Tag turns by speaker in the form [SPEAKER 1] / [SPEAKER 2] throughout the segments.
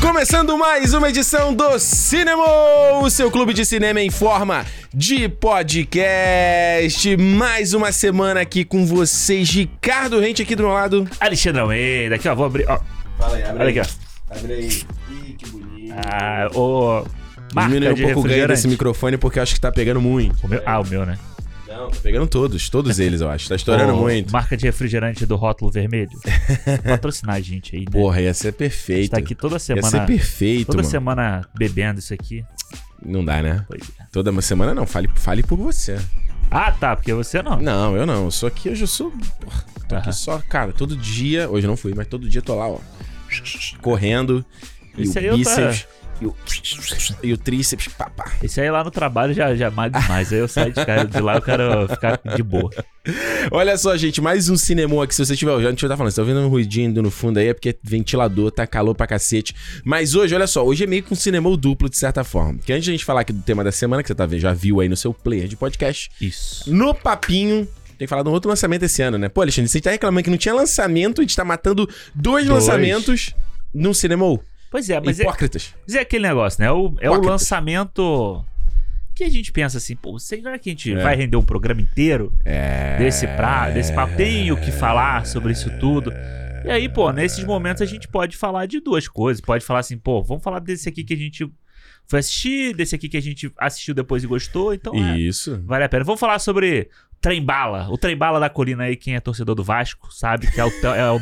[SPEAKER 1] Começando mais uma edição do Cinema, o seu clube de cinema em forma de podcast. Mais uma semana aqui com vocês, Ricardo Rente aqui do meu lado.
[SPEAKER 2] Alexandre Almeida, aqui ó, vou abrir, ó.
[SPEAKER 3] Fala aí, abre
[SPEAKER 2] Olha aqui, ó.
[SPEAKER 3] ó. Abre aí. Ih, que bonito.
[SPEAKER 2] Ah, ô. Marca
[SPEAKER 1] Diminui um
[SPEAKER 2] de
[SPEAKER 1] pouco o ganho
[SPEAKER 2] refrigerante.
[SPEAKER 1] desse microfone porque eu acho que tá pegando muito.
[SPEAKER 2] O meu- ah, o meu, né?
[SPEAKER 3] Não,
[SPEAKER 1] Tá pegando todos, todos eles, eu acho. Tá estourando
[SPEAKER 2] Ô,
[SPEAKER 1] muito.
[SPEAKER 2] Marca de refrigerante do rótulo vermelho. Patrocinar a gente aí, né?
[SPEAKER 1] Porra, ia ser
[SPEAKER 2] a
[SPEAKER 1] perfeito.
[SPEAKER 2] gente tá aqui toda
[SPEAKER 1] ia
[SPEAKER 2] semana.
[SPEAKER 1] ser perfeito,
[SPEAKER 2] toda
[SPEAKER 1] mano.
[SPEAKER 2] semana bebendo isso aqui.
[SPEAKER 1] Não dá, né?
[SPEAKER 2] Pois é.
[SPEAKER 1] Toda semana não, fale, fale por você.
[SPEAKER 2] Ah, tá, porque você não.
[SPEAKER 1] Não, eu não. Eu sou aqui, hoje eu sou. Porra, tô aqui
[SPEAKER 2] Aham.
[SPEAKER 1] só, cara, todo dia. Hoje eu não fui, mas todo dia eu tô lá, ó. Correndo. E
[SPEAKER 2] Isso
[SPEAKER 1] o
[SPEAKER 2] aí é eu tô-
[SPEAKER 1] bíceps. E o, e o tríceps. Pá, pá.
[SPEAKER 2] Esse aí lá no trabalho já, já mais demais. aí eu saio de, cara, de lá, eu quero ficar de boa.
[SPEAKER 1] Olha só, gente, mais um cinema aqui. Se você tiver ouvindo, deixa eu estar falando, você tá ouvindo um ruidinho indo no fundo aí, é porque é ventilador, tá calor pra cacete. Mas hoje, olha só, hoje é meio que um cinema duplo, de certa forma. Porque antes de a gente falar aqui do tema da semana, que você tá vendo, já viu aí no seu player de podcast,
[SPEAKER 2] Isso.
[SPEAKER 1] no papinho. Tem que falar de um outro lançamento esse ano, né? Pô, Alexandre, você tá reclamando que não tinha lançamento, a gente tá matando dois,
[SPEAKER 2] Dois.
[SPEAKER 1] lançamentos num cinema.
[SPEAKER 2] Pois é, mas é,
[SPEAKER 1] Hipócritas.
[SPEAKER 2] mas é aquele negócio, né? É o, é o
[SPEAKER 1] Hipócrita.
[SPEAKER 2] lançamento que a gente pensa assim, pô, será que a gente
[SPEAKER 1] É.
[SPEAKER 2] vai render um programa inteiro?
[SPEAKER 1] É.
[SPEAKER 2] desse pra, desse papo. Tem o que falar sobre isso tudo. E aí, pô, nesses momentos a gente pode falar de duas coisas. Pode falar assim, pô, vamos falar desse aqui que a gente foi assistir, desse aqui que a gente assistiu depois e gostou. Então, é,
[SPEAKER 1] Isso.
[SPEAKER 2] vale a pena. Vamos falar sobre Trembala. O Trembala da Colina aí, quem é torcedor do Vasco sabe que é o, t- é o,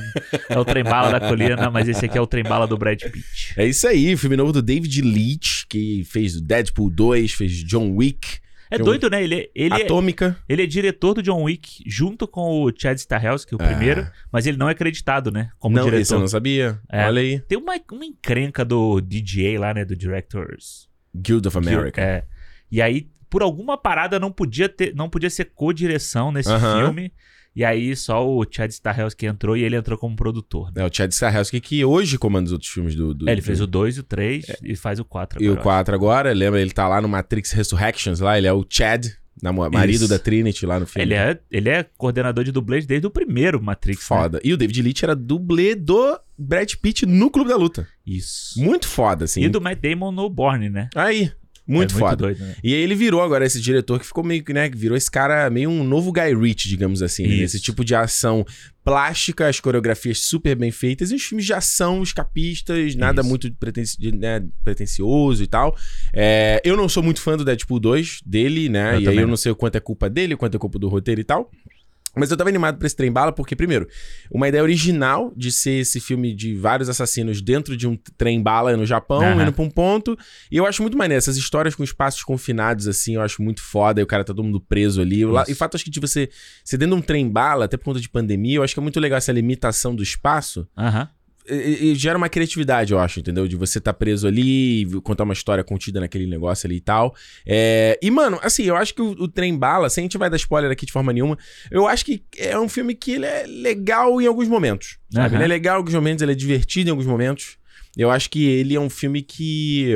[SPEAKER 2] é o Trembala da Colina, mas esse aqui é o Trembala do Brad Pitt.
[SPEAKER 1] É isso aí, filme novo do David Leitch, que fez Deadpool 2, fez John Wick,
[SPEAKER 2] É
[SPEAKER 1] John
[SPEAKER 2] doido, né? Ele, ele, é,
[SPEAKER 1] Atômica.
[SPEAKER 2] ele é diretor do John Wick junto com o Chad Stahelski, o
[SPEAKER 1] Ah.
[SPEAKER 2] primeiro, mas ele não é acreditado, né? Como
[SPEAKER 1] não,
[SPEAKER 2] diretor.
[SPEAKER 1] esse eu não sabia.
[SPEAKER 2] É.
[SPEAKER 1] Olha aí.
[SPEAKER 2] Tem uma, uma encrenca do DJ lá, né? Do Directors.
[SPEAKER 1] Guild of America.
[SPEAKER 2] Que- é. E aí, por alguma parada, não podia ter, não podia ser co-direção nesse
[SPEAKER 1] Aham.
[SPEAKER 2] filme. E aí, só o Chad Stahelski entrou e ele entrou como produtor. né?
[SPEAKER 1] É, o Chad Stahelski que hoje comanda os outros filmes do... do
[SPEAKER 2] É, ele fez
[SPEAKER 1] do-
[SPEAKER 2] o 2 e o 3 e faz o 4
[SPEAKER 1] É. E o 4 agora, lembra? Ele tá lá no Matrix Resurrections lá, ele é o Chad, namo- marido
[SPEAKER 2] Isso.
[SPEAKER 1] da Trinity lá no filme.
[SPEAKER 2] Ele é, ele é coordenador de dublês desde o primeiro Matrix. né?
[SPEAKER 1] Foda. E o David Leitch era dublê do Brad Pitt no Clube da Luta.
[SPEAKER 2] Isso.
[SPEAKER 1] Muito foda, assim.
[SPEAKER 2] E do Matt Damon no Borne, né?
[SPEAKER 1] Aí,
[SPEAKER 2] É
[SPEAKER 1] muito foda.
[SPEAKER 2] Muito doido, né?
[SPEAKER 1] E aí ele virou agora esse diretor que ficou meio que, né, que virou esse cara meio um novo Guy Ritchie, digamos assim, né?
[SPEAKER 2] Isso.
[SPEAKER 1] Esse tipo de ação plástica, as coreografias super bem feitas e os filmes de ação, escapistas, nada
[SPEAKER 2] Isso.
[SPEAKER 1] muito pretenci de- né, pretencioso e tal. É, eu não sou muito fã do Deadpool 2 dele, né?
[SPEAKER 2] Eu
[SPEAKER 1] e aí
[SPEAKER 2] também
[SPEAKER 1] eu
[SPEAKER 2] não.
[SPEAKER 1] não sei o quanto é culpa dele, o quanto é culpa do roteiro e tal. Mas eu tava animado pra esse trem bala porque, primeiro, uma ideia original de ser esse filme de vários assassinos dentro de um trem bala no Japão,
[SPEAKER 2] Aham.
[SPEAKER 1] indo pra um ponto. E eu acho muito maneiro. Essas histórias com espaços confinados, assim, eu acho muito foda. E o cara tá todo mundo preso ali. O la-
[SPEAKER 2] Isso.
[SPEAKER 1] E o fato, acho que de você ser dentro de um trem bala, até por conta de pandemia, eu acho que é muito legal essa limitação do espaço.
[SPEAKER 2] Aham.
[SPEAKER 1] E, e- e gera uma criatividade, eu acho, entendeu? De você tá preso ali, v- contar uma história contida naquele negócio ali e tal. É, E, mano, assim, eu acho que o, o Trem Bala, sem a gente vai dar spoiler aqui de forma nenhuma, eu acho que é um filme que ele é legal em alguns momentos. Sabe?
[SPEAKER 2] Aham.
[SPEAKER 1] Ele é legal em alguns momentos, ele é divertido em alguns momentos. Eu acho que ele é um filme que.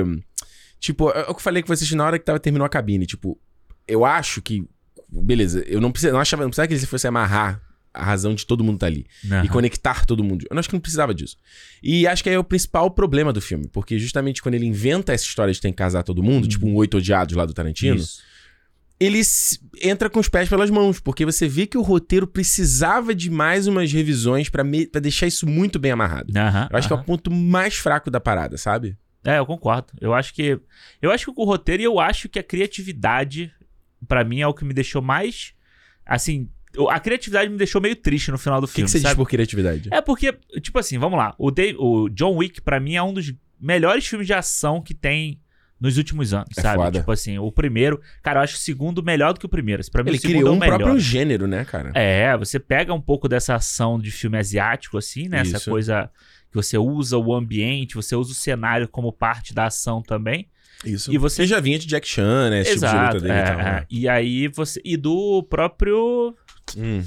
[SPEAKER 1] Tipo, é o que eu falei com vocês na hora que tava, terminou a cabine. Tipo, eu acho que. Beleza, eu não, precisa, não achava, não precisava que ele fosse amarrar a razão de todo mundo estar tá ali e
[SPEAKER 2] Aham.
[SPEAKER 1] conectar todo mundo. Eu acho que não precisava disso. E acho que aí é o principal problema do filme, porque justamente quando ele inventa essa história de tem que casar todo mundo, tipo um oito odiados lá do Tarantino,
[SPEAKER 2] Uhum. Isso.
[SPEAKER 1] ele se- entra com os pés pelas mãos, porque você vê que o roteiro precisava de mais umas revisões pra me- pra deixar isso muito bem amarrado.
[SPEAKER 2] Aham,
[SPEAKER 1] Eu acho que é
[SPEAKER 2] aham.
[SPEAKER 1] o ponto mais fraco da parada, sabe?
[SPEAKER 2] É, eu concordo. Eu acho que. Eu acho que com o roteiro e eu acho que a criatividade, pra mim, é o que me deixou mais. Assim, eu- a criatividade me deixou meio triste no final do
[SPEAKER 1] O que,
[SPEAKER 2] filme.
[SPEAKER 1] que você diz
[SPEAKER 2] sabe?
[SPEAKER 1] por criatividade?
[SPEAKER 2] É porque, tipo assim, vamos lá. O, Dave- o John Wick, pra mim, é um dos melhores filmes de ação que tem nos últimos anos,
[SPEAKER 1] É
[SPEAKER 2] sabe?
[SPEAKER 1] foda.
[SPEAKER 2] Tipo assim, o primeiro. Cara, eu acho o segundo melhor do que o primeiro. Pra mim,
[SPEAKER 1] Ele
[SPEAKER 2] o segundo é
[SPEAKER 1] criou
[SPEAKER 2] o
[SPEAKER 1] um
[SPEAKER 2] melhor.
[SPEAKER 1] próprio gênero, né, cara?
[SPEAKER 2] É, você pega um pouco dessa ação de filme asiático, assim, né? Essa
[SPEAKER 1] Isso.
[SPEAKER 2] coisa que você usa o ambiente, você usa o cenário como parte da ação também.
[SPEAKER 1] Isso.
[SPEAKER 2] É, E
[SPEAKER 1] E
[SPEAKER 2] você-
[SPEAKER 1] você já vinha de Jack Chan, né? Esse tipo de luta dele
[SPEAKER 2] é,
[SPEAKER 1] e tal.
[SPEAKER 2] é.
[SPEAKER 1] Né?
[SPEAKER 2] E aí você. E do próprio.
[SPEAKER 1] Hum.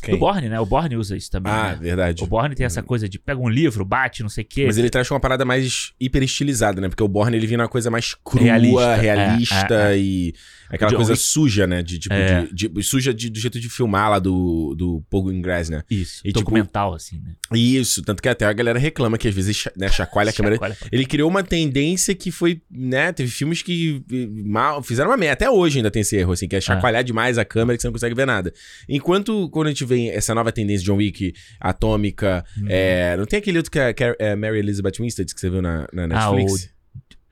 [SPEAKER 2] é. Do Borne, né? O Borne usa isso também.
[SPEAKER 1] Ah,
[SPEAKER 2] né?
[SPEAKER 1] verdade.
[SPEAKER 2] O Borne tem essa coisa de pega um livro, bate, não sei o quê.
[SPEAKER 1] Mas ele traz uma parada mais hiper estilizada, né? Porque o Borne ele vinha uma coisa mais crua,
[SPEAKER 2] Realista,
[SPEAKER 1] realista,
[SPEAKER 2] é, é,
[SPEAKER 1] e Aquela
[SPEAKER 2] John
[SPEAKER 1] coisa
[SPEAKER 2] Wick.
[SPEAKER 1] suja, né? De, tipo,
[SPEAKER 2] É.
[SPEAKER 1] de- de- suja de- do jeito de filmar lá do, do Pogo Ingress, né?
[SPEAKER 2] Isso.
[SPEAKER 1] E, tipo,
[SPEAKER 2] documental, assim, né?
[SPEAKER 1] Isso, tanto que até a galera reclama que às vezes cha- né, chacoalha a câmera.
[SPEAKER 2] Chacoalha.
[SPEAKER 1] Ele criou uma tendência que foi, né? Teve filmes que eh, mal, fizeram uma merda. Até hoje ainda tem esse erro, assim, que é chacoalhar demais a câmera que você não consegue ver nada. Enquanto quando a gente vê essa nova tendência de John Wick, Atômica,
[SPEAKER 2] Uhum.
[SPEAKER 1] é, não tem aquele outro que é, que é- é Mary Elizabeth Winstead que você viu na, na
[SPEAKER 2] Ah,
[SPEAKER 1] Netflix?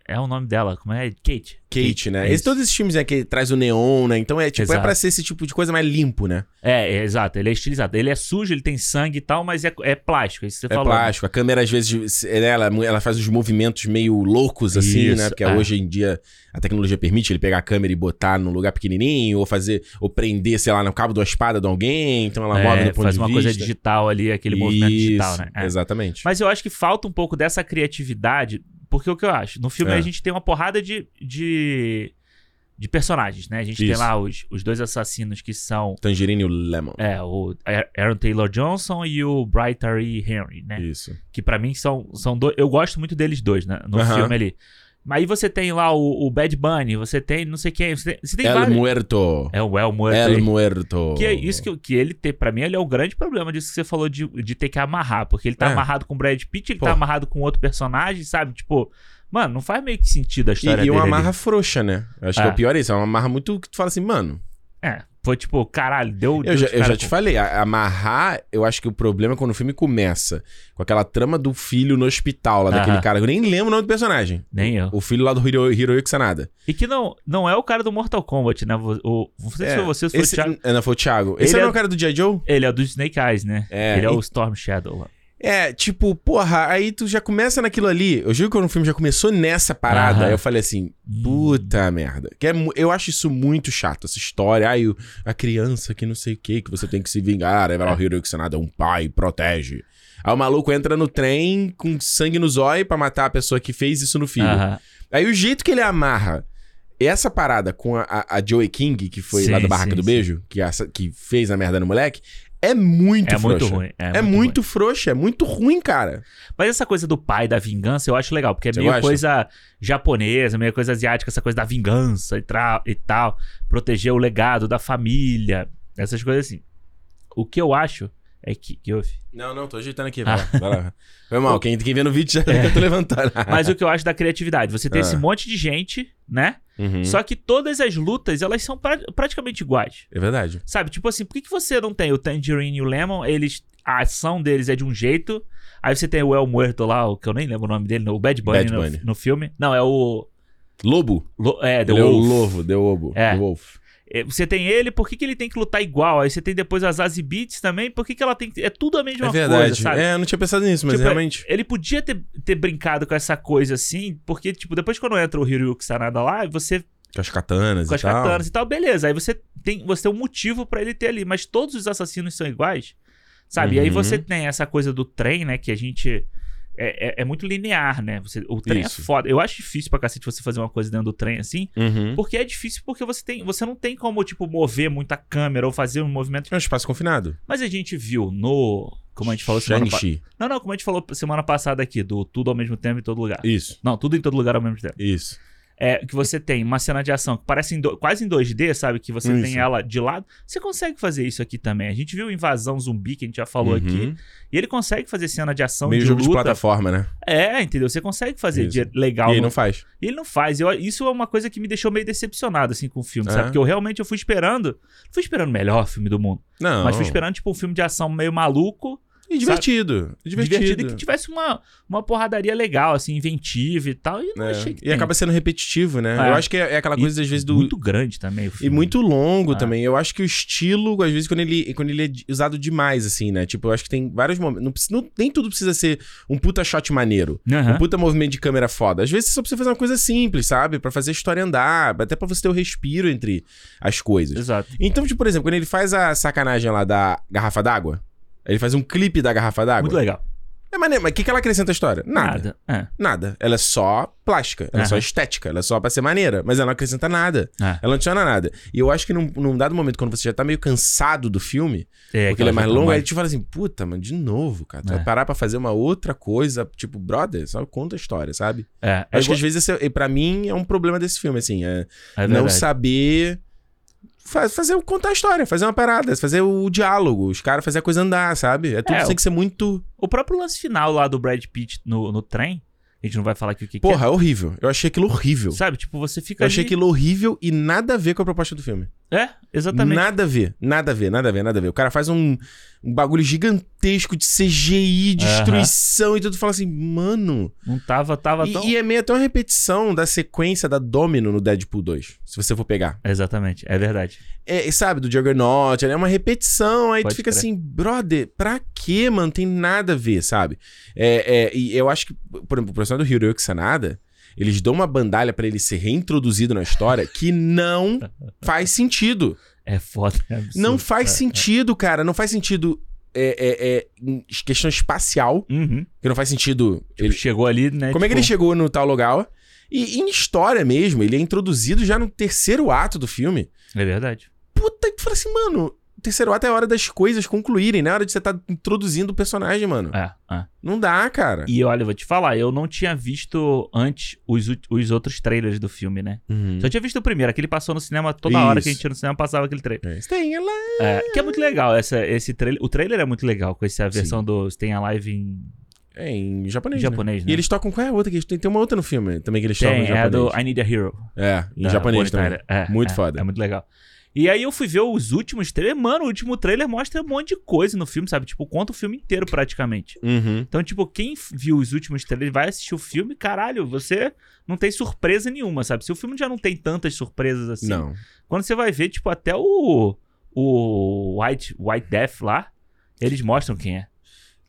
[SPEAKER 2] É o nome dela, como é? Kate.
[SPEAKER 1] Kate, né?
[SPEAKER 2] É,
[SPEAKER 1] Esse,
[SPEAKER 2] isso.
[SPEAKER 1] todos esses filmes né, que traz o neon, né? Então é tipo, é
[SPEAKER 2] Exato.
[SPEAKER 1] pra ser esse tipo de coisa mais limpo, né?
[SPEAKER 2] é, é, exato. Ele é estilizado. Ele é sujo, ele tem sangue e tal, mas é, é plástico. É isso que você
[SPEAKER 1] É
[SPEAKER 2] falou. né?
[SPEAKER 1] plástico. A câmera, às vezes, se- ela, ela faz os movimentos meio loucos, assim,
[SPEAKER 2] Isso,
[SPEAKER 1] né? Porque
[SPEAKER 2] é.
[SPEAKER 1] hoje em dia a tecnologia permite ele pegar a câmera e botar num lugar pequenininho, ou fazer, ou prender, sei lá, no cabo da espada de alguém. Então ela
[SPEAKER 2] É,
[SPEAKER 1] move no ponto
[SPEAKER 2] faz
[SPEAKER 1] de
[SPEAKER 2] uma
[SPEAKER 1] vista.
[SPEAKER 2] coisa digital ali, aquele movimento digital,
[SPEAKER 1] Isso,
[SPEAKER 2] né? É.
[SPEAKER 1] Exatamente.
[SPEAKER 2] Mas eu acho que falta um pouco dessa criatividade, porque o que eu acho? No filme
[SPEAKER 1] É.
[SPEAKER 2] a gente tem uma porrada de, de, de personagens, né? A gente tem
[SPEAKER 1] Isso.
[SPEAKER 2] lá os, os dois assassinos que são
[SPEAKER 1] Tangerine e o Lemon.
[SPEAKER 2] é, o A- Aaron Taylor Johnson e o Bright Terry Henry, né?
[SPEAKER 1] Isso.
[SPEAKER 2] Que pra mim são, são dois. Eu gosto muito deles dois, né? No
[SPEAKER 1] Aham.
[SPEAKER 2] filme ali. Mas aí você tem lá o, o Bad Bunny, você tem não sei quem, você tem, você tem
[SPEAKER 1] El
[SPEAKER 2] vários.
[SPEAKER 1] Muerto.
[SPEAKER 2] É o El Muerto.
[SPEAKER 1] El
[SPEAKER 2] aí.
[SPEAKER 1] Muerto.
[SPEAKER 2] Que é isso que, que ele tem, pra mim, ele é o grande problema disso que você falou de, de ter que amarrar. Porque ele tá
[SPEAKER 1] É.
[SPEAKER 2] amarrado com o Brad Pitt, ele
[SPEAKER 1] Pô.
[SPEAKER 2] tá amarrado com outro personagem, sabe? Tipo, mano, não faz meio que sentido a
[SPEAKER 1] E,
[SPEAKER 2] história
[SPEAKER 1] e
[SPEAKER 2] dele.
[SPEAKER 1] uma
[SPEAKER 2] ali.
[SPEAKER 1] amarra frouxa, né? Eu Acho que
[SPEAKER 2] É.
[SPEAKER 1] é o pior é isso. É uma amarra muito que tu fala assim, mano.
[SPEAKER 2] É, foi tipo, caralho, deu. deu
[SPEAKER 1] Eu já,
[SPEAKER 2] de
[SPEAKER 1] eu
[SPEAKER 2] cara
[SPEAKER 1] já te
[SPEAKER 2] com-
[SPEAKER 1] falei, a- amarrar, eu acho que o problema é quando o filme começa com aquela trama do filho no hospital, lá daquele
[SPEAKER 2] Aham.
[SPEAKER 1] cara. Eu nem lembro o nome do personagem.
[SPEAKER 2] Nem eu.
[SPEAKER 1] O filho lá do Hiro, Hiroyuki Sanada.
[SPEAKER 2] E que não, não é o cara do Mortal Kombat, né? Vo- O, não sei se foi você, se foi
[SPEAKER 1] Esse,
[SPEAKER 2] o Thiago.
[SPEAKER 1] é, Não, foi o Thiago. Esse
[SPEAKER 2] Ele
[SPEAKER 1] não é
[SPEAKER 2] é-
[SPEAKER 1] o cara do G.I. Joe?
[SPEAKER 2] Ele é o do Snake Eyes, né?
[SPEAKER 1] É,
[SPEAKER 2] ele é
[SPEAKER 1] e-
[SPEAKER 2] o Storm Shadow lá.
[SPEAKER 1] É, tipo, porra, aí tu já começa naquilo ali. Eu juro que quando o filme já começou nessa parada,
[SPEAKER 2] Aham.
[SPEAKER 1] aí eu falei assim, puta merda. Que é mu- eu acho isso muito chato, essa história. Ai, o- a criança que não sei o que, que você tem que se vingar. Aí vai lá o Hiroyuki Sanada, um pai, protege. Aí o maluco entra no trem com sangue nos olhos pra matar a pessoa que fez isso no filho.
[SPEAKER 2] Aham.
[SPEAKER 1] Aí o jeito que ele amarra essa parada com a, a, a Joey King, que foi lá
[SPEAKER 2] Sim,
[SPEAKER 1] da Barraca
[SPEAKER 2] sim,
[SPEAKER 1] do
[SPEAKER 2] sim.
[SPEAKER 1] Beijo, que, essa- que fez a merda no moleque, é muito
[SPEAKER 2] É muito
[SPEAKER 1] frouxa.
[SPEAKER 2] ruim. É,
[SPEAKER 1] É,
[SPEAKER 2] ruim.
[SPEAKER 1] muito frouxa, é muito ruim, cara.
[SPEAKER 2] Mas essa coisa do pai, da vingança, eu acho legal, porque é
[SPEAKER 1] Você
[SPEAKER 2] meio
[SPEAKER 1] gosta?
[SPEAKER 2] coisa japonesa, meio coisa asiática, essa coisa da vingança e, tra- e tal. Proteger o legado da família, essas coisas assim. O que eu acho é que. que houve?
[SPEAKER 1] Não, não, tô ajeitando
[SPEAKER 2] Ah.
[SPEAKER 1] aqui, vai lá, vai lá. Foi mal, quem, quem vê no vídeo já viu
[SPEAKER 2] É.
[SPEAKER 1] que eu tô levantando.
[SPEAKER 2] Mas o que eu acho da criatividade? Você tem
[SPEAKER 1] Ah.
[SPEAKER 2] esse monte de gente, né?
[SPEAKER 1] Uhum.
[SPEAKER 2] Só que todas as lutas, elas são pra- praticamente iguais.
[SPEAKER 1] É verdade.
[SPEAKER 2] Sabe, tipo assim, por que, que você não tem o Tangerine e o Lemon? Eles. A ação deles é de um jeito. Aí você tem o El Muerto lá, o que eu nem lembro o nome dele, o Bad Bunny,
[SPEAKER 1] Bad
[SPEAKER 2] no-
[SPEAKER 1] Bunny.
[SPEAKER 2] No, filme. Não, é o.
[SPEAKER 1] Lobo.
[SPEAKER 2] Lo- é, The
[SPEAKER 1] Ele é o
[SPEAKER 2] Wolf.
[SPEAKER 1] Lobo, The Lobo.
[SPEAKER 2] É.
[SPEAKER 1] The Wolf.
[SPEAKER 2] É, Você tem ele, por que, que ele tem que lutar igual? Aí você tem depois as Zazie Beats também, por que, que ela tem que. É tudo a mesma
[SPEAKER 1] É verdade.
[SPEAKER 2] coisa, sabe?
[SPEAKER 1] é, eu não tinha pensado nisso, mas
[SPEAKER 2] Tipo,
[SPEAKER 1] realmente.
[SPEAKER 2] Ele podia ter, ter brincado com essa coisa assim, porque, tipo, depois quando entra o Hiroyuki Sanada lá, você
[SPEAKER 1] Com as katanas
[SPEAKER 2] com
[SPEAKER 1] e
[SPEAKER 2] as
[SPEAKER 1] tal.
[SPEAKER 2] katanas e tal, beleza. Aí você tem, você tem um motivo pra ele ter ali, mas todos os assassinos são iguais, sabe? E aí
[SPEAKER 1] Uhum.
[SPEAKER 2] você tem essa coisa do trem, né? Que a gente. É, é- é muito linear, né? Você, o trem
[SPEAKER 1] Isso.
[SPEAKER 2] é foda. Eu acho difícil pra cacete você fazer uma coisa dentro do trem assim,
[SPEAKER 1] Uhum.
[SPEAKER 2] porque é difícil porque você tem, você não tem como, tipo, mover muita câmera ou fazer um movimento.
[SPEAKER 1] É um espaço confinado.
[SPEAKER 2] Mas a gente viu no. Como a gente falou semana passada.
[SPEAKER 1] Shang-Chi.
[SPEAKER 2] Não, não, como a gente falou semana passada aqui, do tudo ao mesmo tempo em todo lugar.
[SPEAKER 1] Isso,
[SPEAKER 2] Não, tudo em todo lugar ao mesmo tempo
[SPEAKER 1] isso.
[SPEAKER 2] é, que você tem uma cena de ação que parece em do- quase em 2D, sabe? Que você
[SPEAKER 1] Isso.
[SPEAKER 2] tem ela de lado. Você consegue fazer isso aqui também. A gente viu Invasão Zumbi, que a gente já falou aqui.
[SPEAKER 1] Uhum.
[SPEAKER 2] E ele consegue fazer cena de ação
[SPEAKER 1] Meio
[SPEAKER 2] de
[SPEAKER 1] jogo de
[SPEAKER 2] luta.
[SPEAKER 1] plataforma, né?
[SPEAKER 2] é, entendeu? Você consegue fazer de
[SPEAKER 1] Isso.
[SPEAKER 2] legal.
[SPEAKER 1] e aí
[SPEAKER 2] no-
[SPEAKER 1] não faz.
[SPEAKER 2] E ele não faz. Eu- isso é uma coisa que me deixou meio decepcionado, assim, com o filme,
[SPEAKER 1] É.
[SPEAKER 2] sabe? Porque eu realmente eu fui esperando. Não fui esperando o melhor filme do mundo.
[SPEAKER 1] Não.
[SPEAKER 2] Mas fui esperando, tipo, um filme de ação meio maluco,
[SPEAKER 1] E divertido.
[SPEAKER 2] divertido,
[SPEAKER 1] Divertido.
[SPEAKER 2] e que tivesse uma, uma porradaria legal, assim, inventiva e tal. E não
[SPEAKER 1] É.
[SPEAKER 2] achei que
[SPEAKER 1] E
[SPEAKER 2] tem.
[SPEAKER 1] acaba sendo repetitivo, né?
[SPEAKER 2] É.
[SPEAKER 1] Eu acho que é é aquela
[SPEAKER 2] E
[SPEAKER 1] coisa, às vezes, do,
[SPEAKER 2] Muito grande também
[SPEAKER 1] E
[SPEAKER 2] o filme.
[SPEAKER 1] muito longo
[SPEAKER 2] Ah.
[SPEAKER 1] também. Eu acho que o estilo, às vezes, quando ele, quando ele é de- usado demais, assim, né? Tipo, eu acho que tem vários momentos. Não, precisa- não- nem tudo precisa ser um puta shot maneiro.
[SPEAKER 2] Aham.
[SPEAKER 1] Um puta movimento de câmera foda. Às vezes você só precisa fazer uma coisa simples, sabe? Pra fazer a história andar. Até pra você ter o respiro entre as coisas.
[SPEAKER 2] Exato.
[SPEAKER 1] Então, tipo, por exemplo, quando ele faz a sacanagem lá da garrafa d'água. Ele faz um clipe da garrafa d'água.
[SPEAKER 2] Muito legal.
[SPEAKER 1] É É maneiro, mas o que, que ela acrescenta à história? Nada. Nada.
[SPEAKER 2] Nada. É.
[SPEAKER 1] Ela é só plástica, ela é só
[SPEAKER 2] Aham.
[SPEAKER 1] estética, ela é só pra ser maneira, mas ela não acrescenta nada.
[SPEAKER 2] É.
[SPEAKER 1] Ela não adiciona nada. E eu acho que num, num dado momento, quando você já tá meio cansado do filme,
[SPEAKER 2] É,
[SPEAKER 1] porque ele é mais longo, aí
[SPEAKER 2] longa
[SPEAKER 1] tu fala assim, puta, mano, de novo, cara. Tu
[SPEAKER 2] É.
[SPEAKER 1] vai parar pra fazer uma outra coisa, tipo, brother, só conta a história, sabe?
[SPEAKER 2] É, é
[SPEAKER 1] Acho que
[SPEAKER 2] igual-
[SPEAKER 1] às vezes, esse, é- pra mim, é um problema desse filme, assim. É,
[SPEAKER 2] é
[SPEAKER 1] não
[SPEAKER 2] verdade.
[SPEAKER 1] saber fa- fazer o- contar a história, fazer uma parada, fazer o diálogo, os caras fazer a coisa andar, sabe? É tudo
[SPEAKER 2] É,
[SPEAKER 1] tem que ser muito.
[SPEAKER 2] O próprio lance final lá do Brad Pitt no, no trem, a gente não vai falar aqui o que, que
[SPEAKER 1] Porra, é horrível. Eu achei aquilo horrível.
[SPEAKER 2] é. Sabe? Tipo, você fica.
[SPEAKER 1] Eu achei
[SPEAKER 2] ali-
[SPEAKER 1] aquilo horrível e nada a ver com a proposta do filme.
[SPEAKER 2] É, exatamente.
[SPEAKER 1] Nada a ver, nada a ver, nada a ver, nada a ver. O cara faz um, um bagulho gigantesco de CGI, destruição e tudo. Fala assim, mano.
[SPEAKER 2] Não tava, tava
[SPEAKER 1] E,
[SPEAKER 2] tão.
[SPEAKER 1] e é meio até uma repetição da sequência da Domino no Deadpool 2, se você for pegar.
[SPEAKER 2] Exatamente, é verdade.
[SPEAKER 1] É, sabe, do Juggernaut, é uma repetição, aí
[SPEAKER 2] Pode
[SPEAKER 1] tu fica
[SPEAKER 2] crer.
[SPEAKER 1] assim, brother, pra quê, mano? Tem nada a ver, sabe? É, é, e eu acho que, por exemplo, o personagem do Hiroyuki Sanada, eles dão uma bandalha pra ele ser reintroduzido na história que não faz sentido.
[SPEAKER 2] É foda. é absurdo.
[SPEAKER 1] não faz
[SPEAKER 2] É.
[SPEAKER 1] sentido, cara, não faz sentido é, é, é, em questão espacial,
[SPEAKER 2] Uhum.
[SPEAKER 1] que não faz sentido...
[SPEAKER 2] Ele
[SPEAKER 1] ele-
[SPEAKER 2] chegou ali, né?
[SPEAKER 1] como é que
[SPEAKER 2] tipo,
[SPEAKER 1] ele chegou no tal Logawa? E em história mesmo, ele é introduzido já no terceiro ato do filme
[SPEAKER 2] É verdade.
[SPEAKER 1] puta que tu fala assim, mano. o Terceiro ato é a hora das coisas concluírem, né? É a hora de você tá introduzindo o personagem, mano.
[SPEAKER 2] É, é.
[SPEAKER 1] Não dá, cara.
[SPEAKER 2] E olha, eu vou te falar, eu não tinha visto antes os, ut- os outros trailers do filme, né?
[SPEAKER 1] Uhum.
[SPEAKER 2] Só tinha visto o primeiro, aquele passou no cinema toda hora que a
[SPEAKER 1] Isso.
[SPEAKER 2] gente ia no cinema passava aquele trailer.
[SPEAKER 1] É. Tem ela.
[SPEAKER 2] É, que é muito legal, essa, esse trailer. O trailer é muito legal com essa
[SPEAKER 1] Sim.
[SPEAKER 2] versão do. Tem a live em
[SPEAKER 1] É em japonês. né?
[SPEAKER 2] japonês, né?
[SPEAKER 1] E eles tocam qual é a outra que eles tem? Tem uma outra no filme também que eles tocam em
[SPEAKER 2] Tem, é a
[SPEAKER 1] japonês.
[SPEAKER 2] do I Need a Hero.
[SPEAKER 1] É, em
[SPEAKER 2] da
[SPEAKER 1] japonês
[SPEAKER 2] Bonnie
[SPEAKER 1] também.
[SPEAKER 2] Tyler. É,
[SPEAKER 1] Muito
[SPEAKER 2] é,
[SPEAKER 1] foda.
[SPEAKER 2] É muito legal. E aí eu fui ver os últimos trailers. Mano, o último trailer mostra um monte de coisa no filme, sabe? Tipo, conta o filme inteiro praticamente.
[SPEAKER 1] Uhum.
[SPEAKER 2] Então, tipo, quem f- viu os últimos trailers vai assistir o filme, caralho, você não tem surpresa nenhuma, sabe? Se o filme já não tem tantas surpresas assim.
[SPEAKER 1] Não.
[SPEAKER 2] Quando você vai ver, tipo, até o. O White, White Death lá, eles mostram quem é.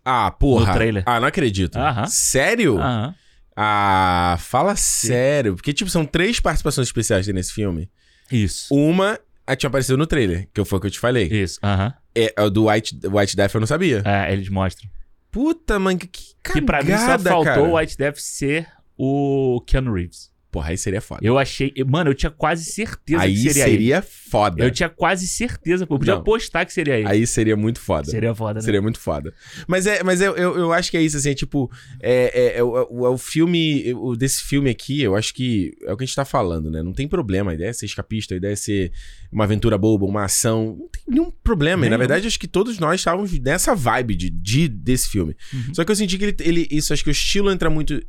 [SPEAKER 1] Ah, porra.
[SPEAKER 2] No trailer.
[SPEAKER 1] Ah, não acredito.
[SPEAKER 2] Aham.
[SPEAKER 1] Sério?
[SPEAKER 2] Aham.
[SPEAKER 1] Ah, fala sério. Porque, tipo, são três participações especiais que tem nesse filme.
[SPEAKER 2] Isso.
[SPEAKER 1] Uma, a que tinha aparecido no trailer, que foi o que eu te falei.
[SPEAKER 2] Isso, aham.
[SPEAKER 1] É, a do White, White Death eu não sabia.
[SPEAKER 2] É, eles mostram.
[SPEAKER 1] Puta, mano, que- que cagada,
[SPEAKER 2] que pra mim só faltou
[SPEAKER 1] cara.
[SPEAKER 2] o White Death ser o Keanu Reeves.
[SPEAKER 1] Porra, aí seria foda.
[SPEAKER 2] Eu achei. eu- Mano, eu tinha quase certeza
[SPEAKER 1] aí
[SPEAKER 2] que
[SPEAKER 1] seria,
[SPEAKER 2] seria, ele.
[SPEAKER 1] foda.
[SPEAKER 2] Eu tinha quase certeza, pô. Eu podia
[SPEAKER 1] Não.
[SPEAKER 2] apostar que seria ele.
[SPEAKER 1] Aí seria muito foda. Seria,
[SPEAKER 2] Seria foda, né?
[SPEAKER 1] muito foda. Mas, é, mas eu, eu, eu acho que é isso, assim, é tipo... É, é, é o- é o, é o filme... é O, desse filme aqui, eu acho que... É o que a gente tá falando, né? Não tem problema. A ideia é ser escapista, a ideia é ser uma aventura boba, uma ação. Não tem nenhum problema. E, na
[SPEAKER 2] Nenhum.
[SPEAKER 1] verdade, acho que todos nós estávamos nessa vibe de, de- desse filme.
[SPEAKER 2] Uhum.
[SPEAKER 1] Só que eu senti que ele, ele- Isso, acho que o estilo entra muito...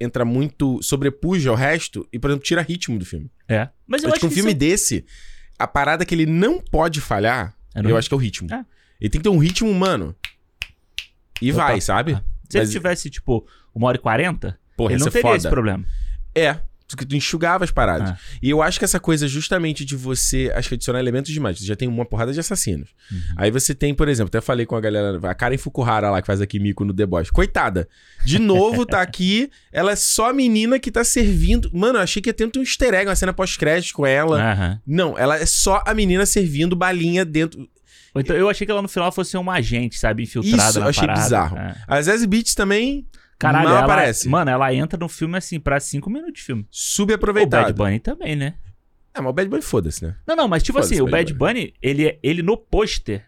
[SPEAKER 1] Entra muito... Sobrepuja o resto e, por exemplo, tira ritmo do filme.
[SPEAKER 2] É. Mas eu,
[SPEAKER 1] acho
[SPEAKER 2] acho
[SPEAKER 1] que um
[SPEAKER 2] que
[SPEAKER 1] filme
[SPEAKER 2] isso-
[SPEAKER 1] desse, a parada que ele não pode falhar,
[SPEAKER 2] É,
[SPEAKER 1] eu
[SPEAKER 2] não?
[SPEAKER 1] acho que é o ritmo.
[SPEAKER 2] É.
[SPEAKER 1] Ele tem que ter um ritmo humano. E
[SPEAKER 2] Total.
[SPEAKER 1] vai, sabe?
[SPEAKER 2] Ah. Se
[SPEAKER 1] mas-
[SPEAKER 2] ele tivesse, tipo, uma hora e quarenta,
[SPEAKER 1] Porra,
[SPEAKER 2] ele
[SPEAKER 1] isso
[SPEAKER 2] não
[SPEAKER 1] é
[SPEAKER 2] teria esse
[SPEAKER 1] foda.
[SPEAKER 2] problema.
[SPEAKER 1] É, porque tu enxugava as paradas.
[SPEAKER 2] Ah.
[SPEAKER 1] E eu acho que essa coisa justamente de você, acho que adicionar elementos demais. Você já tem uma porrada de assassinos.
[SPEAKER 2] Uhum.
[SPEAKER 1] Aí você tem, por exemplo, até falei com a galera, a Karen Fukuhara lá que faz aqui mico no The Boys. Coitada. De novo tá aqui, ela é só a menina que tá servindo. Mano, eu achei que ia ter um easter egg, uma cena pós-crédito com ela.
[SPEAKER 2] Aham.
[SPEAKER 1] Não, ela é só a menina servindo balinha dentro.
[SPEAKER 2] Ou Então, eu achei que ela no final fosse uma agente, sabe? Infiltrada
[SPEAKER 1] Isso,
[SPEAKER 2] na
[SPEAKER 1] eu achei
[SPEAKER 2] parada.
[SPEAKER 1] bizarro.
[SPEAKER 2] É.
[SPEAKER 1] A Zazie Beats também
[SPEAKER 2] Caralho,
[SPEAKER 1] Mal
[SPEAKER 2] ela,
[SPEAKER 1] aparece.
[SPEAKER 2] Mano, ela entra no filme assim, pra cinco minutos de filme. O Bad
[SPEAKER 1] subaproveitado.
[SPEAKER 2] Bunny também, né?
[SPEAKER 1] Ah, mas o Bad Bunny foda-se, né?
[SPEAKER 2] Não, não, mas tipo
[SPEAKER 1] Foda-se
[SPEAKER 2] assim, o
[SPEAKER 1] Bad
[SPEAKER 2] Bad Bunny, ele, é, ele no pôster,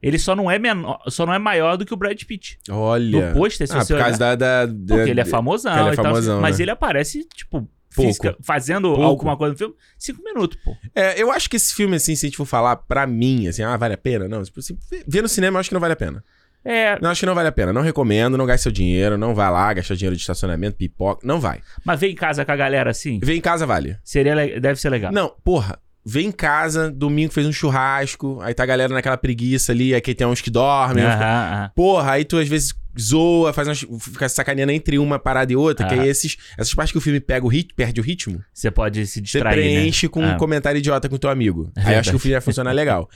[SPEAKER 2] ele só não é menor, só não é maior do que o Brad Pitt.
[SPEAKER 1] Olha.
[SPEAKER 2] No pôster, se
[SPEAKER 1] Ah,
[SPEAKER 2] você
[SPEAKER 1] por
[SPEAKER 2] olhar,
[SPEAKER 1] causa da, da, da-
[SPEAKER 2] porque ele é famosão,
[SPEAKER 1] porque ele é
[SPEAKER 2] e tal,
[SPEAKER 1] famosão,
[SPEAKER 2] mas
[SPEAKER 1] né?
[SPEAKER 2] ele aparece, tipo,
[SPEAKER 1] Pouco.
[SPEAKER 2] física, fazendo
[SPEAKER 1] Pouco.
[SPEAKER 2] alguma coisa no filme, cinco minutos, pô.
[SPEAKER 1] É, eu acho que esse filme, assim, se a gente for falar pra mim, assim, ah, vale a pena? Não, tipo assim, vê- vê no cinema, eu acho que não vale a pena.
[SPEAKER 2] É,
[SPEAKER 1] Não, acho que não vale a pena. Não recomendo, não gaste seu dinheiro, não vá lá, gastar dinheiro de estacionamento, pipoca, não vai.
[SPEAKER 2] mas vem em casa com a galera assim,
[SPEAKER 1] Vê em casa, vale.
[SPEAKER 2] seria, le- deve ser legal.
[SPEAKER 1] Não, porra. Vê em casa, domingo fez um churrasco, aí tá a galera naquela preguiça ali, aí tem uns que dormem, uns
[SPEAKER 2] Aham, aham.
[SPEAKER 1] Porra, aí tu às vezes zoa, faz umas, fica sacaneando entre uma parada e outra, que
[SPEAKER 2] Ah.
[SPEAKER 1] aí esses, essas partes que o filme pega o ritmo, perde o ritmo,
[SPEAKER 2] Você pode se
[SPEAKER 1] você
[SPEAKER 2] distrair,
[SPEAKER 1] preenche
[SPEAKER 2] né?
[SPEAKER 1] com um
[SPEAKER 2] Ah, É
[SPEAKER 1] comentário idiota com teu amigo. aí eu acho que o filme vai funcionar legal.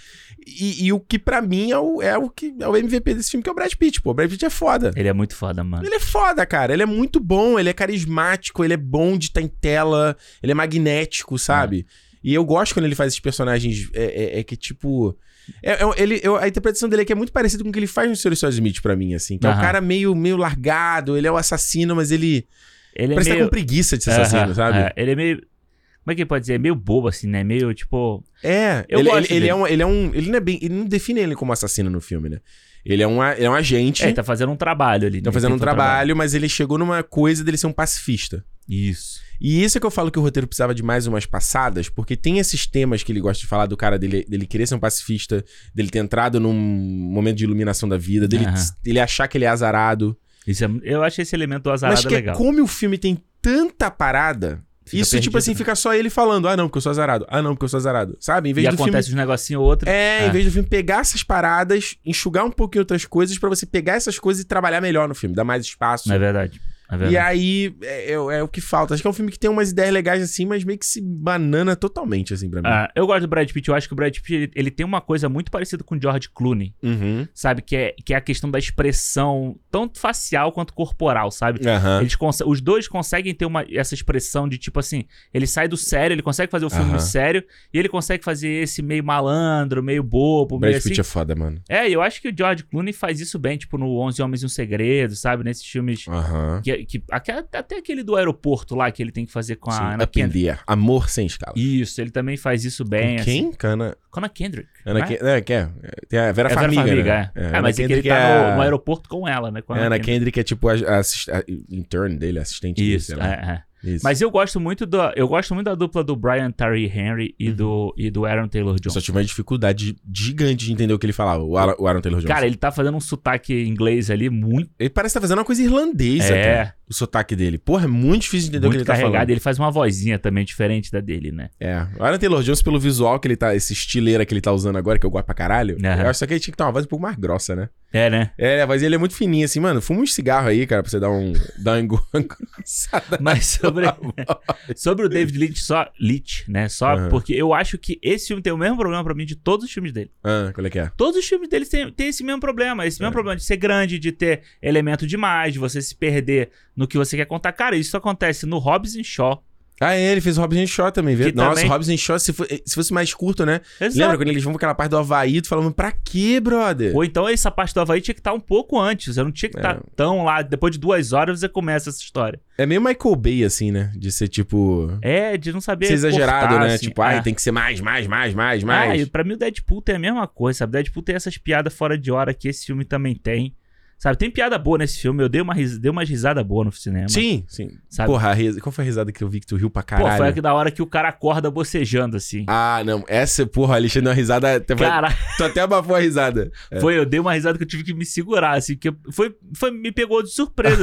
[SPEAKER 1] E, e o que pra mim é o, é o que é o MVP desse filme, que é o Brad Pitt, pô. O Brad Pitt é foda.
[SPEAKER 2] Ele é muito foda, mano.
[SPEAKER 1] Ele é foda, cara. Ele é muito bom, ele é carismático, ele é bom de estar em tela, ele é magnético, sabe? E eu gosto quando ele faz esses personagens é, é- é que, tipo. É- é- ele, eu- a interpretação dele aqui é muito parecida com o que ele faz no Sr. Sr. Smith pra mim, assim. Que é um
[SPEAKER 2] Aham.
[SPEAKER 1] cara meio, meio largado, ele é o assassino, mas ele,
[SPEAKER 2] Ele
[SPEAKER 1] parece
[SPEAKER 2] é
[SPEAKER 1] que
[SPEAKER 2] meio...
[SPEAKER 1] tá com preguiça de ser assassino,
[SPEAKER 2] Aham,
[SPEAKER 1] sabe?
[SPEAKER 2] é, ele é meio... Como é que ele pode dizer? É meio bobo, assim, né? Meio, tipo...
[SPEAKER 1] É,
[SPEAKER 2] Eu
[SPEAKER 1] ele,
[SPEAKER 2] gosto
[SPEAKER 1] ele- ele
[SPEAKER 2] dele.
[SPEAKER 1] é um, ele é um. Ele não é bem. Ele não define ele como assassino no filme, né? Ele é um, a- ele é um agente.
[SPEAKER 2] É, ele tá fazendo um trabalho ali. né?
[SPEAKER 1] Estão fazendo
[SPEAKER 2] Ele
[SPEAKER 1] um
[SPEAKER 2] tem que ter
[SPEAKER 1] trabalho, mas ele chegou numa coisa dele ser um pacifista.
[SPEAKER 2] Isso.
[SPEAKER 1] E isso é que eu falo que o roteiro precisava de mais umas passadas, porque tem esses temas que ele gosta de falar do cara dele, dele querer ser um pacifista, dele ter entrado num momento de iluminação da vida, dele
[SPEAKER 2] Aham.
[SPEAKER 1] ele achar que ele é azarado.
[SPEAKER 2] Isso é- eu acho esse elemento do
[SPEAKER 1] mas
[SPEAKER 2] azarado
[SPEAKER 1] que é
[SPEAKER 2] legal.
[SPEAKER 1] como o filme tem tanta parada,
[SPEAKER 2] Fica
[SPEAKER 1] isso tipo
[SPEAKER 2] perdido,
[SPEAKER 1] assim,
[SPEAKER 2] né?
[SPEAKER 1] fica só ele falando, ah não, porque eu sou azarado, ah não, porque eu sou azarado, sabe? Em vez
[SPEAKER 2] E
[SPEAKER 1] do filme
[SPEAKER 2] acontece um negocinho ou outro.
[SPEAKER 1] É,
[SPEAKER 2] É.
[SPEAKER 1] em vez do filme pegar essas paradas, enxugar um pouquinho outras coisas pra você pegar essas coisas e trabalhar melhor no filme, dar mais espaço.
[SPEAKER 2] Não é verdade. É verdade.
[SPEAKER 1] e aí é, é- é o que falta. Acho que é um filme que tem umas ideias legais assim, mas meio que se banana totalmente assim pra mim.
[SPEAKER 2] Ah, eu gosto do Brad Pitt. Eu acho que o Brad Pitt ele, ele tem uma coisa muito parecida com o George Clooney,
[SPEAKER 1] Uhum.
[SPEAKER 2] sabe? Que é, que é a questão da expressão, tanto facial quanto corporal, sabe?
[SPEAKER 1] Aham.
[SPEAKER 2] Eles conse- os dois conseguem ter uma, essa expressão de tipo assim: ele sai do sério, ele consegue fazer o filme
[SPEAKER 1] Aham.
[SPEAKER 2] sério e ele consegue fazer esse meio malandro, meio bobo,
[SPEAKER 1] O
[SPEAKER 2] meio
[SPEAKER 1] Brad
[SPEAKER 2] assim.
[SPEAKER 1] Pitt é foda, mano.
[SPEAKER 2] É, eu acho que o George Clooney faz isso bem, tipo no 11 Homens e um Segredo, sabe? Nesses filmes.
[SPEAKER 1] Aham.
[SPEAKER 2] Que, que- aque- até aquele do aeroporto lá que ele tem que fazer com a
[SPEAKER 1] Sim,
[SPEAKER 2] Ana
[SPEAKER 1] Up in
[SPEAKER 2] Kendrick.
[SPEAKER 1] the Air. Amor sem escala.
[SPEAKER 2] Isso, ele também faz isso bem.
[SPEAKER 1] Com
[SPEAKER 2] assim.
[SPEAKER 1] quem? Cana.
[SPEAKER 2] Com a Ana Kendrick.
[SPEAKER 1] Ana
[SPEAKER 2] né?
[SPEAKER 1] Ken- é, que é. Tem a Vera
[SPEAKER 2] É Vera
[SPEAKER 1] Farmiga.
[SPEAKER 2] Farmiga,
[SPEAKER 1] né?
[SPEAKER 2] é.
[SPEAKER 1] É,
[SPEAKER 2] Ah,
[SPEAKER 1] Ana
[SPEAKER 2] mas é que ele
[SPEAKER 1] Kendrick
[SPEAKER 2] tá
[SPEAKER 1] é-
[SPEAKER 2] no, no aeroporto com ela, né? Com a
[SPEAKER 1] É, Ana
[SPEAKER 2] Kendrick.
[SPEAKER 1] Kendrick é tipo a, a, assist- a- intern dele, assistente dele,
[SPEAKER 2] Isso,
[SPEAKER 1] sei lá.
[SPEAKER 2] é, é.
[SPEAKER 1] Isso. né?
[SPEAKER 2] Mas eu gosto muito da. Eu gosto muito da dupla do Brian Terry Henry
[SPEAKER 1] Uhum.
[SPEAKER 2] e, do, e do Aaron Taylor
[SPEAKER 1] Eu
[SPEAKER 2] Jones.
[SPEAKER 1] só tive uma dificuldade gigante de entender o que ele falava, o Alan- o Aaron Taylor Jones.
[SPEAKER 2] Cara, ele tá fazendo um sotaque inglês ali muito,
[SPEAKER 1] ele parece que tá fazendo uma coisa irlandesa,
[SPEAKER 2] É.
[SPEAKER 1] cara, o sotaque dele. Porra, é muito difícil de entender
[SPEAKER 2] muito
[SPEAKER 1] o que ele
[SPEAKER 2] carregado.
[SPEAKER 1] tá falando.
[SPEAKER 2] ele faz uma vozinha também diferente da dele, né?
[SPEAKER 1] É, o Aaron Taylor Jones, pelo visual que ele tá, esse estileira que ele tá usando agora, que eu gosto pra caralho,
[SPEAKER 2] Aham.
[SPEAKER 1] eu acho só que ele tinha que ter uma voz um pouco mais grossa, né?
[SPEAKER 2] É, né?
[SPEAKER 1] É, a voz dele é muito fininha, assim, mano, fuma um cigarro aí, cara, pra você dar um, dar um engo- engrossada.
[SPEAKER 2] Mas sobre, sobre o David Lynch, só. Lynch, né? Só
[SPEAKER 1] Aham.
[SPEAKER 2] porque eu acho que esse filme tem o mesmo problema pra mim de todos os filmes dele.
[SPEAKER 1] ah, qual é que é?
[SPEAKER 2] Todos os filmes deles têm, têm esse mesmo problema. Esse mesmo problema de ser grande, de ter elemento demais, de você se perder no que você quer contar. Cara, isso acontece no Hobbs and Shaw.
[SPEAKER 1] Ah, é, ele fez Robson and Shaw também, viu?
[SPEAKER 2] Que
[SPEAKER 1] Nossa,
[SPEAKER 2] também-
[SPEAKER 1] Robson and Shaw, se, fo- se fosse mais curto, né?
[SPEAKER 2] Exato.
[SPEAKER 1] Lembra quando eles vão pra aquela parte do Havaí, tu falando, pra quê, brother?
[SPEAKER 2] Ou então essa parte do Havaí tinha que estar um pouco antes. Eu não tinha que
[SPEAKER 1] É.
[SPEAKER 2] estar tão lá. Depois de duas horas você começa essa história.
[SPEAKER 1] É meio Michael Bay, assim, né? De ser tipo.
[SPEAKER 2] É, de não saber.
[SPEAKER 1] ser exagerado,
[SPEAKER 2] cortar,
[SPEAKER 1] né?
[SPEAKER 2] assim.
[SPEAKER 1] Tipo, ai,
[SPEAKER 2] é.
[SPEAKER 1] tem que ser mais, mais, mais, mais,
[SPEAKER 2] Ah,
[SPEAKER 1] mais.
[SPEAKER 2] e pra mim o Deadpool tem a mesma coisa, sabe? Deadpool tem essas piadas fora de hora que esse filme também tem. Sabe, tem piada boa nesse filme. Eu dei uma, ris... dei uma risada boa no cinema.
[SPEAKER 1] sim, sim.
[SPEAKER 2] Sabe?
[SPEAKER 1] Porra, a risa- qual foi a risada que eu vi que tu riu pra
[SPEAKER 2] Pô,
[SPEAKER 1] caralho?
[SPEAKER 2] foi aqui da hora que o cara acorda bocejando, assim.
[SPEAKER 1] Ah, não. Essa, porra, a Alexandre deu uma risada. Até... foi-
[SPEAKER 2] Cara,
[SPEAKER 1] Tu até abafou a risada.
[SPEAKER 2] foi, eu dei uma risada que eu tive que me segurar, assim, que eu- foi, foi, me pegou de surpresa,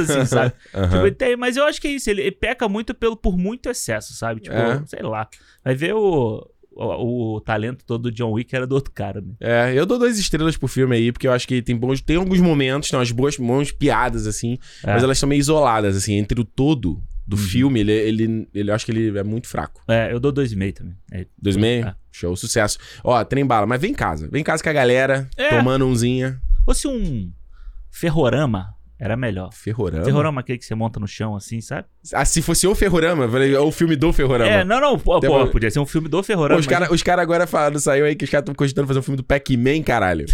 [SPEAKER 2] assim, sabe?
[SPEAKER 1] Aham.
[SPEAKER 2] Tipo, ele tem- mas eu acho que é isso, ele, ele peca muito pelo, por muito excesso, sabe? Tipo,
[SPEAKER 1] É.
[SPEAKER 2] sei lá. Vai ver o, o, o talento todo do John Wick era do outro cara, né?
[SPEAKER 1] É, eu dou duas estrelas pro filme aí, porque eu acho que tem bons. Tem alguns momentos, tem umas boas bons piadas, assim,
[SPEAKER 2] É.
[SPEAKER 1] mas elas são meio isoladas, assim, entre o todo do
[SPEAKER 2] Uhum.
[SPEAKER 1] filme, ele, ele, ele eu acho que ele é muito fraco.
[SPEAKER 2] É, eu dou dois e meio também. É,
[SPEAKER 1] 2000,
[SPEAKER 2] É.
[SPEAKER 1] show, sucesso. Ó, trem bala, mas vem em casa. Vem em casa com a galera,
[SPEAKER 2] É.
[SPEAKER 1] tomando umzinha.
[SPEAKER 2] fosse um ferrorama, era melhor.
[SPEAKER 1] Ferrorama.
[SPEAKER 2] Ferrorama aquele que você monta no chão, assim, sabe?
[SPEAKER 1] Ah, se fosse o Ferrorama, eu falei, é o filme do Ferrorama.
[SPEAKER 2] É, não, não, pô,
[SPEAKER 1] Tem
[SPEAKER 2] pô,
[SPEAKER 1] uma-
[SPEAKER 2] podia ser um filme do
[SPEAKER 1] Pô,
[SPEAKER 2] ferrorama.
[SPEAKER 1] os
[SPEAKER 2] mas
[SPEAKER 1] caras os cara agora falando, saiu aí que os caras estão cogitando fazer um filme do Pac-Man, caralho.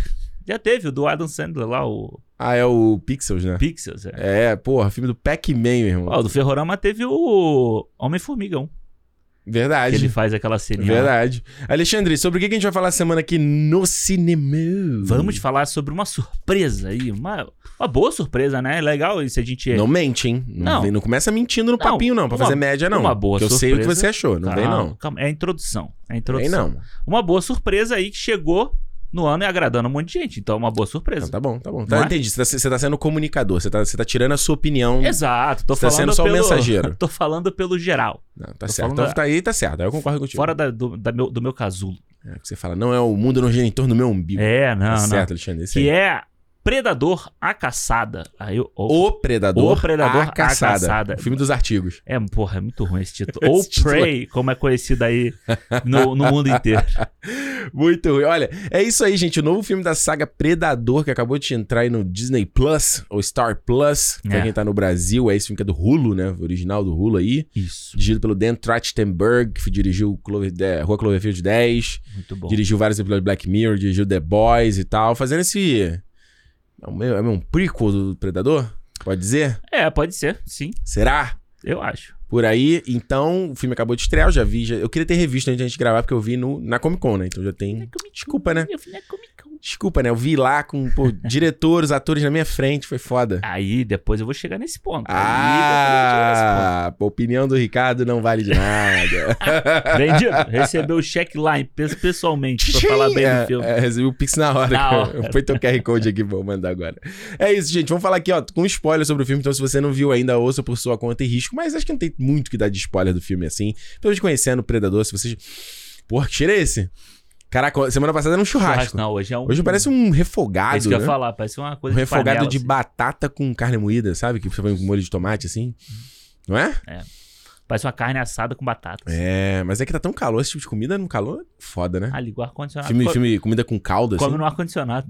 [SPEAKER 2] Já teve o do Adam Sandler lá, o
[SPEAKER 1] Ah, é o Pixels, né?
[SPEAKER 2] Pixels, é.
[SPEAKER 1] É, porra, filme do Pac-Man, meu irmão.
[SPEAKER 2] Ó, do Ferrorama teve o Homem-Formiga 1, que
[SPEAKER 1] Verdade.
[SPEAKER 2] ele faz aquela ceninha. lá.
[SPEAKER 1] é Verdade. Alexandre, sobre o que que a gente vai falar semana aqui no cinema?
[SPEAKER 2] Vamos falar sobre uma surpresa aí, uma, uma boa surpresa, né? Legal isso a gente...
[SPEAKER 1] Não mente, hein? Não,
[SPEAKER 2] Não.
[SPEAKER 1] vem- não começa mentindo no papinho, não, pra
[SPEAKER 2] uma-
[SPEAKER 1] fazer média, não.
[SPEAKER 2] uma boa
[SPEAKER 1] Que eu sei o que
[SPEAKER 2] surpresa.
[SPEAKER 1] você achou, não vem,
[SPEAKER 2] Calma,
[SPEAKER 1] não.
[SPEAKER 2] calma, é a introdução, é a
[SPEAKER 1] Não vem,
[SPEAKER 2] introdução.
[SPEAKER 1] não.
[SPEAKER 2] Uma boa surpresa aí que chegou no ano e agradando um monte de gente, então é uma boa
[SPEAKER 1] Não,
[SPEAKER 2] surpresa.
[SPEAKER 1] tá bom, tá bom.
[SPEAKER 2] Não
[SPEAKER 1] Tá,
[SPEAKER 2] é?
[SPEAKER 1] entendi. Você tá, você tá sendo comunicador, você tá, você tá tirando a sua opinião.
[SPEAKER 2] Exato, tô
[SPEAKER 1] Você tá
[SPEAKER 2] falando
[SPEAKER 1] sendo só o
[SPEAKER 2] pelo...
[SPEAKER 1] mensageiro.
[SPEAKER 2] tô falando pelo geral,
[SPEAKER 1] Não, tá
[SPEAKER 2] Tô
[SPEAKER 1] certo.
[SPEAKER 2] falando
[SPEAKER 1] Então tá aí, tá certo. Aí eu concordo contigo.
[SPEAKER 2] fora da- do, da meu, do meu casulo.
[SPEAKER 1] É, que você fala, não é o mundo não gira em torno do meu umbigo.
[SPEAKER 2] É, não,
[SPEAKER 1] tá
[SPEAKER 2] não.
[SPEAKER 1] certo, Alexandre. isso aí.
[SPEAKER 2] Que é Predador A Caçada. Aí eu. oh,
[SPEAKER 1] O Predador,
[SPEAKER 2] O Predador,
[SPEAKER 1] a caçada.
[SPEAKER 2] A Caçada.
[SPEAKER 1] O filme dos artigos.
[SPEAKER 2] É, porra, é muito ruim esse título. Ou
[SPEAKER 1] Esse título é-
[SPEAKER 2] Prey, como é conhecido aí no, no mundo inteiro.
[SPEAKER 1] Muito ruim. Olha, é isso aí, gente. O novo filme da saga Predador, que acabou de entrar aí no Disney Plus, ou Star Plus, pra
[SPEAKER 2] É.
[SPEAKER 1] quem tá no Brasil. É esse filme que é do Hulu, né? O original do Hulu aí.
[SPEAKER 2] Isso.
[SPEAKER 1] Dirigido pelo Dan Trachtenberg, que dirigiu Clover, é, Rua Cloverfield 10.
[SPEAKER 2] Muito bom.
[SPEAKER 1] Dirigiu vários episódios de Black Mirror, dirigiu The Boys e tal. Fazendo esse... É um, é um prequel do Predador? Pode dizer?
[SPEAKER 2] É, pode ser, sim,
[SPEAKER 1] Será?
[SPEAKER 2] eu acho.
[SPEAKER 1] por aí. Então, o filme acabou de estrear, eu já vi. já- eu queria ter revisto antes de a gente gravar, porque eu vi no, na Comic Con, né? Então já
[SPEAKER 2] É
[SPEAKER 1] tem. Desculpa, né?
[SPEAKER 2] Meu filho é comicão.
[SPEAKER 1] Desculpa, né? Eu vi lá com pô, diretores, atores na minha frente, foi foda.
[SPEAKER 2] Aí depois eu vou chegar nesse ponto. Aí
[SPEAKER 1] Ah, a opinião do Ricardo não vale de nada.
[SPEAKER 2] depois eu vou chegar nesse ponto. Vendido. Recebeu o cheque lá em pe- pessoalmente pra falar bem
[SPEAKER 1] É,
[SPEAKER 2] do filme.
[SPEAKER 1] É, recebi o Pix na hora.
[SPEAKER 2] Na
[SPEAKER 1] cara.
[SPEAKER 2] hora.
[SPEAKER 1] Foi teu QR Code aqui, vou mandar agora. É isso, gente. Vamos falar aqui, ó, com spoiler sobre o filme. Então, se você não viu ainda, ouça por sua conta e risco. Mas acho que não tem muito que dar de spoiler do filme assim. Tô de conhecendo o Predador, se vocês. Porra, que cheiro é esse? Caraca, semana passada era um churrasco.
[SPEAKER 2] Não, hoje é um.
[SPEAKER 1] Hoje parece um refogado.
[SPEAKER 2] É isso que eu
[SPEAKER 1] né?
[SPEAKER 2] ia falar, parece uma
[SPEAKER 1] Um
[SPEAKER 2] coisa de
[SPEAKER 1] refogado
[SPEAKER 2] panela,
[SPEAKER 1] de
[SPEAKER 2] assim.
[SPEAKER 1] batata com carne moída, sabe? Que você põe com molho de tomate assim. Não é?
[SPEAKER 2] Parece uma carne assada com batata. assim.
[SPEAKER 1] É, mas é que tá tão calor. Esse tipo de comida no calor é foda, né?
[SPEAKER 2] Ah, ligou o ar-condicionado.
[SPEAKER 1] filme,
[SPEAKER 2] Co-
[SPEAKER 1] filme, comida com caldo, assim.
[SPEAKER 2] Come no ar-condicionado.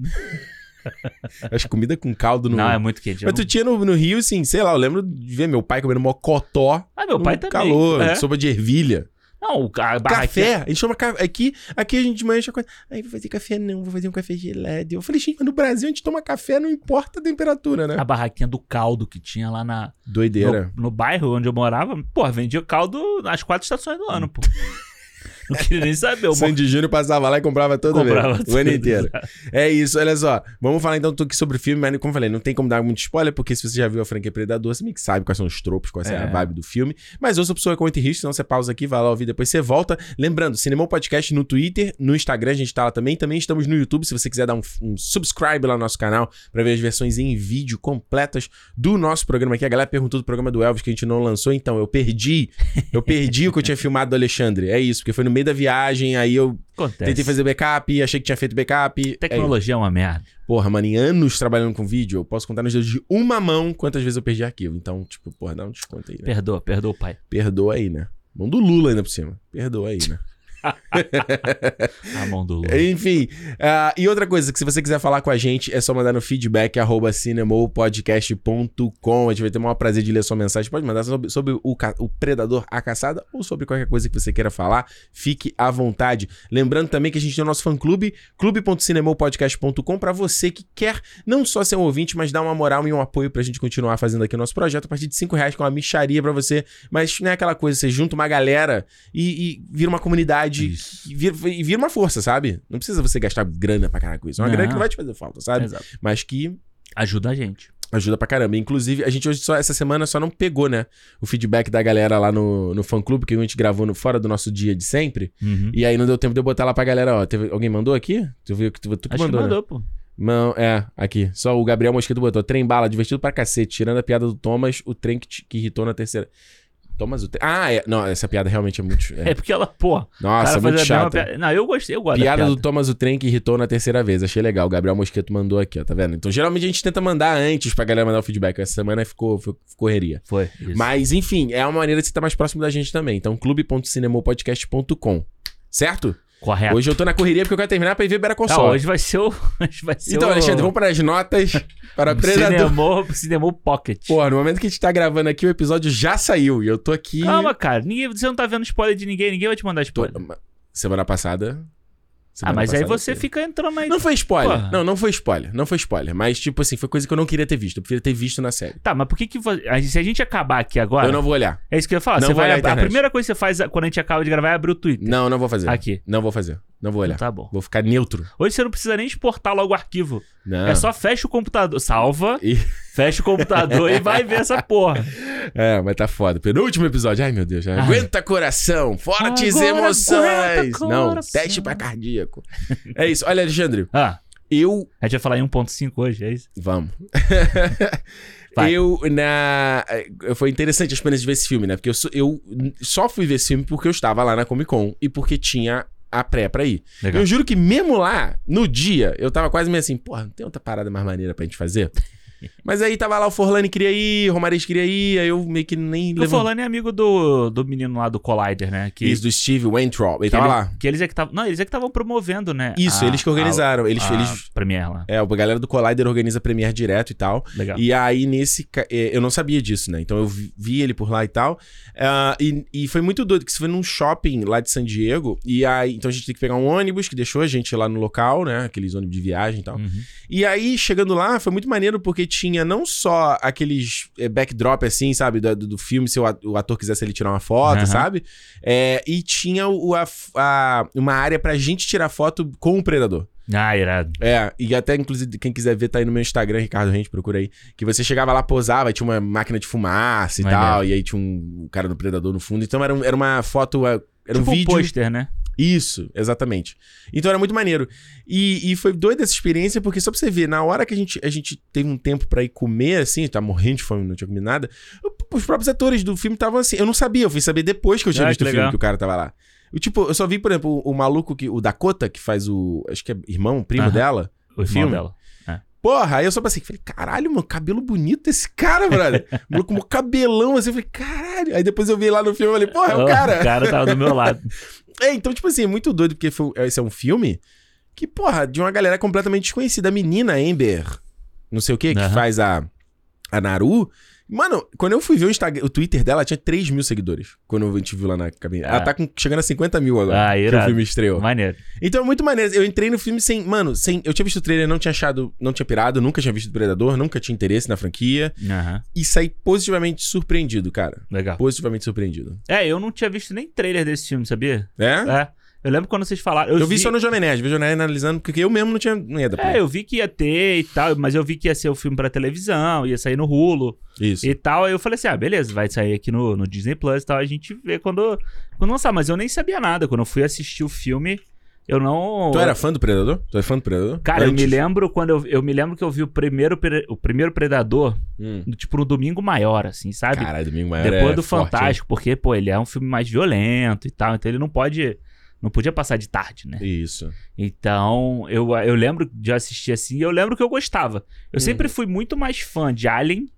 [SPEAKER 1] Acho que comida com caldo no.
[SPEAKER 2] Não, é muito quente. eu
[SPEAKER 1] Mas tu
[SPEAKER 2] não-
[SPEAKER 1] tinha no, no Rio, assim, sei lá, eu lembro de ver meu pai comendo mocotó.
[SPEAKER 2] Ah, meu
[SPEAKER 1] no
[SPEAKER 2] pai também.
[SPEAKER 1] calor,
[SPEAKER 2] É.
[SPEAKER 1] sopa de ervilha.
[SPEAKER 2] Não, o ca- a barraquinha.
[SPEAKER 1] Café, a gente chama ca- aqui, aqui a gente de manhã já coisa. Aí vou fazer café não, vou fazer um café gelado. Eu falei, gente, mas no Brasil a gente toma café, não importa a temperatura, né?
[SPEAKER 2] A barraquinha do caldo que tinha lá na,
[SPEAKER 1] Doideira.
[SPEAKER 2] no, no bairro onde eu morava, pô, vendia caldo nas quatro estações do ano, pô. Não queria nem saber.
[SPEAKER 1] O
[SPEAKER 2] Eu
[SPEAKER 1] Sandy Júnior passava lá e comprava toda
[SPEAKER 2] comprava
[SPEAKER 1] vez, o
[SPEAKER 2] tudo.
[SPEAKER 1] ano inteiro. É isso, olha só. Vamos falar então aqui sobre o filme, mas como eu falei, não tem como dar muito spoiler, porque se você já viu a franquia Predador, você meio que sabe quais são os tropos, qual é, a
[SPEAKER 2] É.
[SPEAKER 1] vibe do filme. Mas ouça a pessoa com risco, senão você pausa aqui, vai lá ouvir, depois você volta. Lembrando, Cinemão Podcast no Twitter, no Instagram a gente tá lá também. Também estamos no YouTube, se você quiser dar um, um subscribe lá no nosso canal pra ver as versões em vídeo completas do nosso programa aqui. A galera perguntou do programa do Elvis que a gente não lançou, então eu perdi. Eu perdi o que eu tinha filmado do Alexandre. É isso, porque foi no meio da viagem, aí eu
[SPEAKER 2] Acontece.
[SPEAKER 1] Tentei fazer backup, achei que tinha feito backup. É isso.
[SPEAKER 2] Tecnologia é uma merda.
[SPEAKER 1] porra, mano, em anos trabalhando com vídeo, eu posso contar nos dedos de uma mão quantas vezes eu perdi arquivo. Então, tipo, porra, dá um desconto aí, né?
[SPEAKER 2] Perdoa, perdoa o pai.
[SPEAKER 1] Perdoa aí, né? Mão do Lula ainda por cima. Perdoa aí, né?
[SPEAKER 2] A mão do Lula.
[SPEAKER 1] Enfim, ah, e outra coisa, que se você quiser falar com a gente, é só mandar no feedback arroba cinemopodcast.com. A gente vai ter o maior prazer de ler sua mensagem. Pode mandar sobre, sobre o, ca- o Predador, a caçada ou sobre qualquer coisa que você queira falar. Fique à vontade. Lembrando também que a gente tem o nosso fã-clube, clube.cinemopodcast.com, para você que quer não só ser um ouvinte, mas dar uma moral e um apoio pra gente continuar fazendo aqui o nosso projeto a partir de 5 reais, que é uma micharia pra você. Mas não é aquela coisa, você junta uma galera e, e vira uma comunidade
[SPEAKER 2] Isso.
[SPEAKER 1] e vira, e vira uma força, sabe? Não precisa você gastar grana pra caralho com isso. É uma
[SPEAKER 2] Não. É.
[SPEAKER 1] grana que não vai te fazer falta, sabe?
[SPEAKER 2] Exato.
[SPEAKER 1] Mas que
[SPEAKER 2] Ajuda a gente.
[SPEAKER 1] ajuda pra caramba. Inclusive, a gente hoje só, essa semana só não pegou, né? O feedback da galera lá no, no fã clube, que a gente gravou no, fora do nosso dia de sempre.
[SPEAKER 2] Uhum.
[SPEAKER 1] E aí não deu tempo de eu botar lá pra galera, ó. Teve, alguém mandou aqui? Tu viu que tu, tu que
[SPEAKER 2] Acho
[SPEAKER 1] mandou,
[SPEAKER 2] que
[SPEAKER 1] né?
[SPEAKER 2] mandou, pô.
[SPEAKER 1] Não, é, aqui. Só o Gabriel Mosquito botou. Trem bala, divertido pra cacete. Tirando a piada do Thomas, o trem que, te- que irritou na terceira. Thomas, o trem. Ah, é. Não, essa piada realmente é muito. é.
[SPEAKER 2] É porque ela, pô, o
[SPEAKER 1] Nossa, é
[SPEAKER 2] cara faz
[SPEAKER 1] muito
[SPEAKER 2] a mesma
[SPEAKER 1] chata.
[SPEAKER 2] piada. Não, eu gostei, eu gosto
[SPEAKER 1] Piada,
[SPEAKER 2] da
[SPEAKER 1] do Thomas o Trem que irritou na terceira vez. Achei legal. O Gabriel Mosqueto mandou aqui, ó. Tá vendo? Então, geralmente a gente tenta mandar antes pra galera mandar o feedback. Essa semana ficou, ficou correria.
[SPEAKER 2] Foi. isso.
[SPEAKER 1] Mas, enfim, é uma maneira de você estar mais próximo da gente também. Então, clube.cinemopodcast.com. Certo?
[SPEAKER 2] Correto.
[SPEAKER 1] Hoje eu tô na correria porque eu quero terminar pra ir ver Better Call
[SPEAKER 2] Tá,
[SPEAKER 1] Saul.
[SPEAKER 2] hoje vai ser o. Hoje vai ser
[SPEAKER 1] Então,
[SPEAKER 2] o...
[SPEAKER 1] Alexandre, vamos para as notas para o Predador.
[SPEAKER 2] Cinemou, Cinemou Pocket.
[SPEAKER 1] Porra, no momento que a gente tá gravando aqui, o episódio já saiu. E eu tô aqui.
[SPEAKER 2] Calma, cara. Ninguém, você não tá vendo spoiler de ninguém, ninguém vai te mandar
[SPEAKER 1] Tô-
[SPEAKER 2] spoiler.
[SPEAKER 1] Semana passada.
[SPEAKER 2] ah,
[SPEAKER 1] semana
[SPEAKER 2] mas aí
[SPEAKER 1] passada
[SPEAKER 2] você
[SPEAKER 1] eu-
[SPEAKER 2] fica entrando aí.
[SPEAKER 1] Não foi spoiler.
[SPEAKER 2] Porra.
[SPEAKER 1] Não, não foi spoiler. Não foi spoiler. Mas, tipo assim, foi coisa que eu não queria ter visto. Eu preferia ter visto na série.
[SPEAKER 2] Tá, mas por que que você... Se a gente acabar aqui agora...
[SPEAKER 1] Eu não vou olhar.
[SPEAKER 2] É isso que eu ia falar.
[SPEAKER 1] Não
[SPEAKER 2] Você
[SPEAKER 1] vou
[SPEAKER 2] vai...
[SPEAKER 1] olhar a
[SPEAKER 2] A,
[SPEAKER 1] internet.
[SPEAKER 2] primeira coisa que você faz quando a gente acaba de gravar é abrir o Twitter.
[SPEAKER 1] Não, não vou fazer.
[SPEAKER 2] Aqui.
[SPEAKER 1] Não vou fazer. Não vou olhar.
[SPEAKER 2] Tá bom.
[SPEAKER 1] Vou ficar neutro.
[SPEAKER 2] Hoje você não precisa nem exportar logo o arquivo.
[SPEAKER 1] Não.
[SPEAKER 2] É só fecha o computador. Salva,
[SPEAKER 1] Ih.
[SPEAKER 2] fecha o computador e vai ver essa porra.
[SPEAKER 1] É, mas tá foda. Penúltimo episódio. Ai, meu Deus. já. Aguenta coração. Fortes
[SPEAKER 2] Agora
[SPEAKER 1] emoções.
[SPEAKER 2] aguenta
[SPEAKER 1] Não,
[SPEAKER 2] coração.
[SPEAKER 1] teste pra cardíaco. é isso. Olha, Alexandre.
[SPEAKER 2] Ah,
[SPEAKER 1] Eu...
[SPEAKER 2] a gente vai falar em 1.5 hoje, é isso?
[SPEAKER 1] Vamos.
[SPEAKER 2] Vai.
[SPEAKER 1] Eu, na... eh, Foi interessante a experiência de ver esse filme, né? Porque eu, só- eu só fui ver esse filme porque eu estava lá na Comic Con e porque tinha... a pré pra ir.
[SPEAKER 2] Legal.
[SPEAKER 1] Eu juro que mesmo lá, no dia, eu tava quase meio assim, porra, não tem outra parada mais maneira pra gente fazer? Mas aí tava lá, o Forlani queria ir, o Romariz queria ir, aí eu meio que nem
[SPEAKER 2] O Forlani é amigo do, do menino lá do Collider, né? Que,
[SPEAKER 1] Isso, do Steve Weintraub, ele
[SPEAKER 2] que
[SPEAKER 1] tava
[SPEAKER 2] ele-
[SPEAKER 1] lá.
[SPEAKER 2] Que eles é que tavam- não, eles é que estavam promovendo, né?
[SPEAKER 1] Isso,
[SPEAKER 2] a-
[SPEAKER 1] eles que organizaram,
[SPEAKER 2] a-
[SPEAKER 1] eles-
[SPEAKER 2] a
[SPEAKER 1] eles-
[SPEAKER 2] Premiere lá.
[SPEAKER 1] É, a galera do Collider organiza Premiere direto e tal.
[SPEAKER 2] Legal.
[SPEAKER 1] E aí, nesse. ca- é, Eu não sabia disso, né? Então eu vi- vi ele por lá e tal. Ah, e, e foi muito doido, que isso foi num shopping lá de San Diego. E aí, então a gente tem que pegar um ônibus que deixou a gente lá no local, né? Aqueles ônibus de viagem e tal.
[SPEAKER 2] Uhum.
[SPEAKER 1] E aí, chegando lá, foi muito maneiro porque tinha não só aqueles é, backdrop, assim, sabe, do, do filme, se o a- o ator quisesse ele tirar uma foto,
[SPEAKER 2] Aham.
[SPEAKER 1] sabe? É, e tinha o, a, a- uma área pra gente tirar foto com o predador.
[SPEAKER 2] Ah, irado.
[SPEAKER 1] É, e até, inclusive, quem quiser ver, tá aí no meu Instagram, Ricardo Rente, procura aí. Que você chegava lá, posava, e tinha uma máquina de fumaça e
[SPEAKER 2] Maneiro.
[SPEAKER 1] tal, e aí tinha um cara do Predador no fundo. Então era, um- era uma foto, é, era
[SPEAKER 2] tipo
[SPEAKER 1] um vídeo.
[SPEAKER 2] pôster, né?
[SPEAKER 1] Isso, exatamente. Então era muito maneiro. E, e foi doida essa experiência, porque só pra você ver, na hora que a gente, a gente teve um tempo pra ir comer, assim, tá morrendo de fome, não tinha comido nada, os próprios atores do filme estavam assim. Eu não sabia, eu fui saber depois que eu tinha
[SPEAKER 2] Ah,
[SPEAKER 1] visto
[SPEAKER 2] que
[SPEAKER 1] o filme
[SPEAKER 2] legal.
[SPEAKER 1] que o cara tava lá. Eu, tipo, eu só vi, por exemplo, o, o maluco, que, o Dakota, que faz o. Acho que é irmão, primo
[SPEAKER 2] Aham.
[SPEAKER 1] dela.
[SPEAKER 2] O irmão
[SPEAKER 1] Um filme?
[SPEAKER 2] dela.
[SPEAKER 1] Porra, aí eu só passei, falei, caralho, mano, cabelo bonito desse cara, brother. O Maluco com um cabelão assim, eu falei, caralho. Aí depois eu vi lá no filme, eu falei, porra, é o
[SPEAKER 2] Oh,
[SPEAKER 1] cara.
[SPEAKER 2] O cara tava do meu lado.
[SPEAKER 1] É, então, tipo assim, é muito doido, porque foi- esse é um filme que, porra, de uma galera completamente desconhecida. A menina Amber, não sei o quê, que
[SPEAKER 2] Aham.
[SPEAKER 1] faz a, a Naru. Mano, quando eu fui ver o, Instagram, o Twitter dela, ela tinha 3 mil seguidores. Quando a gente viu lá na cabine. Ela
[SPEAKER 2] Ah.
[SPEAKER 1] tá com- chegando a 50 mil agora.
[SPEAKER 2] Ah,
[SPEAKER 1] que o
[SPEAKER 2] irado.
[SPEAKER 1] filme estreou.
[SPEAKER 2] Maneiro.
[SPEAKER 1] Então é muito maneiro. Eu entrei no filme sem. Mano, sem. Eu tinha visto o trailer, não tinha achado. Não tinha pirado, nunca tinha visto o Predador, nunca tinha interesse na franquia.
[SPEAKER 2] Aham.
[SPEAKER 1] E saí positivamente surpreendido, cara.
[SPEAKER 2] Legal.
[SPEAKER 1] Positivamente surpreendido.
[SPEAKER 2] É, eu não tinha visto nem trailer desse filme, sabia?
[SPEAKER 1] É?
[SPEAKER 2] É. Eu lembro quando vocês falaram.
[SPEAKER 1] Eu, vi só no Jovem Nerd, vi o Jovem Nerd analisando, porque eu mesmo não tinha. Não ia dar pra
[SPEAKER 2] É, eu vi que ia ter e tal, mas eu vi que ia ser o filme pra televisão, ia sair no Hulu
[SPEAKER 1] Isso.
[SPEAKER 2] e tal. Aí eu falei assim: ah, beleza, vai sair aqui no, no Disney Plus e tal. A gente vê quando, quando lançar. Mas eu nem sabia nada. Quando eu fui assistir o filme, eu não.
[SPEAKER 1] Tu era fã do Predador? Tu é fã do Predador?
[SPEAKER 2] Cara, eu
[SPEAKER 1] Antes?
[SPEAKER 2] me lembro quando eu, eu me lembro que eu vi o primeiro, pre- o primeiro Predador,
[SPEAKER 1] Hum.
[SPEAKER 2] no- tipo, no domingo maior, assim, sabe?
[SPEAKER 1] Caralho, Domingo Maior
[SPEAKER 2] Depois
[SPEAKER 1] é
[SPEAKER 2] do
[SPEAKER 1] forte,
[SPEAKER 2] Fantástico, porque, pô, ele é um filme mais violento e tal, então ele não pode. Não podia passar de tarde, né?
[SPEAKER 1] hein? Isso.
[SPEAKER 2] Então, eu, eu lembro de assistir assim e eu lembro que eu gostava. Eu
[SPEAKER 1] Uhum.
[SPEAKER 2] sempre fui muito mais fã de Alien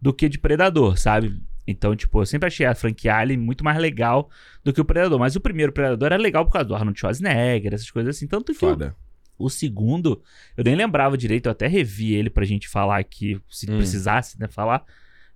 [SPEAKER 2] do que de Predador, sabe? Então, tipo, eu sempre achei a franquia Alien muito mais legal do que o Predador. Mas o primeiro Predador era legal por causa do Arnold Schwarzenegger, essas coisas assim. Tanto que o-
[SPEAKER 1] Foda.
[SPEAKER 2] o segundo, eu nem lembrava direito, eu até revi ele pra gente falar aqui, se
[SPEAKER 1] Hum.
[SPEAKER 2] precisasse, né, falar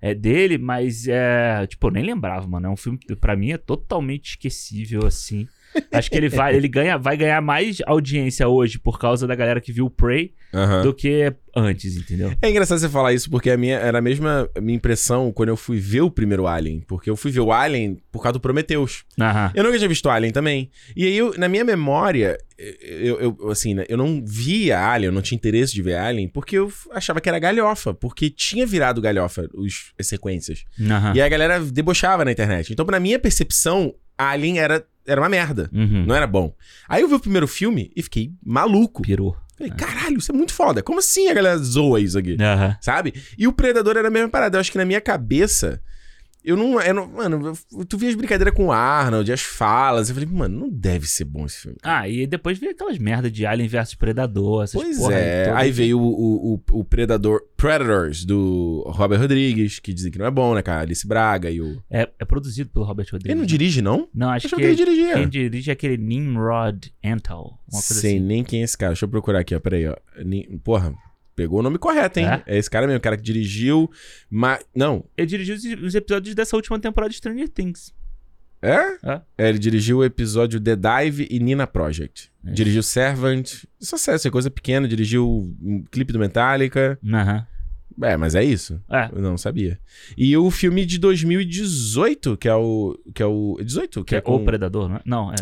[SPEAKER 2] é, dele, mas é, tipo, eu nem lembrava, mano, é um filme que pra mim é totalmente esquecível assim. Acho que ele vai, ele ganha, vai ganhar mais audiência hoje por causa da galera que viu o Prey
[SPEAKER 1] Aham.
[SPEAKER 2] do que antes, entendeu?
[SPEAKER 1] É engraçado você falar isso, porque a minha, era a mesma a minha impressão quando eu fui ver o primeiro Alien. Porque eu fui ver o Alien por causa do Prometheus.
[SPEAKER 2] Aham.
[SPEAKER 1] Eu nunca tinha visto Alien também. E aí, eu- na minha memória, eu, eu- eu, assim, né, eu não via Alien, eu não tinha interesse de ver Alien, porque eu f- achava que era galhofa, porque tinha virado galhofa os, as sequências.
[SPEAKER 2] Aham.
[SPEAKER 1] E aí a galera debochava na internet. Então, na minha percepção, Alien era, era uma merda.
[SPEAKER 2] Uhum.
[SPEAKER 1] é- Não é era bom. Aí eu vi o primeiro filme e fiquei maluco.
[SPEAKER 2] Pirou.
[SPEAKER 1] Falei, caralho, isso é muito foda. Como assim a galera zoa isso aqui?
[SPEAKER 2] Aham.
[SPEAKER 1] Sabe? E o Predador era a mesma parada. Eu acho que na minha cabeça. Eu não, eu não- Mano, eu- tu via as brincadeiras com o Arnold, as falas. Eu falei, mano, não deve ser bom esse filme.
[SPEAKER 2] Ah, e depois veio aquelas merda de Alien versus Predador, essas
[SPEAKER 1] pois
[SPEAKER 2] porra
[SPEAKER 1] é.
[SPEAKER 2] toda.
[SPEAKER 1] Aí veio o, o, o- o Predador Predators do Robert Rodrigues, que dizem que não é bom, né, cara? Alice Braga e o.
[SPEAKER 2] É, é produzido pelo Robert Rodrigues. né?
[SPEAKER 1] Ele não dirige, não?
[SPEAKER 2] Não,
[SPEAKER 1] Eu
[SPEAKER 2] acho
[SPEAKER 1] achava
[SPEAKER 2] que
[SPEAKER 1] que ele dirigia.
[SPEAKER 2] Quem dirige é aquele Nimrod Antal. Uma coisa
[SPEAKER 1] Sei
[SPEAKER 2] assim.
[SPEAKER 1] nem quem é esse cara. Deixa eu procurar aqui, ó. Peraí, ó. Ni- Porra, pegou o nome correto, hein? É, esse cara mesmo, o cara que dirigiu. Ma... Não,
[SPEAKER 2] Ele dirigiu os- os episódios dessa última temporada de Stranger Things.
[SPEAKER 1] É?
[SPEAKER 2] É.
[SPEAKER 1] É, ele dirigiu o episódio The Dive e Nina Project.
[SPEAKER 2] É.
[SPEAKER 1] Dirigiu Servant. Isso é sério, isso é coisa pequena. Dirigiu um clipe do Metallica.
[SPEAKER 2] Aham.
[SPEAKER 1] É, mas é isso.
[SPEAKER 2] É.
[SPEAKER 1] Eu não sabia. E o filme de 2018, que é o. Que é o. 18?
[SPEAKER 2] Que é
[SPEAKER 1] com-
[SPEAKER 2] o Predador, né? Não, é.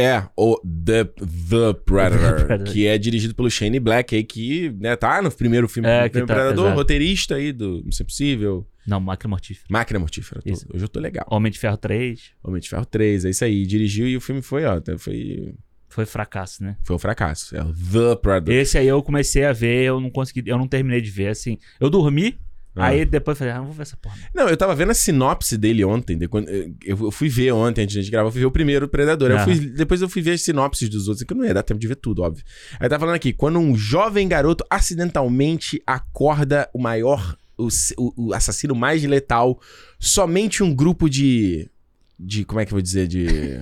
[SPEAKER 1] É, o The, The Predator.
[SPEAKER 2] Predator.
[SPEAKER 1] que é dirigido pelo Shane Black aí, que né, tá no primeiro filme
[SPEAKER 2] É,
[SPEAKER 1] do
[SPEAKER 2] que
[SPEAKER 1] primeiro
[SPEAKER 2] tá,
[SPEAKER 1] Predador,
[SPEAKER 2] exato.
[SPEAKER 1] roteirista aí do Missão Impossível,
[SPEAKER 2] Não, Máquina Mortífera.
[SPEAKER 1] Máquina Mortífera. Tô-
[SPEAKER 2] Isso.
[SPEAKER 1] hoje eu tô legal.
[SPEAKER 2] Homem de Ferro 3.
[SPEAKER 1] Homem de Ferro 3, é isso aí. Dirigiu e o filme foi, ó, foi
[SPEAKER 2] Foi fracasso, né?
[SPEAKER 1] Foi um fracasso. É o The Predator.
[SPEAKER 2] Esse aí eu comecei a ver, eu não consegui, eu não terminei de ver, assim. Eu dormi,
[SPEAKER 1] Ah.
[SPEAKER 2] Aí depois eu falei, ah, não vou ver essa porra. não.
[SPEAKER 1] Não, eu tava vendo a sinopse dele ontem. de quando- eu- eu fui ver ontem, antes de gente gravar, eu fui ver o primeiro Predador. Eu
[SPEAKER 2] Aham.
[SPEAKER 1] fui- depois eu fui ver as sinopses dos outros, que não ia dar tempo de ver tudo, óbvio. Aí tá falando aqui, quando um jovem garoto acidentalmente acorda o maior, o, se- o- o assassino mais letal, somente um grupo de... de como é que eu vou dizer? De...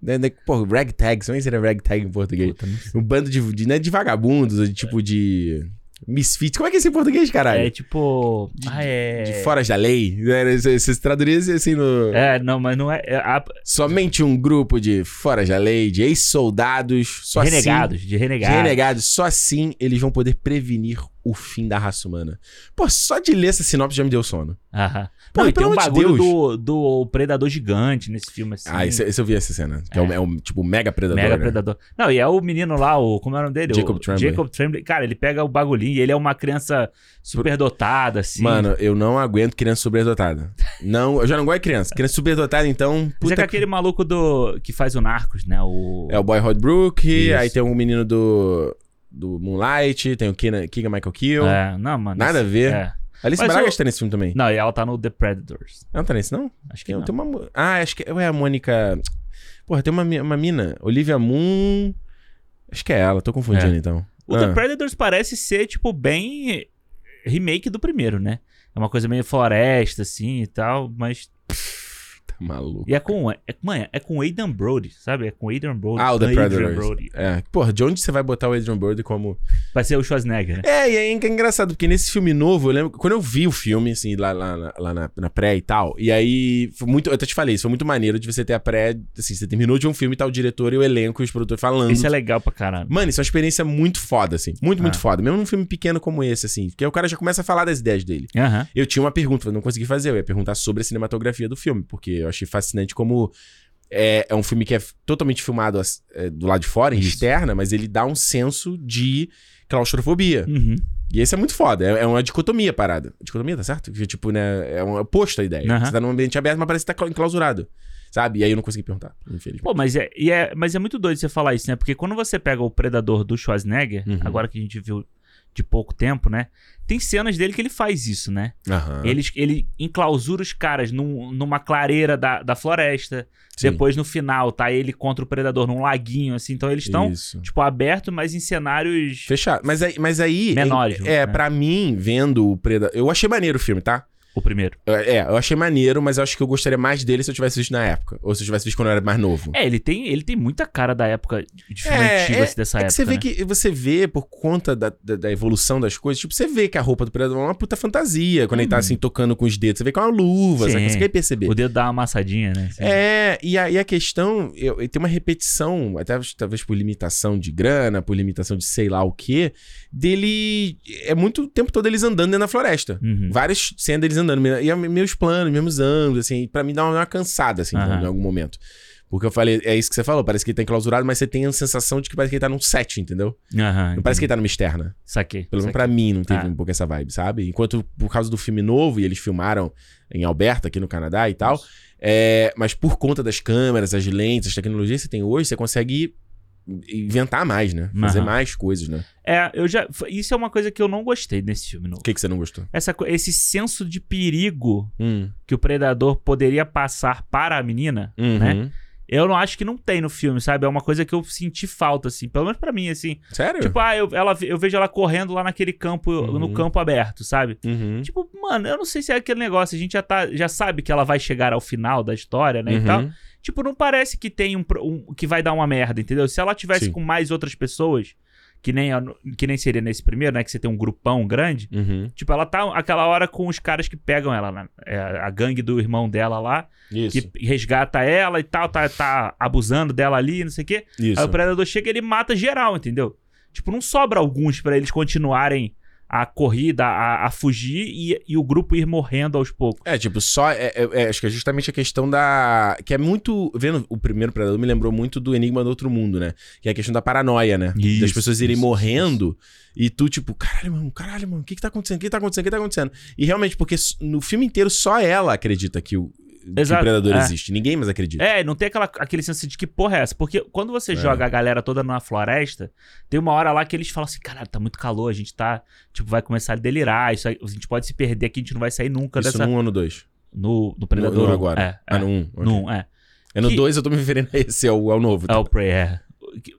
[SPEAKER 1] né, né, Pô, ragtag, não sei se era ragtag em português.
[SPEAKER 2] Puta, não sei.
[SPEAKER 1] Um bando de, de, né, de vagabundos, ou de tipo de... Misfits. Como é que é isso em português, caralho?
[SPEAKER 2] É tipo. ah, é.
[SPEAKER 1] De fora da lei. né? Você você se traduzir assim no.
[SPEAKER 2] É, não, mas não é. é a-
[SPEAKER 1] Somente um grupo de fora da lei, de ex-soldados, só
[SPEAKER 2] renegados, de
[SPEAKER 1] assim.
[SPEAKER 2] renegados.
[SPEAKER 1] Renegados. Renegados, só assim eles vão poder prevenir o fim da raça humana. Pô, só de ler essa sinopse já me deu sono.
[SPEAKER 2] Aham.
[SPEAKER 1] Pô,
[SPEAKER 2] não,
[SPEAKER 1] e
[SPEAKER 2] e tem
[SPEAKER 1] pelo
[SPEAKER 2] um
[SPEAKER 1] amor de
[SPEAKER 2] bagulho do,
[SPEAKER 1] Deus.
[SPEAKER 2] do predador gigante nesse filme, assim.
[SPEAKER 1] Ah, esse, esse eu vi essa cena. Que é, um, é um, tipo mega predador.
[SPEAKER 2] Mega
[SPEAKER 1] né?
[SPEAKER 2] predador. Não, e é o menino lá, o. Como é o nome dele?
[SPEAKER 1] Jacob
[SPEAKER 2] o,
[SPEAKER 1] Tremblay.
[SPEAKER 2] Jacob Tremblay. Cara, ele pega o bagulhinho e ele é uma criança superdotada, assim.
[SPEAKER 1] Mano, eu não aguento criança sobredotada. Não, eu já não gosto de criança. Criança sobredotada, então.
[SPEAKER 2] Mas é
[SPEAKER 1] Puta
[SPEAKER 2] que aquele maluco do. que faz o Narcos, né? O.
[SPEAKER 1] É o Boy Hot Brook,
[SPEAKER 2] Isso.
[SPEAKER 1] aí tem o menino do. Do Moonlight, tem o Keegan Keegan Michael Keel.
[SPEAKER 2] É, não, mano.
[SPEAKER 1] Nada a ver.
[SPEAKER 2] é.
[SPEAKER 1] Alice
[SPEAKER 2] Mas
[SPEAKER 1] Braga
[SPEAKER 2] o-
[SPEAKER 1] está nesse filme também.
[SPEAKER 2] Não, e ela tá no The Predators.
[SPEAKER 1] Ela não tá nesse, não?
[SPEAKER 2] Acho que
[SPEAKER 1] Tem,
[SPEAKER 2] não.
[SPEAKER 1] tem uma. mo- Ah, acho que. Ué, a Mônica. Porra, tem uma, mi- uma mina. Olivia Moon. Acho que é ela, tô confundindo então.
[SPEAKER 2] O
[SPEAKER 1] Ah.
[SPEAKER 2] The Predators parece ser, tipo, bem remake do primeiro, né? É uma coisa meio floresta, assim e tal, mas.
[SPEAKER 1] Tá maluco.
[SPEAKER 2] E é com. É, mano, é com Aidan Brody, sabe? É com Aidan Brody.
[SPEAKER 1] Ah, o The
[SPEAKER 2] Adrian
[SPEAKER 1] Predators.
[SPEAKER 2] Brody.
[SPEAKER 1] É. Porra, de onde você vai botar o Adrian Brody como.
[SPEAKER 2] Vai ser o Schwarzenegger, né?
[SPEAKER 1] É, e aí é engraçado, porque nesse filme novo, eu lembro. Quando eu vi o filme, assim, lá, lá, na- lá na, na pré e tal, e aí. Foi muito, eu até te falei, isso foi muito maneiro de você ter a pré. Assim, você terminou de um filme e tá o diretor e o elenco e os produtores falando.
[SPEAKER 2] Isso é legal pra caralho.
[SPEAKER 1] Mano, isso é uma experiência muito foda, assim. Muito, muito
[SPEAKER 2] Ah.
[SPEAKER 1] foda. Mesmo num filme pequeno como esse, assim. Porque aí o cara já começa a falar das ideias dele.
[SPEAKER 2] Aham.
[SPEAKER 1] Eu tinha uma pergunta, eu não consegui fazer. Eu ia perguntar sobre a cinematografia do filme, porque eu achei fascinante como. É, é um filme que é totalmente filmado as- é, do lado de fora,
[SPEAKER 2] Isso.
[SPEAKER 1] externa, mas ele dá um senso de claustrofobia.
[SPEAKER 2] Uhum.
[SPEAKER 1] E esse é muito foda. É, é uma dicotomia a parada. Dicotomia, tá certo? Que, tipo, né? É um oposto à ideia.
[SPEAKER 2] Aham.
[SPEAKER 1] Você tá num ambiente aberto, mas parece que tá cla- enclausurado. Sabe? E aí eu não consegui perguntar, infelizmente.
[SPEAKER 2] Pô, mas é, e é, mas é muito doido você falar isso, né? Porque quando você pega o Predador do Schwarzenegger,
[SPEAKER 1] Uhum.
[SPEAKER 2] agora que a gente viu de pouco tempo, né? Tem cenas dele que ele faz isso, né?
[SPEAKER 1] Aham.
[SPEAKER 2] Ele, ele enclausura os caras num- numa clareira da, da floresta.
[SPEAKER 1] Sim.
[SPEAKER 2] Depois, no final, tá ele contra o predador num laguinho, assim. Então, eles estão,
[SPEAKER 1] Isso.
[SPEAKER 2] tipo, abertos, mas em cenários.
[SPEAKER 1] Fechado. Mas aí. Mas aí
[SPEAKER 2] Menores,
[SPEAKER 1] É, é
[SPEAKER 2] né?
[SPEAKER 1] pra mim, vendo o Predador. Eu achei maneiro o filme, tá?
[SPEAKER 2] O primeiro.
[SPEAKER 1] É, é, eu achei maneiro, mas eu acho que eu gostaria mais dele se eu tivesse visto na época. Ou se eu tivesse visto quando eu era mais novo.
[SPEAKER 2] É, ele tem, ele tem muita cara da época de filme
[SPEAKER 1] É,
[SPEAKER 2] antigo, assim, dessa
[SPEAKER 1] É que
[SPEAKER 2] época.
[SPEAKER 1] você vê
[SPEAKER 2] né?
[SPEAKER 1] que você vê, por conta da, da, da evolução das coisas, tipo, você vê que a roupa do Predador é uma puta fantasia. Quando ele tá assim, tocando com os dedos, você vê que é uma luva,
[SPEAKER 2] Uhum. Sim.
[SPEAKER 1] sabe? Você quer perceber.
[SPEAKER 2] O dedo dá uma amassadinha, né? Assim.
[SPEAKER 1] É, e a, e a questão, eu, e tem uma repetição, até acho que talvez por limitação de grana, por limitação de sei lá o quê, dele. É muito o tempo todo eles andando dentro da floresta.
[SPEAKER 2] Uhum.
[SPEAKER 1] Várias cenas deles andando. E é meus planos, mesmos ângulos, assim. Pra mim dá uma, uma cansada, assim,
[SPEAKER 2] Aham.
[SPEAKER 1] em algum momento. Porque eu falei, é isso que você falou, parece que ele tá enclausurado, mas você tem a sensação de que parece que ele tá num set, entendeu?
[SPEAKER 2] Aham,
[SPEAKER 1] Não parece que ele tá numa externa.
[SPEAKER 2] Saquei.
[SPEAKER 1] Pelo menos
[SPEAKER 2] saquei.
[SPEAKER 1] pra mim não teve
[SPEAKER 2] Ah.
[SPEAKER 1] um pouco essa vibe, sabe? Enquanto por causa do filme novo, e eles filmaram em Alberta, aqui no Canadá e tal, é, mas por conta das câmeras, as lentes, as tecnologias que você tem hoje, você consegue inventar mais, né? Fazer
[SPEAKER 2] Aham.
[SPEAKER 1] mais coisas, né?
[SPEAKER 2] É, eu já. f- Isso é uma coisa que eu não gostei nesse filme novo.
[SPEAKER 1] O que, que você não gostou?
[SPEAKER 2] Essa, co- esse senso de perigo
[SPEAKER 1] Hum.
[SPEAKER 2] que o predador poderia passar para a menina, né?
[SPEAKER 1] Uhum.
[SPEAKER 2] Eu não acho que não tem no filme, sabe? É uma coisa que eu senti falta, assim. Pelo menos pra mim, assim.
[SPEAKER 1] Sério?
[SPEAKER 2] Tipo, ah, eu, ela, eu vejo ela correndo lá naquele campo,
[SPEAKER 1] É. Uhum.
[SPEAKER 2] no campo aberto, sabe?
[SPEAKER 1] Uhum.
[SPEAKER 2] Tipo, mano, eu não sei se é aquele negócio. A gente já, tá, já sabe que ela vai chegar ao final da história, né? E
[SPEAKER 1] Uhum.
[SPEAKER 2] tal. Tipo, não parece que tem um, pro- um- que vai dar uma merda, entendeu? Se ela tivesse
[SPEAKER 1] Sim.
[SPEAKER 2] com mais outras pessoas, que nem, a- que nem seria nesse primeiro, né? Que você tem um grupão grande.
[SPEAKER 1] Uhum.
[SPEAKER 2] Tipo, ela tá aquela hora com os caras que pegam ela, né? É, a gangue do irmão dela lá
[SPEAKER 1] Isso.
[SPEAKER 2] que resgata ela e tal, tá, tá abusando dela ali, não sei o quê.
[SPEAKER 1] Isso.
[SPEAKER 2] Aí o predador chega e ele mata geral, entendeu? Tipo, não sobra alguns pra eles continuarem a corrida, a, a fugir e, e o grupo ir morrendo aos poucos.
[SPEAKER 1] É, tipo, só. é- é- é, acho que é justamente a questão da. Que é muito. Vendo o primeiro Predador, me lembrou muito do Enigma do Outro Mundo, né? Que é a questão da paranoia, né?
[SPEAKER 2] Isso,
[SPEAKER 1] das pessoas irem
[SPEAKER 2] isso,
[SPEAKER 1] morrendo e tu, tipo, caralho, mano, caralho, mano, o que que tá acontecendo? O que que tá acontecendo? O que que tá acontecendo? E realmente, porque s- no filme inteiro só ela acredita que o. que
[SPEAKER 2] Exato,
[SPEAKER 1] o Predador
[SPEAKER 2] é.
[SPEAKER 1] existe. Ninguém mais acredita.
[SPEAKER 2] É, não tem aquela, aquele senso de que porra é essa. Porque quando você
[SPEAKER 1] É.
[SPEAKER 2] joga a galera toda numa floresta, tem uma hora lá que eles falam assim: caralho, tá muito calor, a gente tá. Tipo, vai começar a delirar, isso aí- a gente pode se perder aqui, a gente não vai sair nunca
[SPEAKER 1] Isso
[SPEAKER 2] dessa.
[SPEAKER 1] no 1 ou no 2?
[SPEAKER 2] No, no Predador.
[SPEAKER 1] no agora.
[SPEAKER 2] É,
[SPEAKER 1] Ah,
[SPEAKER 2] é,
[SPEAKER 1] no 1. Um, ok.
[SPEAKER 2] no, é.
[SPEAKER 1] É no
[SPEAKER 2] Que-
[SPEAKER 1] 2 eu tô me referindo a esse, ao, ao novo.
[SPEAKER 2] É
[SPEAKER 1] tá?
[SPEAKER 2] o Prey, é.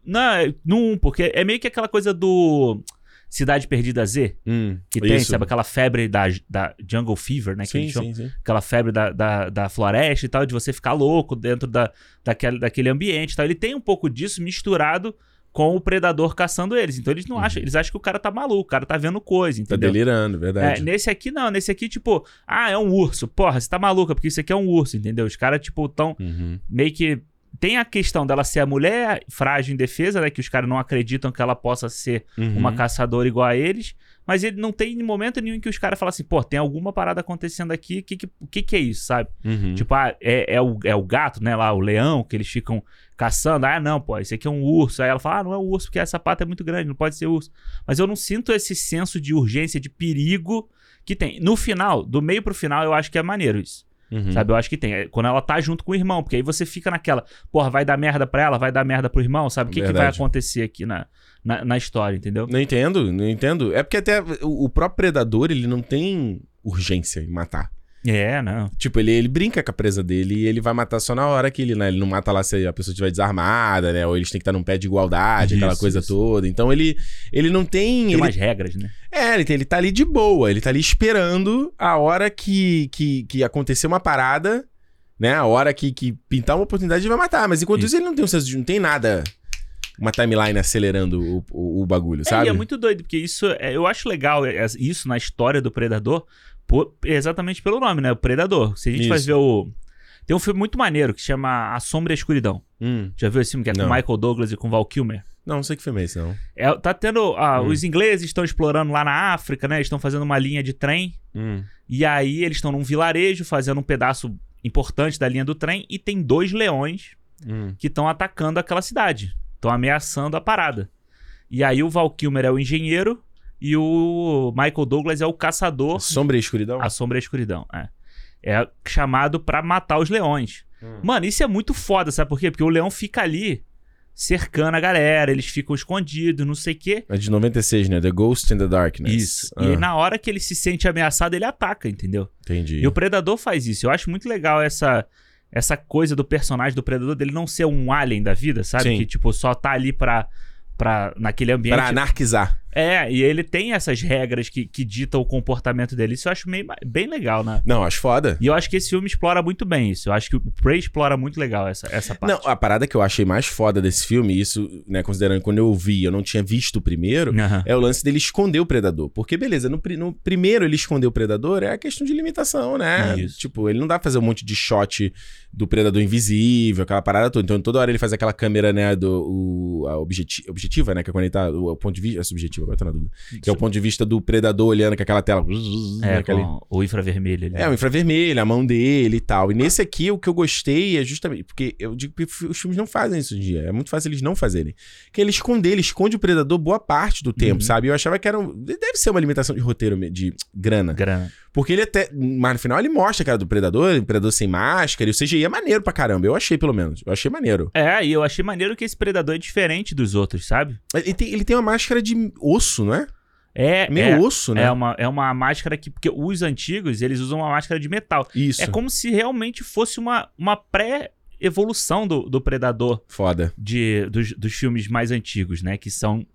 [SPEAKER 2] Não, é no 1, porque é meio que aquela coisa do Cidade Perdida Z,
[SPEAKER 1] Hum,
[SPEAKER 2] que tem,
[SPEAKER 1] isso.
[SPEAKER 2] sabe? Aquela febre da, da Jungle Fever, né? Que
[SPEAKER 1] Sim,
[SPEAKER 2] eles chamam.
[SPEAKER 1] sim, sim.
[SPEAKER 2] Aquela febre da, da, da floresta e tal, de você ficar louco dentro da, daquele, daquele ambiente e tal. Ele tem um pouco disso misturado com o predador caçando eles. Então eles não acham, eles acham que o cara tá maluco, o cara tá vendo coisa,
[SPEAKER 1] Uhum. Tá
[SPEAKER 2] entendeu?
[SPEAKER 1] delirando,
[SPEAKER 2] É,
[SPEAKER 1] verdade.
[SPEAKER 2] nesse aqui não, nesse aqui, tipo, ah, é um urso. Porra, você tá maluca, porque isso aqui é um urso, entendeu? Os caras, tipo, tão
[SPEAKER 1] Uhum.
[SPEAKER 2] meio que tem a questão dela ser a mulher frágil em defesa, né? Que os caras não acreditam que ela possa ser
[SPEAKER 1] Uhum.
[SPEAKER 2] uma caçadora igual a eles. Mas ele não tem em momento nenhum em que os caras falam assim, pô, tem alguma parada acontecendo aqui, o que, que, que que é isso, sabe?
[SPEAKER 1] Uhum.
[SPEAKER 2] Tipo, ah, é, é, o, é o gato, né, lá, o leão, que eles ficam caçando. Ah, não, pô, esse aqui é um urso. Aí ela fala, ah, não é um urso, porque essa pata é muito grande, não pode ser urso. Mas eu não sinto esse senso de urgência, de perigo que tem. No final, do meio pro final, eu acho que é maneiro isso.
[SPEAKER 1] Uhum.
[SPEAKER 2] Sabe, eu acho que tem. É Quando ela tá junto com o irmão, porque aí você fica naquela, porra, vai dar merda pra ela, vai dar merda pro irmão, sabe? O que, que vai
[SPEAKER 1] Verdade.
[SPEAKER 2] acontecer aqui na, na, na história, entendeu?
[SPEAKER 1] Não entendo, não entendo. É porque até o, o próprio predador, ele não tem urgência em matar.
[SPEAKER 2] É, não.
[SPEAKER 1] Tipo, ele, ele brinca com a presa dele e ele vai matar só na hora que ele, né? Ele não mata lá se a pessoa estiver desarmada, né? Ou eles têm que estar num pé de igualdade, aquela
[SPEAKER 2] Isso,
[SPEAKER 1] coisa
[SPEAKER 2] isso.
[SPEAKER 1] toda. Então ele, ele não tem.
[SPEAKER 2] Tem
[SPEAKER 1] ele-
[SPEAKER 2] umas regras, né?
[SPEAKER 1] É, ele, tem- ele tá ali de boa, ele tá ali esperando a hora que, que, que acontecer uma parada, né? A hora que, que pintar uma oportunidade, ele vai matar. Mas enquanto isso, ele não tem um senso de. não tem nada. Uma timeline acelerando o, o, o bagulho,
[SPEAKER 2] É,
[SPEAKER 1] sabe?
[SPEAKER 2] e é muito doido, porque isso, é- eu acho legal é- é- isso na história do Predador, por- exatamente pelo nome, né? O Predador. Se a gente
[SPEAKER 1] Isso.
[SPEAKER 2] vai ver o. Tem um filme muito maneiro que chama A Sombra e a Escuridão.
[SPEAKER 1] Hum.
[SPEAKER 2] Já viu esse filme que é com
[SPEAKER 1] Não.
[SPEAKER 2] Michael Douglas e com Val Kilmer?
[SPEAKER 1] Não, não sei que filme é esse, não.
[SPEAKER 2] É, tá tendo. ah,
[SPEAKER 1] Hum.
[SPEAKER 2] Os ingleses estão explorando lá na África, né? Eles Estão fazendo uma linha de trem
[SPEAKER 1] Hum.
[SPEAKER 2] E aí eles estão num vilarejo fazendo um pedaço importante da linha do trem e tem dois leões
[SPEAKER 1] Hum.
[SPEAKER 2] que estão atacando aquela cidade, estão ameaçando a parada. E aí o Val Kilmer é o engenheiro e o Michael Douglas é o caçador,
[SPEAKER 1] Sombra e escuridão?
[SPEAKER 2] a sombra e a escuridão. É, é chamado pra matar os leões.
[SPEAKER 1] Hum.
[SPEAKER 2] Mano, isso é muito foda, sabe por quê? Porque o leão fica ali cercando a galera, eles ficam escondidos, não sei o quê.
[SPEAKER 1] É de 96, né? The Ghost in the Darkness.
[SPEAKER 2] Isso.
[SPEAKER 1] Ah,
[SPEAKER 2] E aí, na hora que ele se sente ameaçado, ele ataca, entendeu?
[SPEAKER 1] Entendi.
[SPEAKER 2] E o Predador faz isso. Eu acho muito legal essa essa coisa do personagem do Predador dele não ser um alien da vida, sabe?
[SPEAKER 1] Sim.
[SPEAKER 2] Que tipo só tá ali pra para naquele ambiente.
[SPEAKER 1] Pra anarquizar.
[SPEAKER 2] É, e ele tem essas regras que, que ditam o comportamento dele. Isso eu acho meio, bem legal, né?
[SPEAKER 1] Não, acho foda.
[SPEAKER 2] E eu acho que esse filme explora muito bem isso. Eu acho que o Prey explora muito legal essa, essa parte.
[SPEAKER 1] Não, a parada que eu achei mais foda desse filme, isso, né, considerando que quando eu vi, eu não tinha visto o primeiro,
[SPEAKER 2] Aham.
[SPEAKER 1] é o lance dele esconder o predador. Porque, beleza, no, pri- no primeiro ele esconder o predador é a questão de limitação, né?
[SPEAKER 2] Isso.
[SPEAKER 1] Tipo, ele não dá pra fazer um monte de shot do predador invisível, aquela parada toda. Então, toda hora ele faz aquela câmera, né, do. O, a objeti- objetiva, né? Que é quando ele tá. O, o ponto de vista. É subjetiva, agora tô na dúvida. Que é o ponto de vista do predador olhando com aquela tela.
[SPEAKER 2] É,
[SPEAKER 1] aquela-
[SPEAKER 2] com o infravermelho ali.
[SPEAKER 1] é, o infravermelho, a mão dele e tal. E nesse aqui, o que eu gostei é justamente. Porque eu digo que os filmes não fazem isso hoje em dia. É muito fácil eles não fazerem. Que ele esconde, ele esconde o predador boa parte do tempo,
[SPEAKER 2] Uhum.
[SPEAKER 1] sabe? Eu achava que era. um- Deve ser uma limitação de roteiro, me- de grana.
[SPEAKER 2] Grana.
[SPEAKER 1] Porque ele até. Mas no final ele mostra a cara do predador, o predador sem máscara. E o CGI é maneiro pra caramba. Eu achei, pelo menos. Eu achei maneiro.
[SPEAKER 2] É, e eu achei maneiro que esse Predador é diferente dos outros, sabe?
[SPEAKER 1] Ele tem, ele tem uma máscara de osso, não é?
[SPEAKER 2] É,
[SPEAKER 1] É meio
[SPEAKER 2] é,
[SPEAKER 1] osso, né?
[SPEAKER 2] É uma, é uma máscara que. Porque os antigos, eles usam uma máscara de metal.
[SPEAKER 1] Isso.
[SPEAKER 2] É como se realmente fosse uma, uma pré-evolução do, do Predador
[SPEAKER 1] Foda.
[SPEAKER 2] de, dos, dos filmes mais antigos, né? Que são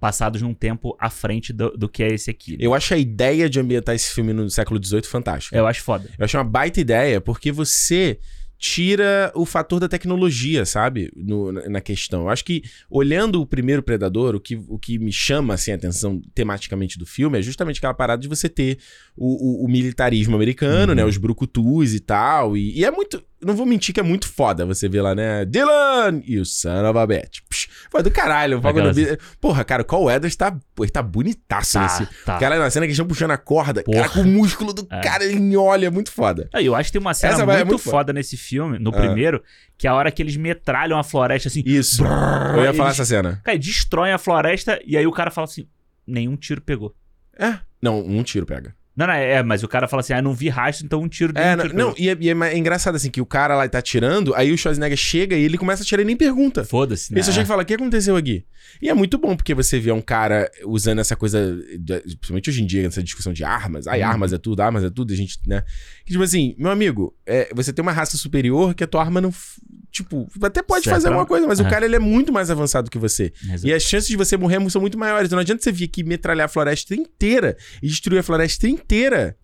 [SPEAKER 2] passados num tempo à frente do, do que é esse aqui.
[SPEAKER 1] Eu acho a ideia de ambientar esse filme no século XVIII fantástica.
[SPEAKER 2] Eu acho foda.
[SPEAKER 1] Eu achei uma baita ideia, porque você tira o fator da tecnologia, sabe? No- na na questão. Eu acho que, olhando o primeiro Predador, o que, o que me chama assim, a atenção tematicamente do filme é justamente aquela parada de você ter o, o- o militarismo americano,
[SPEAKER 2] Uhum.
[SPEAKER 1] né? Os brucutus e tal. E, e é muito. Não vou mentir que é muito foda você ver lá, né? Dylan e o son of a bitch. Psh, Foi do caralho. o bagulho
[SPEAKER 2] Aquelas-
[SPEAKER 1] do- Porra, cara, o Cole Edwards tá, ele tá bonitaço nesse,
[SPEAKER 2] tá.
[SPEAKER 1] Cara, na cena que eles estão puxando a corda,
[SPEAKER 2] Porra.
[SPEAKER 1] cara, com o músculo do
[SPEAKER 2] É.
[SPEAKER 1] cara, ele olha, Ah. é muito foda.
[SPEAKER 2] Ah, Eu acho que tem uma cena
[SPEAKER 1] Essa vai-
[SPEAKER 2] muito,
[SPEAKER 1] é muito
[SPEAKER 2] foda nesse filme, no
[SPEAKER 1] Ah.
[SPEAKER 2] primeiro, que é a hora que eles metralham a floresta assim.
[SPEAKER 1] Isso. Eu ia falar
[SPEAKER 2] eles-
[SPEAKER 1] essa cena.
[SPEAKER 2] Cara, destroem a floresta e aí o cara fala assim: nenhum tiro pegou.
[SPEAKER 1] É. Não, um tiro pega.
[SPEAKER 2] Não, não, é, mas o cara fala assim, ah, não vi rastro, então um tiro deu,
[SPEAKER 1] É,
[SPEAKER 2] um
[SPEAKER 1] não,
[SPEAKER 2] tiro
[SPEAKER 1] não,
[SPEAKER 2] deu.
[SPEAKER 1] e, é, e é ma- é engraçado assim, que o cara lá tá atirando, aí o Schwarzenegger chega e ele começa a atirar e nem pergunta.
[SPEAKER 2] Foda-se, né?
[SPEAKER 1] Ele só chega e fala, o que aconteceu aqui? E é muito bom, porque você vê um cara usando essa coisa, da- principalmente hoje em dia, essa discussão de armas. Ai,
[SPEAKER 2] Uhum.
[SPEAKER 1] armas é tudo, armas é tudo, a gente, né? Que tipo assim, meu amigo, é, você tem uma raça superior que a tua arma não... f- Tipo, até pode
[SPEAKER 2] Certo.
[SPEAKER 1] fazer alguma coisa, mas o
[SPEAKER 2] Aham.
[SPEAKER 1] cara ele é muito mais avançado que você.
[SPEAKER 2] Exato.
[SPEAKER 1] E é as chances de você morrer são muito maiores. Não adianta você vir aqui metralhar a floresta inteira e destruir a floresta inteira.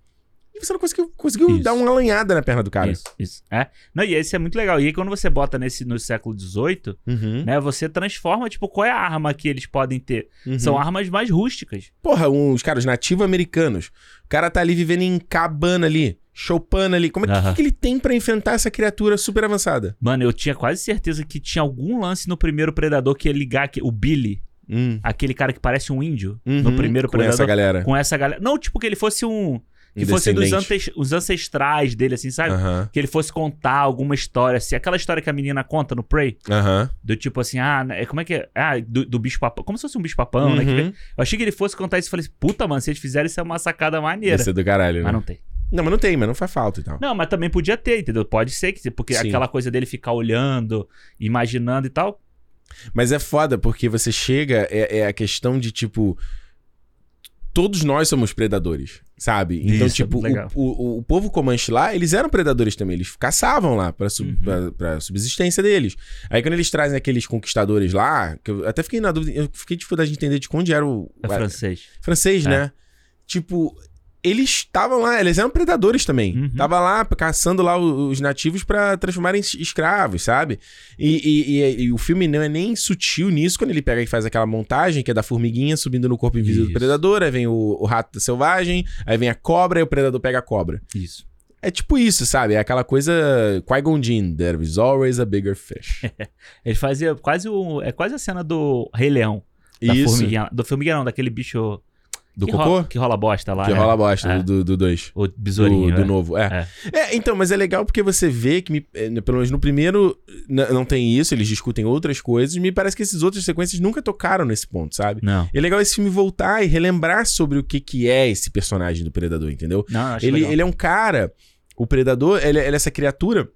[SPEAKER 1] E você não conseguiu, conseguiu
[SPEAKER 2] Isso.
[SPEAKER 1] dar uma lanhada na perna do cara.
[SPEAKER 2] Isso, isso. É. Não, e esse é muito legal. E aí, quando você bota nesse no século XVIII,
[SPEAKER 1] Uhum,
[SPEAKER 2] né, você transforma, tipo, qual é a arma que eles podem ter.
[SPEAKER 1] uhum.
[SPEAKER 2] São armas mais rústicas.
[SPEAKER 1] Porra, uns caras nativo-americanos. O cara tá ali vivendo em cabana ali, choupana ali. Como é que,
[SPEAKER 2] Aham.
[SPEAKER 1] que ele tem pra enfrentar essa criatura super avançada?
[SPEAKER 2] Mano, eu tinha quase certeza que tinha algum lance no primeiro Predador que ia ligar que, o Billy,
[SPEAKER 1] Hum,
[SPEAKER 2] aquele cara que parece um índio,
[SPEAKER 1] uhum,
[SPEAKER 2] no primeiro
[SPEAKER 1] com
[SPEAKER 2] Predador,
[SPEAKER 1] essa galera.
[SPEAKER 2] com essa galera. Não, tipo, que ele fosse um... Que
[SPEAKER 1] Um
[SPEAKER 2] fosse dos
[SPEAKER 1] descendente.
[SPEAKER 2] antes- os ancestrais dele, assim, sabe?
[SPEAKER 1] Aham,
[SPEAKER 2] Que ele fosse contar alguma história, assim. Aquela história que a menina conta no Prey,
[SPEAKER 1] aham.
[SPEAKER 2] do tipo assim, ah, né, como é que é? Ah, do, do bicho-papão. Como se fosse um bicho-papão, né? Que-
[SPEAKER 1] Uhum.
[SPEAKER 2] Eu achei que ele fosse contar isso e falei assim, puta, mano, se eles fizeram isso é uma sacada
[SPEAKER 1] Ia
[SPEAKER 2] maneira.
[SPEAKER 1] ser do caralho, né?
[SPEAKER 2] Mas
[SPEAKER 1] não...
[SPEAKER 2] não tem.
[SPEAKER 1] mas não tem, mas não faz falta e tal.
[SPEAKER 2] Não, mas também podia ter, entendeu? Pode ser que, porque
[SPEAKER 1] Sim.
[SPEAKER 2] aquela coisa dele ficar olhando, imaginando e tal.
[SPEAKER 1] Mas é foda, porque você chega, é, é a questão de tipo. Todos nós somos predadores, sabe? Então,
[SPEAKER 2] Isso,
[SPEAKER 1] tipo,
[SPEAKER 2] legal.
[SPEAKER 1] o, o, o povo comanche lá, eles eram predadores também. Eles caçavam lá pra, sub,
[SPEAKER 2] Uhum.
[SPEAKER 1] pra- pra subsistência deles. Aí, quando eles trazem aqueles conquistadores lá, que eu até fiquei na dúvida, eu fiquei de dificuldade de entender de onde era o.
[SPEAKER 2] É
[SPEAKER 1] a-
[SPEAKER 2] francês.
[SPEAKER 1] francês,
[SPEAKER 2] É.
[SPEAKER 1] né? Tipo, eles estavam lá, eles eram predadores também.
[SPEAKER 2] Uhum.
[SPEAKER 1] Tava lá caçando lá o- os nativos pra transformarem em escravos, sabe? E, e- e- e o filme não é nem sutil nisso quando ele pega e faz aquela montagem que é da formiguinha subindo no corpo invisível do
[SPEAKER 2] Isso.
[SPEAKER 1] predador, aí vem o, o rato selvagem, aí vem a cobra e o predador pega a cobra.
[SPEAKER 2] Isso.
[SPEAKER 1] É tipo isso, sabe? É aquela coisa Qui-Gon Jinn, there is always a bigger fish.
[SPEAKER 2] Ele fazia quase o. É quase a cena do Rei Leão. Da
[SPEAKER 1] isso.
[SPEAKER 2] formiguinha. Do formiguinha não, daquele bicho.
[SPEAKER 1] Do
[SPEAKER 2] que
[SPEAKER 1] cocô?
[SPEAKER 2] Rola, que rola bosta lá.
[SPEAKER 1] que
[SPEAKER 2] né?
[SPEAKER 1] rola bosta
[SPEAKER 2] É.
[SPEAKER 1] do 2. Do, dois.
[SPEAKER 2] O
[SPEAKER 1] do,
[SPEAKER 2] besourinho.
[SPEAKER 1] do
[SPEAKER 2] né?
[SPEAKER 1] novo. É. É. então, mas é legal porque você vê que, me- eh, pelo menos no primeiro, n- não tem isso, eles discutem outras coisas. Me parece que essas outras sequências nunca tocaram nesse ponto, sabe?
[SPEAKER 2] Não.
[SPEAKER 1] É legal esse filme voltar e relembrar sobre o que, que é esse personagem do Predador, entendeu?
[SPEAKER 2] Não, acho
[SPEAKER 1] Ele,
[SPEAKER 2] legal.
[SPEAKER 1] ele é um cara, o Predador, ele, ele é essa criatura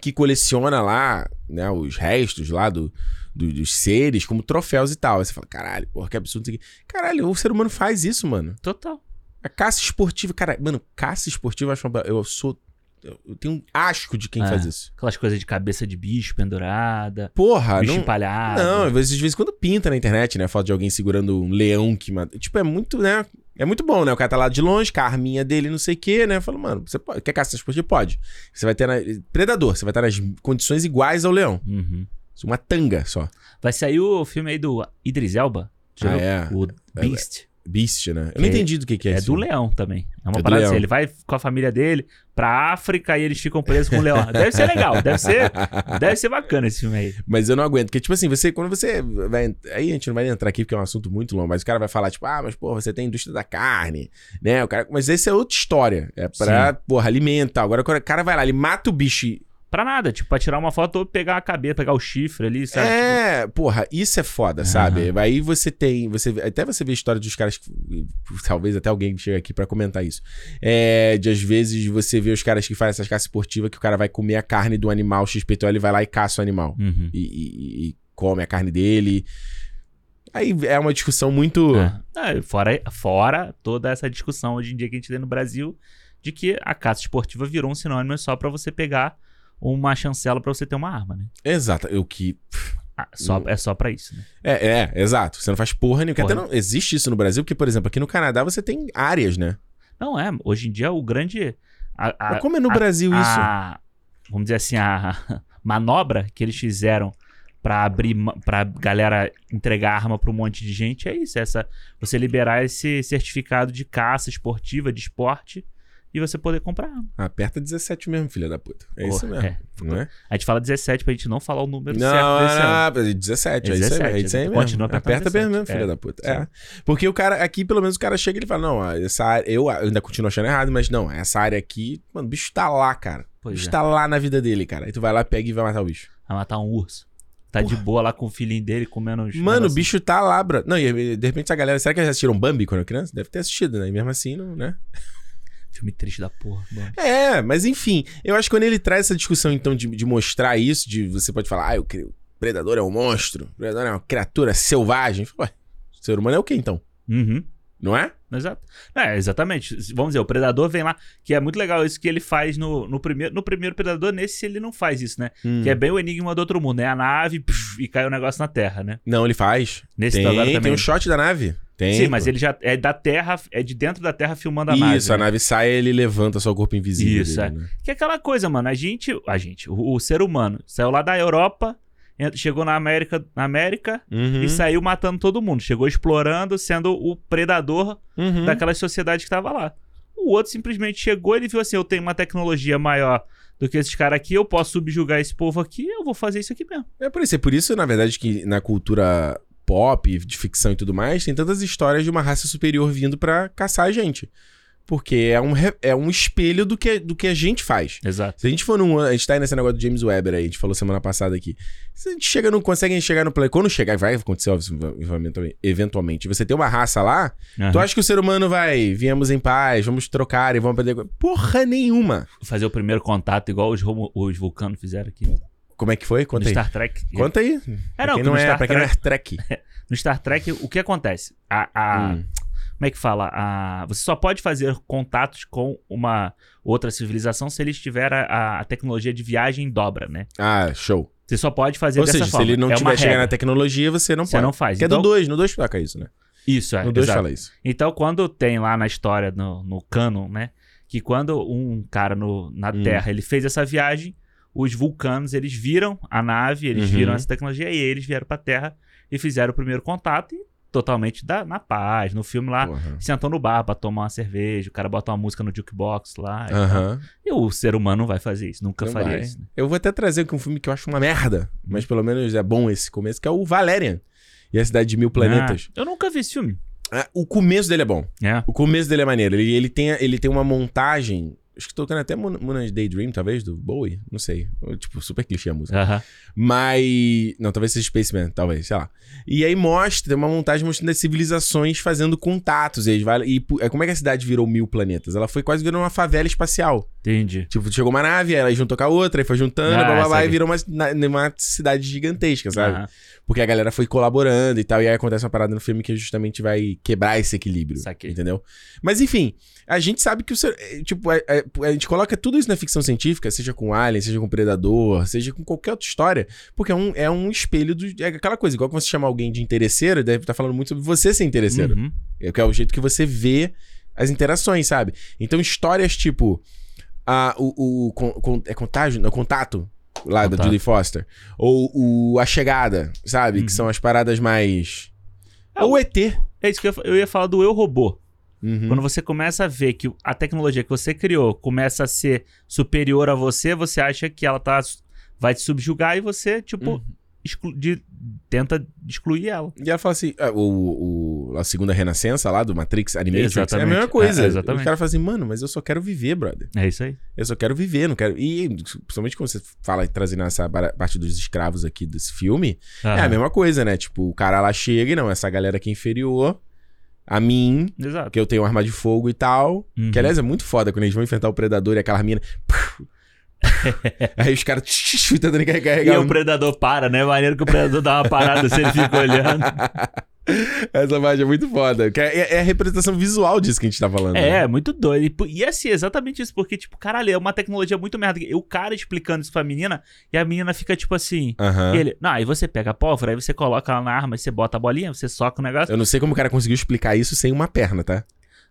[SPEAKER 1] que coleciona lá, né, os restos lá do, do- dos seres como troféus e tal. Aí você fala, caralho, porra, que absurdo isso aqui. Caralho, o ser humano faz isso, mano.
[SPEAKER 2] Total.
[SPEAKER 1] A caça esportiva, cara, mano, caça esportiva eu acho uma... Eu sou. Eu tenho um asco de quem
[SPEAKER 2] É.
[SPEAKER 1] faz isso.
[SPEAKER 2] Aquelas coisas de cabeça de bicho pendurada,
[SPEAKER 1] Porra,
[SPEAKER 2] bicho
[SPEAKER 1] Ah, não.
[SPEAKER 2] empalhado.
[SPEAKER 1] Não, às vezes, de vez em quando pinta na internet, né? Foto de alguém segurando um leão que mata. Tipo, é muito, né? É muito bom, né? O cara tá lá de longe, com a arminha dele, não sei o quê, né? Eu falo, mano, você pode. Quer caça esportiva? Pode. Você vai ter. Na... Predador, você vai estar nas condições iguais ao leão.
[SPEAKER 2] Uhum.
[SPEAKER 1] Uma tanga só.
[SPEAKER 2] Vai sair o filme aí do Idris Elba. Já
[SPEAKER 1] Ah,
[SPEAKER 2] viu?
[SPEAKER 1] é.
[SPEAKER 2] O Beast.
[SPEAKER 1] Beast, né? Eu não
[SPEAKER 2] Que-
[SPEAKER 1] entendi do que, que é,
[SPEAKER 2] É,
[SPEAKER 1] isso.
[SPEAKER 2] do leão também. É
[SPEAKER 1] É
[SPEAKER 2] uma
[SPEAKER 1] do
[SPEAKER 2] parada assim.
[SPEAKER 1] leão.
[SPEAKER 2] Ele vai com a família dele pra África e eles ficam presos com o leão. Deve ser legal. Deve ser, deve ser bacana esse filme aí.
[SPEAKER 1] Mas eu não aguento, porque, tipo assim, você, quando você vai. Aí a gente não vai entrar aqui porque é um assunto muito longo, mas o cara vai falar, tipo, ah, mas, pô, você tem a indústria da carne, né? O cara, mas essa é outra história. É pra, porra, alimentar. Agora, quando o cara vai lá, ele mata o bicho. e-
[SPEAKER 2] Pra nada. Tipo, pra tirar uma foto ou pegar a cabeça, pegar o chifre ali, sabe?
[SPEAKER 1] É, porra, isso é foda, sabe? Aí você tem. você Até você vê a história dos caras. que- Talvez até alguém que chega aqui pra comentar isso. É, de às vezes você vê os caras que fazem essas caças esportivas que o cara vai comer a carne do animal XPTO, ele vai lá e caça o animal.
[SPEAKER 2] Tipo, uhum.
[SPEAKER 1] e, e- e- e come a carne dele. Aí é uma discussão muito.
[SPEAKER 2] É. É, fora, fora toda essa discussão hoje em dia que a gente tem no Brasil de que a caça esportiva virou um sinônimo só pra você pegar uma chancela pra você ter uma arma, né?
[SPEAKER 1] Exato. O que.
[SPEAKER 2] Ah, só,
[SPEAKER 1] Não.
[SPEAKER 2] é só pra isso, né?
[SPEAKER 1] É, é, exato. Você não faz porra nenhuma. que Até
[SPEAKER 2] Porra.
[SPEAKER 1] não existe isso no Brasil, porque, por exemplo, aqui no Canadá você tem áreas, né?
[SPEAKER 2] Não é. Hoje em dia o grande... a- Ah, a-
[SPEAKER 1] Mas como é no Brasil isso?
[SPEAKER 2] a- vamos dizer assim, a manobra que eles fizeram pra abrir ma- pra galera entregar arma pra um monte de gente é isso, é essa você liberar esse certificado de caça esportiva, de esporte e você poder comprar arma.
[SPEAKER 1] Ah, Aperta 17 mesmo, filha da puta. É isso
[SPEAKER 2] Porra,
[SPEAKER 1] mesmo.
[SPEAKER 2] é.
[SPEAKER 1] Não, é?
[SPEAKER 2] A gente fala 17 pra gente não falar o número
[SPEAKER 1] não,
[SPEAKER 2] certo desse ano.
[SPEAKER 1] não, não, 17, é isso aí, é
[SPEAKER 2] 17,
[SPEAKER 1] isso aí mesmo.
[SPEAKER 2] continua apertando
[SPEAKER 1] Aperta
[SPEAKER 2] 17,
[SPEAKER 1] mesmo, filha
[SPEAKER 2] é.
[SPEAKER 1] da puta. É. Porque o cara, aqui pelo menos o cara chega e ele fala: Não, ó, essa área, eu ainda continuo achando errado, mas não, essa área aqui, mano, o bicho tá lá, cara. O
[SPEAKER 2] Pois
[SPEAKER 1] bicho
[SPEAKER 2] é,
[SPEAKER 1] tá lá na vida dele, cara. Aí tu vai lá, pega e vai matar o bicho.
[SPEAKER 2] vai matar um urso. Tá de boa lá com o filhinho dele comendo os
[SPEAKER 1] Mano, o
[SPEAKER 2] negocinhos.
[SPEAKER 1] bicho tá
[SPEAKER 2] assim,
[SPEAKER 1] lá, bro. Não, e de repente a galera. Será que eles assistiram Bambi quando eu criança? Deve ter assistido, né? E mesmo assim, não, né?
[SPEAKER 2] Filme triste da porra. Bambi.
[SPEAKER 1] É, mas enfim, eu acho que quando ele traz essa discussão, então, de, de mostrar isso, de você pode falar, ah, eu creio, o predador é um monstro, o predador é uma criatura selvagem. Ué, o ser humano é o quê, então?
[SPEAKER 2] Uhum.
[SPEAKER 1] Não é?
[SPEAKER 2] Exato. É, exatamente. Vamos dizer, o Predador vem lá, que é muito legal isso que ele faz no, no primeiro. No primeiro Predador, nesse ele não faz isso, né? Que é
[SPEAKER 1] Hum.
[SPEAKER 2] bem o enigma do outro mundo, né? A nave pf, e cai o negócio na Terra, né?
[SPEAKER 1] Não, ele faz.
[SPEAKER 2] Nesse
[SPEAKER 1] Tem,
[SPEAKER 2] agora
[SPEAKER 1] tem
[SPEAKER 2] também.
[SPEAKER 1] um shot da nave. Tem.
[SPEAKER 2] Sim, mas
[SPEAKER 1] pô.
[SPEAKER 2] ele já é da Terra, é de dentro da Terra filmando a
[SPEAKER 1] Isso,
[SPEAKER 2] nave.
[SPEAKER 1] a
[SPEAKER 2] né?
[SPEAKER 1] nave sai ele levanta só o corpo invisível.
[SPEAKER 2] Isso,
[SPEAKER 1] dele,
[SPEAKER 2] é.
[SPEAKER 1] né?
[SPEAKER 2] Que é aquela coisa, mano. A gente, a gente, o, o ser humano, saiu lá da Europa, ent- chegou na América, na América
[SPEAKER 1] Uhum.
[SPEAKER 2] e saiu matando todo mundo. Chegou explorando, sendo o predador
[SPEAKER 1] Uhum.
[SPEAKER 2] daquela sociedade que tava lá. O outro simplesmente chegou, ele viu assim: eu tenho uma tecnologia maior do que esses caras aqui, eu posso subjugar esse povo aqui, eu vou fazer isso aqui mesmo.
[SPEAKER 1] É por isso, é por isso, na verdade, que na cultura pop, de ficção e tudo mais, tem tantas histórias de uma raça superior vindo pra caçar a gente. Porque é um, re- é um espelho do que, do que a gente faz.
[SPEAKER 2] Exato.
[SPEAKER 1] Se a gente for num. A gente tá aí nesse negócio do James Webber aí, a gente falou semana passada aqui. Se a gente chega, não consegue chegar no planeta. Quando chegar, vai acontecer, óbvio, eventualmente- eventualmente. Você tem uma raça lá, tu acha que o ser humano vai, viemos em paz, vamos trocar e vamos aprender. co- Porra nenhuma!
[SPEAKER 2] Fazer o primeiro contato, igual os, romo- os vulcanos fizeram aqui.
[SPEAKER 1] Como é que foi?
[SPEAKER 2] no
[SPEAKER 1] Conta aí.
[SPEAKER 2] Star Trek.
[SPEAKER 1] Conta aí.
[SPEAKER 2] É,
[SPEAKER 1] pra
[SPEAKER 2] não,
[SPEAKER 1] quem
[SPEAKER 2] que
[SPEAKER 1] não
[SPEAKER 2] no,
[SPEAKER 1] é,
[SPEAKER 2] Star
[SPEAKER 1] pra quem não é Trek.
[SPEAKER 2] Trek, no Star Trek, o que acontece? A. a-
[SPEAKER 1] Hum.
[SPEAKER 2] Como é que fala? A, você só pode fazer contatos com uma outra civilização se eles tiver a, a- a tecnologia de viagem em dobra, né?
[SPEAKER 1] Ah, show.
[SPEAKER 2] Você só pode fazer
[SPEAKER 1] Ou
[SPEAKER 2] dessa
[SPEAKER 1] seja,
[SPEAKER 2] forma.
[SPEAKER 1] se ele não
[SPEAKER 2] é uma
[SPEAKER 1] tiver chegando
[SPEAKER 2] regra.
[SPEAKER 1] na tecnologia, você não
[SPEAKER 2] Você
[SPEAKER 1] pode.
[SPEAKER 2] não faz.
[SPEAKER 1] Que é
[SPEAKER 2] Então,
[SPEAKER 1] do 2, no 2 toca isso, né?
[SPEAKER 2] Isso, é.
[SPEAKER 1] No 2
[SPEAKER 2] exato.
[SPEAKER 1] fala isso.
[SPEAKER 2] Então, quando tem lá na história, no, no canon, né? Que quando um cara no, na
[SPEAKER 1] Hum.
[SPEAKER 2] Terra ele fez essa viagem, os vulcanos eles viram a nave, eles
[SPEAKER 1] Uhum.
[SPEAKER 2] viram essa tecnologia e eles vieram pra Terra e fizeram o primeiro contato e totalmente da, na paz. No filme lá,
[SPEAKER 1] Porra.
[SPEAKER 2] sentam no bar pra tomar uma cerveja, o cara bota uma música no jukebox lá. e tal.
[SPEAKER 1] Aham.
[SPEAKER 2] E o ser humano não vai fazer isso,
[SPEAKER 1] Ah.
[SPEAKER 2] nunca
[SPEAKER 1] Não
[SPEAKER 2] então, faria
[SPEAKER 1] vai.
[SPEAKER 2] isso. Hum. né?
[SPEAKER 1] Eu vou até trazer aqui um filme que eu acho uma merda, mas pelo menos é bom esse começo, que é o Valerian e a Cidade de Mil Planetas.
[SPEAKER 2] Ah, eu nunca vi esse filme.
[SPEAKER 1] Ah, o começo dele é bom.
[SPEAKER 2] É.
[SPEAKER 1] O começo dele é maneiro. Ele, ele, tem, ele tem uma montagem. Acho que tocando até Moon Moon Age Daydream, talvez, do Bowie. Não sei. Tipo, super clichê a música.
[SPEAKER 2] Aham.
[SPEAKER 1] Mas. Não, talvez seja Spaceman, talvez, sei lá. E aí mostra, tem uma montagem mostrando as civilizações fazendo contatos. E, eles vai- e pu- é, como é que a cidade virou mil planetas? Ela foi quase virando uma favela espacial.
[SPEAKER 2] Entendi.
[SPEAKER 1] Tipo, chegou uma nave, aí ela juntou com a outra, aí foi juntando,
[SPEAKER 2] Ah,
[SPEAKER 1] blá blá blá,
[SPEAKER 2] saquei.
[SPEAKER 1] e virou uma, na- uma cidade gigantesca, sabe?
[SPEAKER 2] Aham,
[SPEAKER 1] Porque a galera foi colaborando e tal, e aí acontece uma parada no filme que justamente vai quebrar esse equilíbrio.
[SPEAKER 2] Saquei.
[SPEAKER 1] Entendeu? Mas enfim, a gente sabe que o ser. é, Tipo, é- é- a gente coloca tudo isso na ficção científica, seja com Alien, seja com Predador, seja com qualquer outra história, porque é um, é um espelho do. É aquela coisa, igual que você chama alguém de interesseiro, deve estar falando muito sobre você ser interesseiro.
[SPEAKER 2] Uhum.
[SPEAKER 1] É que é o jeito que você vê as interações, sabe? Então, histórias tipo. A, o o con- con- é contágio? Não, contato. Lá da
[SPEAKER 2] Contato.
[SPEAKER 1] Judy Foster. Ou o A Chegada, sabe?
[SPEAKER 2] Uhum.
[SPEAKER 1] Que são as paradas mais.
[SPEAKER 2] É,
[SPEAKER 1] Ou ET.
[SPEAKER 2] É isso que eu, fa- eu ia falar do Eu Robô.
[SPEAKER 1] Uhum.
[SPEAKER 2] Quando você começa a ver que a tecnologia que você criou começa a ser superior a você, você acha que ela tá, vai te subjugar e você, tipo, exclu- de- tenta excluir ela.
[SPEAKER 1] E ela fala assim: ah, o, o- a segunda renascença lá do Matrix Animatrix é a
[SPEAKER 2] Exatamente.
[SPEAKER 1] mesma coisa.
[SPEAKER 2] É, exatamente.
[SPEAKER 1] O cara fala assim, mano, mas eu só quero viver, brother.
[SPEAKER 2] É isso aí.
[SPEAKER 1] Eu só quero viver, não quero. E principalmente quando você fala trazendo essa bara- parte dos escravos aqui desse filme, é a mesma coisa, né? Tipo, o cara lá chega e não, essa galera aqui é inferior a mim,
[SPEAKER 2] Exato.
[SPEAKER 1] que eu tenho arma de fogo e tal.
[SPEAKER 2] Uhum.
[SPEAKER 1] Que aliás é muito foda quando eles vão enfrentar o predador e aquela mina. Aí os caras tentando um
[SPEAKER 2] E
[SPEAKER 1] carregar
[SPEAKER 2] o predador para, né? Maneiro que o predador dá uma parada, se ele fica olhando.
[SPEAKER 1] Essa parte é muito foda. que É, é a representação visual disso que a gente tá falando. né?
[SPEAKER 2] É, muito doido. E, pô, E assim, exatamente isso, porque, tipo, caralho, é uma tecnologia muito merda. E o cara explicando isso pra menina, e a menina fica, tipo assim.
[SPEAKER 1] Aham.
[SPEAKER 2] e ele, não, aí você pega a pólvora, aí você coloca ela na arma, aí você bota a bolinha, você soca o negócio.
[SPEAKER 1] Eu não sei como o cara conseguiu explicar isso sem uma perna, tá?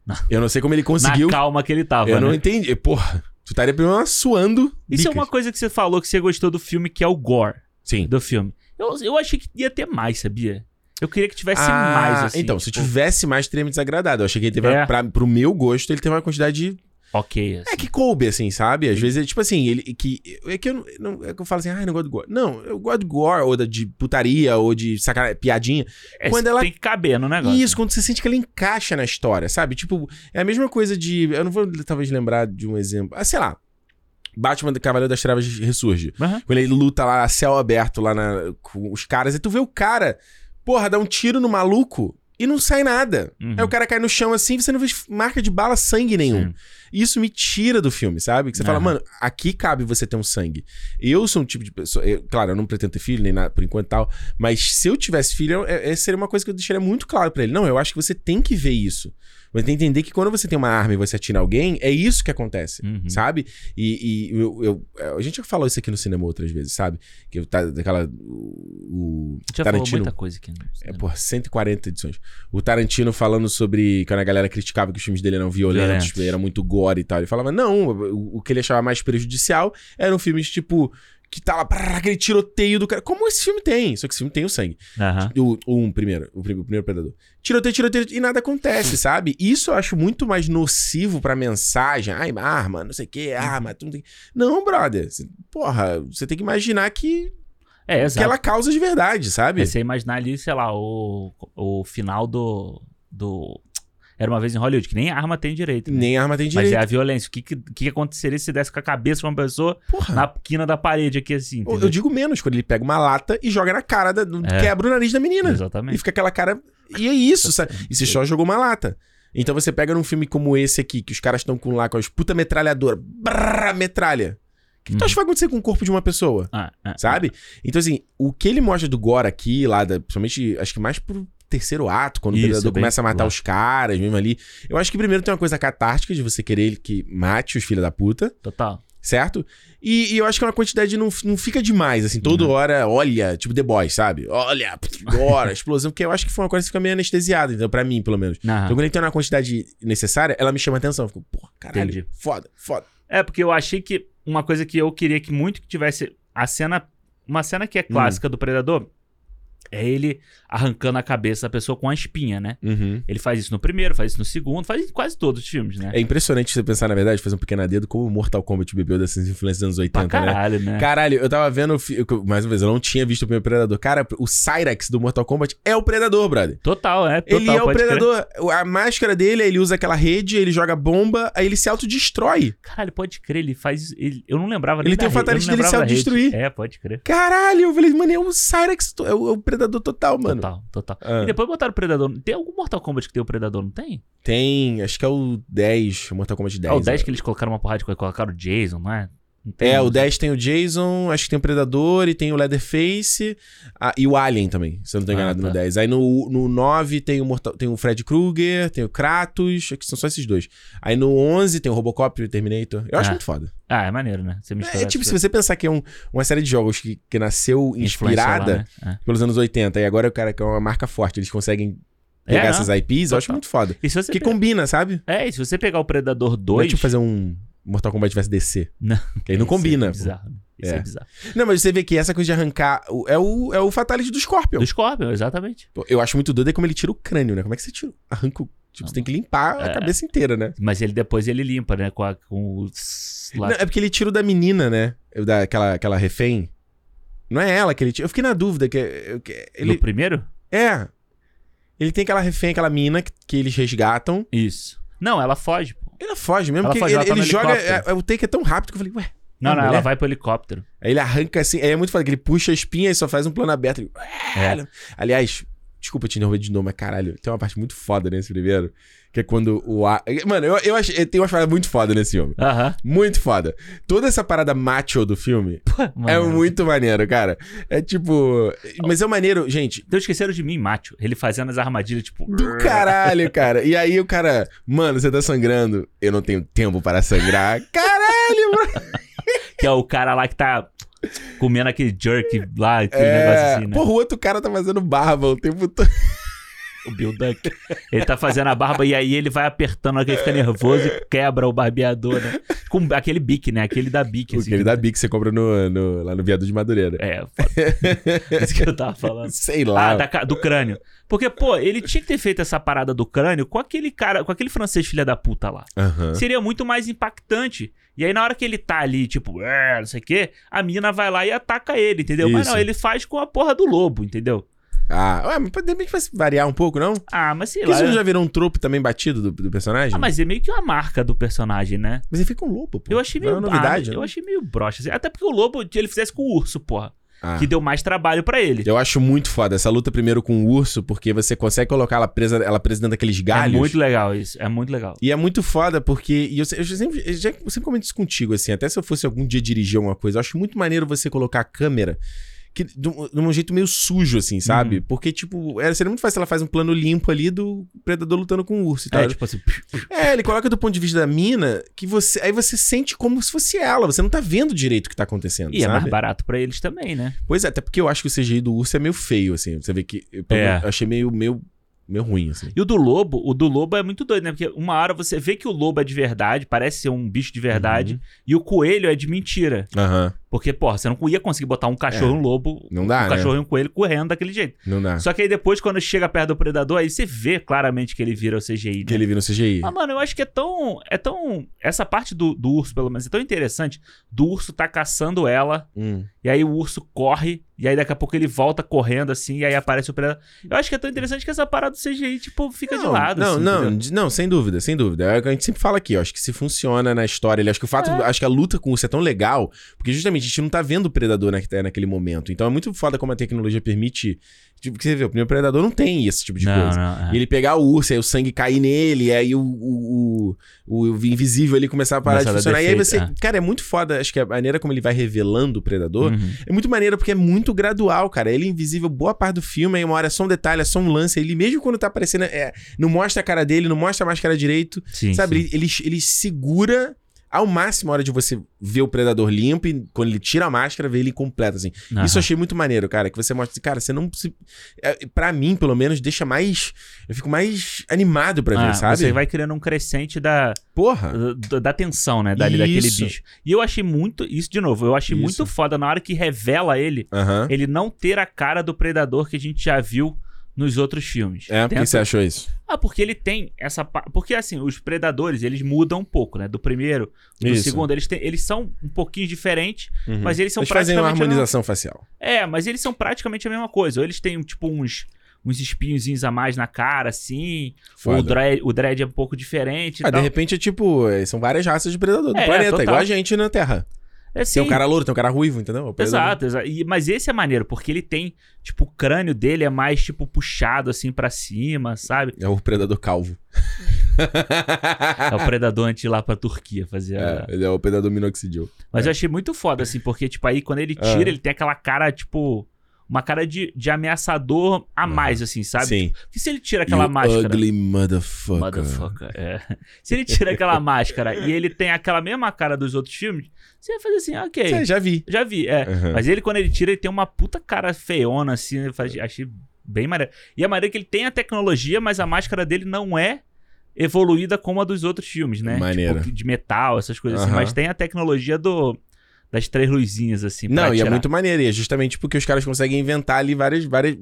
[SPEAKER 2] Não.
[SPEAKER 1] Eu não sei como ele conseguiu.
[SPEAKER 2] na calma que ele tava,
[SPEAKER 1] Eu não
[SPEAKER 2] né?
[SPEAKER 1] entendi. Porra, tu estaria primeiro suando.
[SPEAKER 2] Isso é
[SPEAKER 1] bicas.
[SPEAKER 2] uma coisa que você falou que você gostou do filme, que é o gore
[SPEAKER 1] Sim.
[SPEAKER 2] do filme. Eu, eu achei que ia ter mais, sabia? Eu queria que tivesse
[SPEAKER 1] Ah,
[SPEAKER 2] mais, assim.
[SPEAKER 1] então, se
[SPEAKER 2] tipo,
[SPEAKER 1] tivesse mais, teria me desagradado. Eu achei que ele teve,
[SPEAKER 2] É.
[SPEAKER 1] pra, pro meu gosto, ele teve uma quantidade de...
[SPEAKER 2] Ok, assim.
[SPEAKER 1] É que coube, assim, sabe? Às vezes é tipo assim, ele que... É que eu, não- não, é que eu falo assim, ah, eu não gosto de gore. Não, eu gosto de gore, ou da- de putaria, ou de sacana, piadinha.
[SPEAKER 2] É,
[SPEAKER 1] quando ela-
[SPEAKER 2] Tem que caber no negócio.
[SPEAKER 1] Isso, quando você sente que ela encaixa na história, sabe? Tipo, é a mesma coisa de... Eu não vou, talvez, lembrar de um exemplo. Ah, sei lá. Batman do Cavaleiro das Trevas ressurge.
[SPEAKER 2] Aham.
[SPEAKER 1] Quando ele luta lá, a céu aberto lá na- com os caras, e tu vê o cara, porra, dá um tiro no maluco e não sai nada.
[SPEAKER 2] Uhum.
[SPEAKER 1] É Aí o cara cai no chão assim, você não vê marca de bala, sangue nenhum.
[SPEAKER 2] Sim.
[SPEAKER 1] Isso me tira do filme, sabe? Que você fala,
[SPEAKER 2] Aham.
[SPEAKER 1] mano, aqui cabe você ter um sangue. Eu sou um tipo de pessoa. eu- claro, eu não pretendo ter filho, nem nada por enquanto e tal. Mas se eu tivesse filho, eu- é- é- seria uma coisa que eu deixaria muito claro pra ele. Não, eu acho que você tem que ver isso. Você tem que entender que quando você tem uma arma e você atira alguém, é isso que acontece.
[SPEAKER 2] Uhum.
[SPEAKER 1] Sabe? E, e eu, eu- a gente já falou isso aqui no cinema outras vezes, sabe? Que eu tá, daquela. O, o
[SPEAKER 2] Já falou
[SPEAKER 1] Tarantino.
[SPEAKER 2] muita coisa aqui. né? no
[SPEAKER 1] É,
[SPEAKER 2] cinema.
[SPEAKER 1] porra, 140 edições. O Tarantino falando sobre. Quando a galera criticava que os filmes dele eram violentos,
[SPEAKER 2] Violentos.
[SPEAKER 1] era muito gore e tal. Ele falava, não, o, o que ele achava mais prejudicial eram filmes tipo. Que tá lá, brrr, aquele tiroteio do cara. Como esse filme tem? Só que esse filme tem o sangue.
[SPEAKER 2] Aham.
[SPEAKER 1] O, o um primeiro, o, prim- o primeiro predador. Tiroteio, tiroteio, e nada acontece, sabe? Isso eu acho muito mais nocivo pra mensagem. Ai, arma, não sei o que, arma, tu não tem. Não, brother. Cê- Porra, você tem que imaginar que,
[SPEAKER 2] É,
[SPEAKER 1] que
[SPEAKER 2] exato.
[SPEAKER 1] ela causa de verdade, sabe?
[SPEAKER 2] É você imaginar ali, sei lá, o, o final do, do. Era uma vez em Hollywood, que nem arma tem direito. né?
[SPEAKER 1] Nem arma tem
[SPEAKER 2] Mas
[SPEAKER 1] direito.
[SPEAKER 2] é a violência. O que, que, o que que aconteceria se desse com a cabeça de uma pessoa
[SPEAKER 1] Porra.
[SPEAKER 2] é na quina da parede aqui,
[SPEAKER 1] Ah.
[SPEAKER 2] assim?
[SPEAKER 1] Eu,
[SPEAKER 2] entendeu?
[SPEAKER 1] eu digo menos, quando ele pega uma lata e joga na cara, da, do-
[SPEAKER 2] É.
[SPEAKER 1] quebra o nariz da menina. E
[SPEAKER 2] Exatamente.
[SPEAKER 1] fica aquela cara. E é isso, sabe? E você só jogou uma lata. Então você pega num filme como esse aqui, que os caras estão com lá com as puta metralhadora, brrr, metralha. O que, que tu
[SPEAKER 2] Uhum.
[SPEAKER 1] acha que vai acontecer com o corpo de uma pessoa?
[SPEAKER 2] Ah, ah.
[SPEAKER 1] Sabe? Então, assim, o que ele mostra do Gore aqui, lá, da, principalmente, acho que mais pro terceiro ato, quando
[SPEAKER 2] Isso,
[SPEAKER 1] o predador
[SPEAKER 2] bem
[SPEAKER 1] começa a matar
[SPEAKER 2] lá.
[SPEAKER 1] os caras mesmo ali. Eu acho que primeiro tem uma coisa catártica de você querer que mate os filhos da puta
[SPEAKER 2] Total.
[SPEAKER 1] certo? E, e eu acho que é uma quantidade não, não fica demais, assim, toda
[SPEAKER 2] Uhum.
[SPEAKER 1] hora, olha, tipo The Boys, sabe? Olha, pff, agora, explosão, porque eu acho que foi uma coisa que fica meio anestesiada, então, pra mim, pelo menos.
[SPEAKER 2] Aham.
[SPEAKER 1] Então, quando ele tem uma quantidade necessária, ela me chama atenção. Eu fico, porra, caralho,
[SPEAKER 2] Entendi.
[SPEAKER 1] foda, foda.
[SPEAKER 2] É, porque eu achei que uma coisa que eu queria que muito que tivesse a cena, uma cena que é
[SPEAKER 1] Hum.
[SPEAKER 2] clássica do predador é ele arrancando a cabeça da pessoa com a espinha, né? Ele faz isso no primeiro, faz isso no segundo, faz isso em quase todos os filmes, né?
[SPEAKER 1] É impressionante você pensar, na verdade, fazer um pequeno adendo como o Mortal Kombat bebeu dessas influências dos anos
[SPEAKER 2] pra
[SPEAKER 1] 80, né?
[SPEAKER 2] caralho, né?
[SPEAKER 1] Caralho, eu tava vendo, o fi- eu- mais uma vez, eu não tinha visto o primeiro Predador. Cara, o Cyrex do Mortal Kombat é o Predador, brother.
[SPEAKER 2] Total, é. Total,
[SPEAKER 1] Ele é o
[SPEAKER 2] pode crer.
[SPEAKER 1] predador. A máscara dele, ele usa aquela rede, ele joga bomba, aí ele se autodestrói.
[SPEAKER 2] Caralho, pode crer, ele faz. ele- eu não lembrava
[SPEAKER 1] Ele
[SPEAKER 2] nem
[SPEAKER 1] tem o
[SPEAKER 2] da rede, eu não
[SPEAKER 1] fatality dele
[SPEAKER 2] lembrava
[SPEAKER 1] se
[SPEAKER 2] da rede.
[SPEAKER 1] autodestruir.
[SPEAKER 2] É, pode crer.
[SPEAKER 1] Caralho, eu falei, mano, é o Cyrex, to- é o, é o predador total, mano.
[SPEAKER 2] Total, total.
[SPEAKER 1] Ah.
[SPEAKER 2] E depois botaram o Predador. Tem algum Mortal Kombat que tem o Predador, não tem?
[SPEAKER 1] Tem, acho que é o 10, o Mortal Kombat 10.
[SPEAKER 2] é o 10
[SPEAKER 1] né?
[SPEAKER 2] que eles colocaram uma porrada de coisa, colocaram o Jason, não é? Não tem,
[SPEAKER 1] É,
[SPEAKER 2] não.
[SPEAKER 1] o 10 tem o Jason, acho que tem o Predador e tem o Leatherface ah, e o Alien também, se eu não tô
[SPEAKER 2] Ah,
[SPEAKER 1] enganado,
[SPEAKER 2] tá.
[SPEAKER 1] no 10. Aí no, no 9 tem o, Mortal, tem o Fred Krueger, tem o Kratos, acho que são só esses dois. Aí no 11 tem o Robocop e o Terminator. Eu acho
[SPEAKER 2] Ah.
[SPEAKER 1] muito foda.
[SPEAKER 2] Ah, é maneiro, né? Você mistura
[SPEAKER 1] É, tipo,
[SPEAKER 2] as
[SPEAKER 1] se você pensar que é um- uma série de jogos que, que nasceu
[SPEAKER 2] influências lá,
[SPEAKER 1] inspirada
[SPEAKER 2] né?
[SPEAKER 1] pelos anos 80 e agora o cara que é uma marca forte, eles conseguem pegar
[SPEAKER 2] É,
[SPEAKER 1] essas IPs, eu acho
[SPEAKER 2] Total.
[SPEAKER 1] muito foda.
[SPEAKER 2] É. E se você
[SPEAKER 1] Que
[SPEAKER 2] pe-
[SPEAKER 1] combina, sabe?
[SPEAKER 2] É, e se você pegar o Predador
[SPEAKER 1] Não é
[SPEAKER 2] 2.
[SPEAKER 1] tipo fazer um Mortal Kombat vs DC.
[SPEAKER 2] Não.
[SPEAKER 1] Que aí não
[SPEAKER 2] Isso é
[SPEAKER 1] combina. pô.
[SPEAKER 2] bizarro. Isso é,
[SPEAKER 1] É.
[SPEAKER 2] bizarro.
[SPEAKER 1] não, mas você vê que essa coisa de arrancar o- é, o, é o Fatality do Scorpion.
[SPEAKER 2] Do Scorpion, exatamente.
[SPEAKER 1] Pô, Eu acho muito doido é como ele tira o crânio, né? Como é que você tira? Arranca o. Tipo,
[SPEAKER 2] Não,
[SPEAKER 1] você tem que limpar a
[SPEAKER 2] é.
[SPEAKER 1] cabeça inteira, né?
[SPEAKER 2] Mas ele depois ele limpa, né? Com, a- com o. lá-
[SPEAKER 1] Não, é porque ele tira o da menina, né? Eu- Da, aquela, aquela refém. Não é ela que ele tira. Eu fiquei na dúvida. que, eu- que ele,
[SPEAKER 2] No primeiro?
[SPEAKER 1] É. Ele tem aquela refém, aquela mina que, que eles resgatam.
[SPEAKER 2] Isso. Não, ela foge, pô.
[SPEAKER 1] Ela foge mesmo,
[SPEAKER 2] Ela
[SPEAKER 1] porque
[SPEAKER 2] foge, ela
[SPEAKER 1] ele,
[SPEAKER 2] tá no
[SPEAKER 1] ele joga.
[SPEAKER 2] helicóptero.
[SPEAKER 1] é- é- o take é tão rápido que eu falei, ué.
[SPEAKER 2] Não,
[SPEAKER 1] Ah,
[SPEAKER 2] não, ela
[SPEAKER 1] mulher?
[SPEAKER 2] vai pro helicóptero.
[SPEAKER 1] Aí ele arranca assim. Aí é muito foda, que ele puxa a espinha e só faz um plano aberto. Ele,
[SPEAKER 2] É.
[SPEAKER 1] Aliás, desculpa te interromper de novo, mas caralho, tem uma parte muito foda nesse primeiro. Que é quando o. A... Mano, eu, eu achei. Tem uma parada muito foda nesse filme.
[SPEAKER 2] Aham.
[SPEAKER 1] Muito foda. Toda essa parada macho do filme é
[SPEAKER 2] Maneiro.
[SPEAKER 1] muito maneiro, cara. É tipo. Mas é maneiro, gente.
[SPEAKER 2] Então esqueceram de mim, Macho. Ele fazendo as armadilhas, tipo.
[SPEAKER 1] Do caralho, cara. E aí o cara, mano, você tá sangrando. Eu não tenho tempo para sangrar. Caralho, mano.
[SPEAKER 2] Que é o cara lá que tá comendo aquele jerk lá, aquele negócio
[SPEAKER 1] É...
[SPEAKER 2] assim, né?
[SPEAKER 1] Porra, o outro cara tá fazendo barba o tempo todo.
[SPEAKER 2] O Bill Duck. Ele tá fazendo a barba e aí ele vai apertando, na hora que ele fica nervoso e quebra o barbeador, né? Com aquele bique, né? Aquele da bique, assim.
[SPEAKER 1] Porque ele dá bico que você compra no, no- lá no viaduto de Madureira.
[SPEAKER 2] É, foda. Isso que eu tava falando.
[SPEAKER 1] Sei lá.
[SPEAKER 2] Ah, da ca- do crânio. Porque, pô, ele tinha que ter feito essa parada do crânio com aquele cara, com aquele francês filha da puta lá.
[SPEAKER 1] Aham.
[SPEAKER 2] Seria muito mais impactante. E aí, na hora que ele tá ali, tipo, é, não sei o quê, a mina vai lá e ataca ele, entendeu? Mas
[SPEAKER 1] Isso.
[SPEAKER 2] não, ele faz com a porra do lobo, entendeu?
[SPEAKER 1] Ah, ué, mas de repente vai variar um pouco, não?
[SPEAKER 2] Ah, mas sei
[SPEAKER 1] Porque
[SPEAKER 2] lá.
[SPEAKER 1] isso já virou um tropo também batido do, do personagem?
[SPEAKER 2] Ah,
[SPEAKER 1] mas...
[SPEAKER 2] mas é meio que uma marca do personagem, né?
[SPEAKER 1] ele fica um lobo, pô.
[SPEAKER 2] Eu achei
[SPEAKER 1] Não é
[SPEAKER 2] meio.
[SPEAKER 1] uma novidade,
[SPEAKER 2] ah,
[SPEAKER 1] né?
[SPEAKER 2] Eu achei meio broxa. assim. Até porque o lobo, ele fizesse com o urso, porra.
[SPEAKER 1] Ah.
[SPEAKER 2] que deu mais trabalho pra ele.
[SPEAKER 1] Eu acho muito foda essa luta primeiro com o urso, porque você consegue colocar ela presa, ela presa dentro daqueles galhos.
[SPEAKER 2] É muito legal isso, é muito legal.
[SPEAKER 1] E é muito foda porque. E eu, se- eu sempre, eu já- eu sempre comento isso contigo, assim. Até se eu fosse algum dia dirigir alguma coisa, eu acho muito maneiro você colocar a câmera que, de, um, de um jeito meio sujo, assim,
[SPEAKER 2] Uhum.
[SPEAKER 1] sabe? Porque, tipo, era, seria muito fácil se ela faz um plano limpo ali do predador lutando com o urso e tal.
[SPEAKER 2] É
[SPEAKER 1] É,
[SPEAKER 2] tipo assim,
[SPEAKER 1] ele coloca do ponto de vista da mina que você. Aí você sente como se fosse ela. Você não tá vendo direito o que tá acontecendo,
[SPEAKER 2] e é mais
[SPEAKER 1] sabe?
[SPEAKER 2] barato pra eles também, né?
[SPEAKER 1] pois é, até porque eu acho que o CGI do urso é meio feio, assim. Você vê que. Eu,
[SPEAKER 2] É.
[SPEAKER 1] eu achei meio, meio, meio ruim, assim.
[SPEAKER 2] E o do lobo, o do lobo é muito doido, né? Porque uma hora você vê que o lobo é de verdade, parece ser um bicho de verdade,
[SPEAKER 1] Uhum.
[SPEAKER 2] e o coelho é de mentira.
[SPEAKER 1] Aham.
[SPEAKER 2] Porque, porra, você não ia conseguir botar um cachorro e um lobo,
[SPEAKER 1] Não dá,
[SPEAKER 2] um
[SPEAKER 1] né?
[SPEAKER 2] cachorro e um coelho correndo daquele jeito.
[SPEAKER 1] Não dá.
[SPEAKER 2] Só que aí depois, quando chega perto do predador, aí você vê claramente que ele vira o CGI. né?
[SPEAKER 1] Que ele vira um no CGI.
[SPEAKER 2] Ah, mano, eu acho que é tão. É tão. Essa parte do, do urso, pelo menos, é tão interessante. Do urso tá caçando ela.
[SPEAKER 1] Hum.
[SPEAKER 2] E aí o urso corre. E aí daqui a pouco ele volta correndo, assim. E aí aparece o predador. Eu acho que é tão interessante que essa parada do CGI, tipo, fica de lado.
[SPEAKER 1] Não,
[SPEAKER 2] assim,
[SPEAKER 1] não,
[SPEAKER 2] entendeu?
[SPEAKER 1] de- não, sem dúvida, sem dúvida. É o que a gente sempre fala aqui, eu acho que se funciona na história, ele- acho que o fato, acho que a luta com o urso é tão legal, porque justamente a gente não tá vendo o predador na- naquele momento. Então é muito foda como a tecnologia permite, tipo, que você vê, o primeiro predador não tem esse tipo de
[SPEAKER 2] não,
[SPEAKER 1] coisa.
[SPEAKER 2] não, é.
[SPEAKER 1] E ele pegar o urso, aí o sangue cair nele, e aí o, o, o- o invisível ali começar a parar
[SPEAKER 2] Começar a
[SPEAKER 1] de
[SPEAKER 2] dar
[SPEAKER 1] funcionar. e aí
[SPEAKER 2] defeito,
[SPEAKER 1] você.
[SPEAKER 2] é.
[SPEAKER 1] Cara, é muito foda, acho que a maneira como ele vai revelando o predador
[SPEAKER 2] Uhum.
[SPEAKER 1] é muito maneiro porque é muito gradual, cara. Ele é invisível boa parte do filme, aí uma hora é só um detalhe, é só um lance. Ele mesmo quando tá aparecendo, é, não mostra a cara dele, não mostra a máscara direito.
[SPEAKER 2] Sim,
[SPEAKER 1] sabe,
[SPEAKER 2] sim.
[SPEAKER 1] Ele, ele, ele segura ao máximo a hora de você ver o predador limpo e quando ele tira a máscara, vê ele completo, assim.
[SPEAKER 2] Aham.
[SPEAKER 1] Isso eu achei muito maneiro, cara. Que você mostra assim, cara, você não. Se, é, pra mim, pelo menos, deixa mais. Eu fico mais animado pra
[SPEAKER 2] Ah,
[SPEAKER 1] ver, sabe?
[SPEAKER 2] Você vai criando um crescente da,
[SPEAKER 1] Porra!
[SPEAKER 2] da, da tensão, né? Dali, daquele
[SPEAKER 1] Isso.
[SPEAKER 2] bicho. E eu achei muito. Isso de novo, eu achei
[SPEAKER 1] Isso.
[SPEAKER 2] muito foda. Na hora que revela ele,
[SPEAKER 1] Aham.
[SPEAKER 2] ele não ter a cara do predador que a gente já viu nos outros filmes.
[SPEAKER 1] É, o
[SPEAKER 2] Tenta-
[SPEAKER 1] que você achou isso?
[SPEAKER 2] Ah, porque ele tem essa. pa- Porque assim, os predadores, eles mudam um pouco, né? Do primeiro, do
[SPEAKER 1] Isso.
[SPEAKER 2] segundo, eles, têm- eles são um pouquinho diferentes,
[SPEAKER 1] Uhum.
[SPEAKER 2] mas eles são
[SPEAKER 1] Eles fazem uma
[SPEAKER 2] praticamente. a mesma-
[SPEAKER 1] harmonização facial.
[SPEAKER 2] É, mas eles são praticamente a mesma coisa. Ou eles têm, tipo, uns. Uns espinhozinhos a mais na cara, assim. Ou o
[SPEAKER 1] Foda.
[SPEAKER 2] dread, o dread é um pouco diferente. e
[SPEAKER 1] Ah, de
[SPEAKER 2] tal.
[SPEAKER 1] repente é tipo, é, são várias raças de predador do
[SPEAKER 2] É,
[SPEAKER 1] planeta,
[SPEAKER 2] total.
[SPEAKER 1] igual a gente na Terra.
[SPEAKER 2] É sim.
[SPEAKER 1] Tem um cara louro, tem um cara ruivo, entendeu? O predador-
[SPEAKER 2] Exato, exato. E- mas esse é maneiro, porque ele tem, tipo, o crânio dele é mais, tipo, puxado assim pra cima, sabe?
[SPEAKER 1] É o predador calvo.
[SPEAKER 2] É o predador antes de ir lá pra Turquia fazer. a-
[SPEAKER 1] É, ele é o predador minoxidil.
[SPEAKER 2] Mas eu achei muito foda, assim, porque, tipo, aí quando ele
[SPEAKER 1] É.
[SPEAKER 2] tira, ele tem aquela cara, tipo. Uma cara de, de ameaçador a mais, assim, sabe?
[SPEAKER 1] Sim.
[SPEAKER 2] Porque se ele tira aquela
[SPEAKER 1] You
[SPEAKER 2] máscara.
[SPEAKER 1] Ugly motherfucker.
[SPEAKER 2] Motherfucker. É. Se ele tira aquela máscara e ele tem aquela mesma cara dos outros filmes, você vai fazer assim, ok.
[SPEAKER 1] É, já vi.
[SPEAKER 2] Já vi, é.
[SPEAKER 1] Uhum.
[SPEAKER 2] Mas ele, quando ele tira, ele tem uma puta cara feiona, assim. Eu
[SPEAKER 1] É.
[SPEAKER 2] falei, achei bem maneiro. E a maneira que ele tem a tecnologia, mas a máscara dele não é evoluída como a dos outros filmes, né?
[SPEAKER 1] Maneiro.
[SPEAKER 2] Tipo, de metal, essas coisas assim.
[SPEAKER 1] Aham.
[SPEAKER 2] Mas tem a tecnologia do... Das três luzinhas, assim, pra
[SPEAKER 1] Não, e é
[SPEAKER 2] atirar.
[SPEAKER 1] muito maneiro. E é justamente porque os caras conseguem inventar ali várias, várias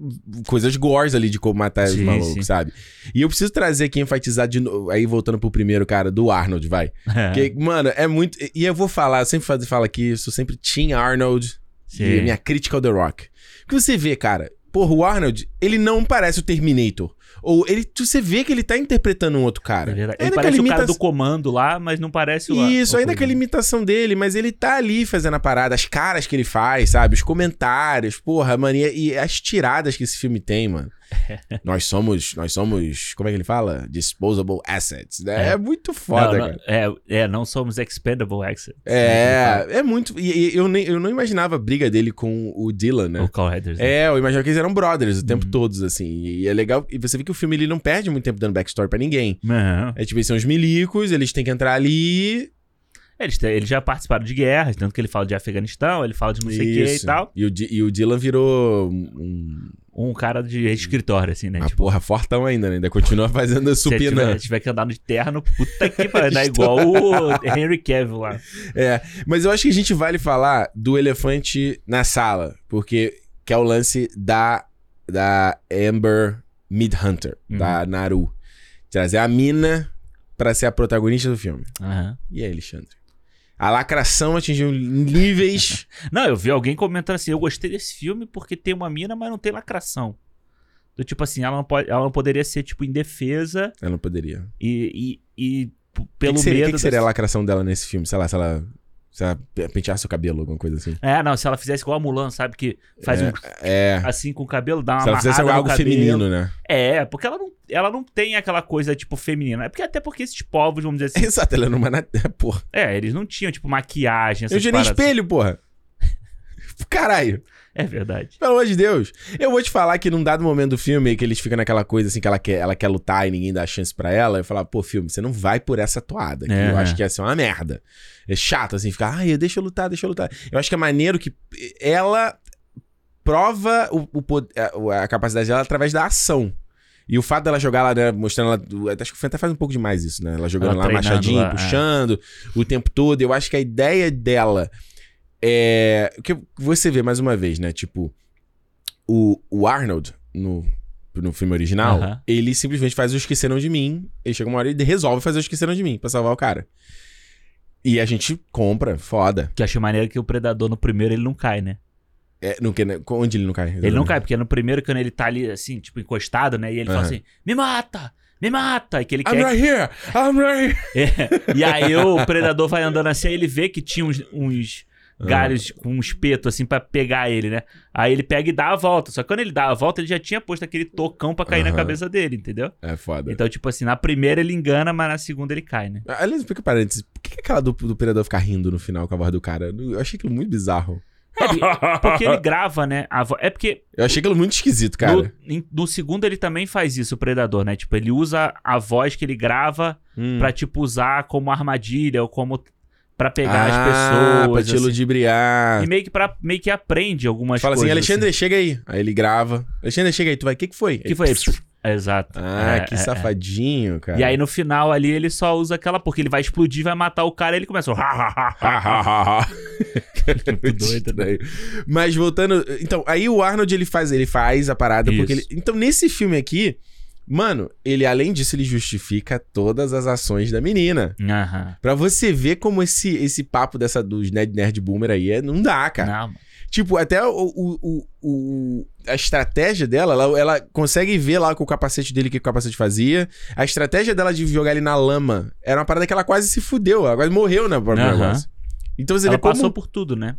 [SPEAKER 1] coisas gores ali de como matar os
[SPEAKER 2] Sim,
[SPEAKER 1] malucos,
[SPEAKER 2] sim.
[SPEAKER 1] sabe? E eu preciso trazer aqui, enfatizar de novo. Aí voltando pro primeiro, cara, do Arnold, vai.
[SPEAKER 2] É,
[SPEAKER 1] Porque, mano, é muito. E eu vou falar, eu sempre faz- falo aqui, eu sou sempre Team Arnold
[SPEAKER 2] Sim. É
[SPEAKER 1] e a minha crítica ao The Rock. Porque você vê, cara, porra, o Arnold, ele não parece o Terminator. Ou ele, você vê que ele tá interpretando um outro cara.
[SPEAKER 2] é verdade.
[SPEAKER 1] Ainda
[SPEAKER 2] Ele
[SPEAKER 1] que a
[SPEAKER 2] parece o cara
[SPEAKER 1] imitação-
[SPEAKER 2] do comando lá, mas não parece o...
[SPEAKER 1] Isso,
[SPEAKER 2] o
[SPEAKER 1] ainda que a
[SPEAKER 2] coisa.
[SPEAKER 1] limitação dele, mas ele tá ali fazendo a parada, as caras que ele faz, sabe? Os comentários, porra, mano, e, e as tiradas que esse filme tem, mano. nós somos, nós somos, como é que ele fala? Disposable assets, né? É,
[SPEAKER 2] É.
[SPEAKER 1] muito
[SPEAKER 2] Não,
[SPEAKER 1] foda,
[SPEAKER 2] não,
[SPEAKER 1] cara.
[SPEAKER 2] é, é, não somos expendable exit.
[SPEAKER 1] É, é muito. E, e eu, nem, eu não imaginava a briga dele com o Dylan, né?
[SPEAKER 2] O Call Headers. né? Uhum.
[SPEAKER 1] É, eu imaginava que eles eram brothers o tempo todos, assim. E é legal. E você vê que o filme ele não perde muito tempo dando backstory pra ninguém.
[SPEAKER 2] Não.
[SPEAKER 1] É tipo, eles são os milicos, eles têm que entrar ali.
[SPEAKER 2] Eles, te- eles já participaram de guerras, tanto que ele fala de Afeganistão, ele fala de não sei o que e
[SPEAKER 1] Isso.
[SPEAKER 2] tal.
[SPEAKER 1] E o, Di- e o Dylan virou um,
[SPEAKER 2] Um cara de escritório, assim, né?
[SPEAKER 1] uma porra fortão ainda, né? Ainda continua fazendo
[SPEAKER 2] se ele tiver,
[SPEAKER 1] supina.
[SPEAKER 2] tiver que andar no terno, puta que pariu, dá igual o Henry Cavill lá.
[SPEAKER 1] É. Mas eu acho que a gente vale falar do elefante na sala, porque que é o lance da, da Amber Midhunter,
[SPEAKER 2] Uhum.
[SPEAKER 1] da Naru. Trazer a mina pra ser a protagonista do filme.
[SPEAKER 2] Aham.
[SPEAKER 1] E aí, Alexandre? A lacração atingiu níveis.
[SPEAKER 2] Não, eu vi alguém comentando assim, eu gostei desse filme porque tem uma mina, mas não tem lacração. Do tipo assim, ela não, pode, ela não poderia ser, tipo, indefesa
[SPEAKER 1] Eu não poderia.
[SPEAKER 2] e, e, e p-
[SPEAKER 1] O que
[SPEAKER 2] pelo
[SPEAKER 1] que seria, o
[SPEAKER 2] medo...
[SPEAKER 1] que que seria a
[SPEAKER 2] das-
[SPEAKER 1] lacração dela nesse filme? Sei lá, se ela Sei lá, pe- pentear seu cabelo, alguma coisa assim.
[SPEAKER 2] É, não, se ela fizesse igual a Mulan, sabe? Que faz um
[SPEAKER 1] É.
[SPEAKER 2] assim com o cabelo, dá uma
[SPEAKER 1] Se ela fizesse
[SPEAKER 2] amarrada no
[SPEAKER 1] algo
[SPEAKER 2] cabelo.
[SPEAKER 1] feminino, né?
[SPEAKER 2] É, porque ela não, ela não tem aquela coisa, tipo, feminina. É porque até porque esses povos, vamos dizer assim,
[SPEAKER 1] Exato, ela não é na- Porra.
[SPEAKER 2] é, eles não tinham, tipo, maquiagem, essas
[SPEAKER 1] Eu girei
[SPEAKER 2] paradas.
[SPEAKER 1] espelho, porra. Caralho.
[SPEAKER 2] É verdade.
[SPEAKER 1] Pelo amor de Deus. Eu vou te falar que num dado momento do filme, que eles ficam naquela coisa assim que ela quer, ela quer lutar e ninguém dá chance pra ela, eu falava, pô, filme, você não vai por essa toada. Que
[SPEAKER 2] É.
[SPEAKER 1] Eu acho que ia ser uma merda. É chato, assim, ficar, ai, deixa eu lutar, deixa eu lutar. Eu acho que é maneiro que ela prova o, o pod- a, a capacidade dela através da ação. E o fato dela jogar lá, né, mostrando ela. Até acho que o Fran até faz um pouco demais isso, né? Ela jogando
[SPEAKER 2] Ela
[SPEAKER 1] lá
[SPEAKER 2] treinando
[SPEAKER 1] machadinho,
[SPEAKER 2] lá, é.
[SPEAKER 1] puxando o tempo todo. Eu acho que a ideia dela é. O que você vê mais uma vez, né? Tipo, o, o Arnold no, no filme original,
[SPEAKER 2] Aham.
[SPEAKER 1] ele simplesmente faz o Esqueceram de Mim. Ele chega uma hora e resolve fazer o Esqueceram de Mim pra salvar o cara. E a gente compra, foda.
[SPEAKER 2] Que eu achei maneiro que o predador no primeiro ele não cai, né?
[SPEAKER 1] É, no, que- onde ele não cai?
[SPEAKER 2] Ele não cai, porque no primeiro, quando ele tá ali, assim, tipo, encostado, né? E ele fala
[SPEAKER 1] Aham.
[SPEAKER 2] assim: me mata! Me mata! E que ele
[SPEAKER 1] É. I'm
[SPEAKER 2] quer.
[SPEAKER 1] right here! I'm right here!
[SPEAKER 2] É. E aí o predador vai andando assim, aí ele vê que tinha uns. uns
[SPEAKER 1] Ah.
[SPEAKER 2] galhos com um espeto, assim, pra pegar ele, né? Aí ele pega e dá a volta. Só que quando ele dá a volta, ele já tinha posto aquele tocão pra cair na
[SPEAKER 1] Aham.
[SPEAKER 2] cabeça dele, entendeu?
[SPEAKER 1] É foda.
[SPEAKER 2] Então, tipo assim, na primeira ele engana, mas na segunda ele cai, né?
[SPEAKER 1] Aliás, fica um parênteses. Por que que aquela do, do Predador ficar rindo no final com a voz do cara? Eu achei aquilo muito bizarro.
[SPEAKER 2] Porque É, ele grava, né? a vo- É porque
[SPEAKER 1] Eu achei aquilo muito esquisito, cara.
[SPEAKER 2] no, em- no segundo ele também faz isso, o Predador, né? Tipo, ele usa a voz que ele grava
[SPEAKER 1] Hum.
[SPEAKER 2] pra, tipo, usar como armadilha ou como pra pegar
[SPEAKER 1] Ah,
[SPEAKER 2] as pessoas.
[SPEAKER 1] Pra te
[SPEAKER 2] assim.
[SPEAKER 1] ludibriar.
[SPEAKER 2] E meio que, pra, meio que aprende algumas
[SPEAKER 1] Fala assim,
[SPEAKER 2] coisas.
[SPEAKER 1] Alexandre, chega aí. Aí ele grava. Alexandre, chega aí. Tu vai, o que que foi?
[SPEAKER 2] assim. Que foi? Exato.
[SPEAKER 1] Ah,
[SPEAKER 2] É,
[SPEAKER 1] que
[SPEAKER 2] é, é.
[SPEAKER 1] safadinho, cara.
[SPEAKER 2] E aí no final ali ele só usa aquela, porque ele vai explodir, vai matar o cara, e ele começa.
[SPEAKER 1] Ha, ha, ha, ha. Muito
[SPEAKER 2] doido, né?
[SPEAKER 1] estranho. Mas voltando, então, aí o Arnold ele faz, ele faz a parada porque ele,
[SPEAKER 2] Isso.
[SPEAKER 1] então nesse filme aqui, mano, ele além disso ele justifica todas as ações da menina.
[SPEAKER 2] Aham.
[SPEAKER 1] Pra você ver como esse, esse papo dessa dos nerd, nerd boomer aí é, não dá, cara.
[SPEAKER 2] Não,
[SPEAKER 1] Tipo, até o, o- o- o- a estratégia dela, ela, ela consegue ver lá com o capacete dele o que o capacete fazia. A estratégia dela de jogar ele na lama era uma parada que ela quase se fudeu, ela quase morreu na própria
[SPEAKER 2] Aham.
[SPEAKER 1] negócio. Então você
[SPEAKER 2] ela
[SPEAKER 1] vê como.
[SPEAKER 2] passou por tudo, né?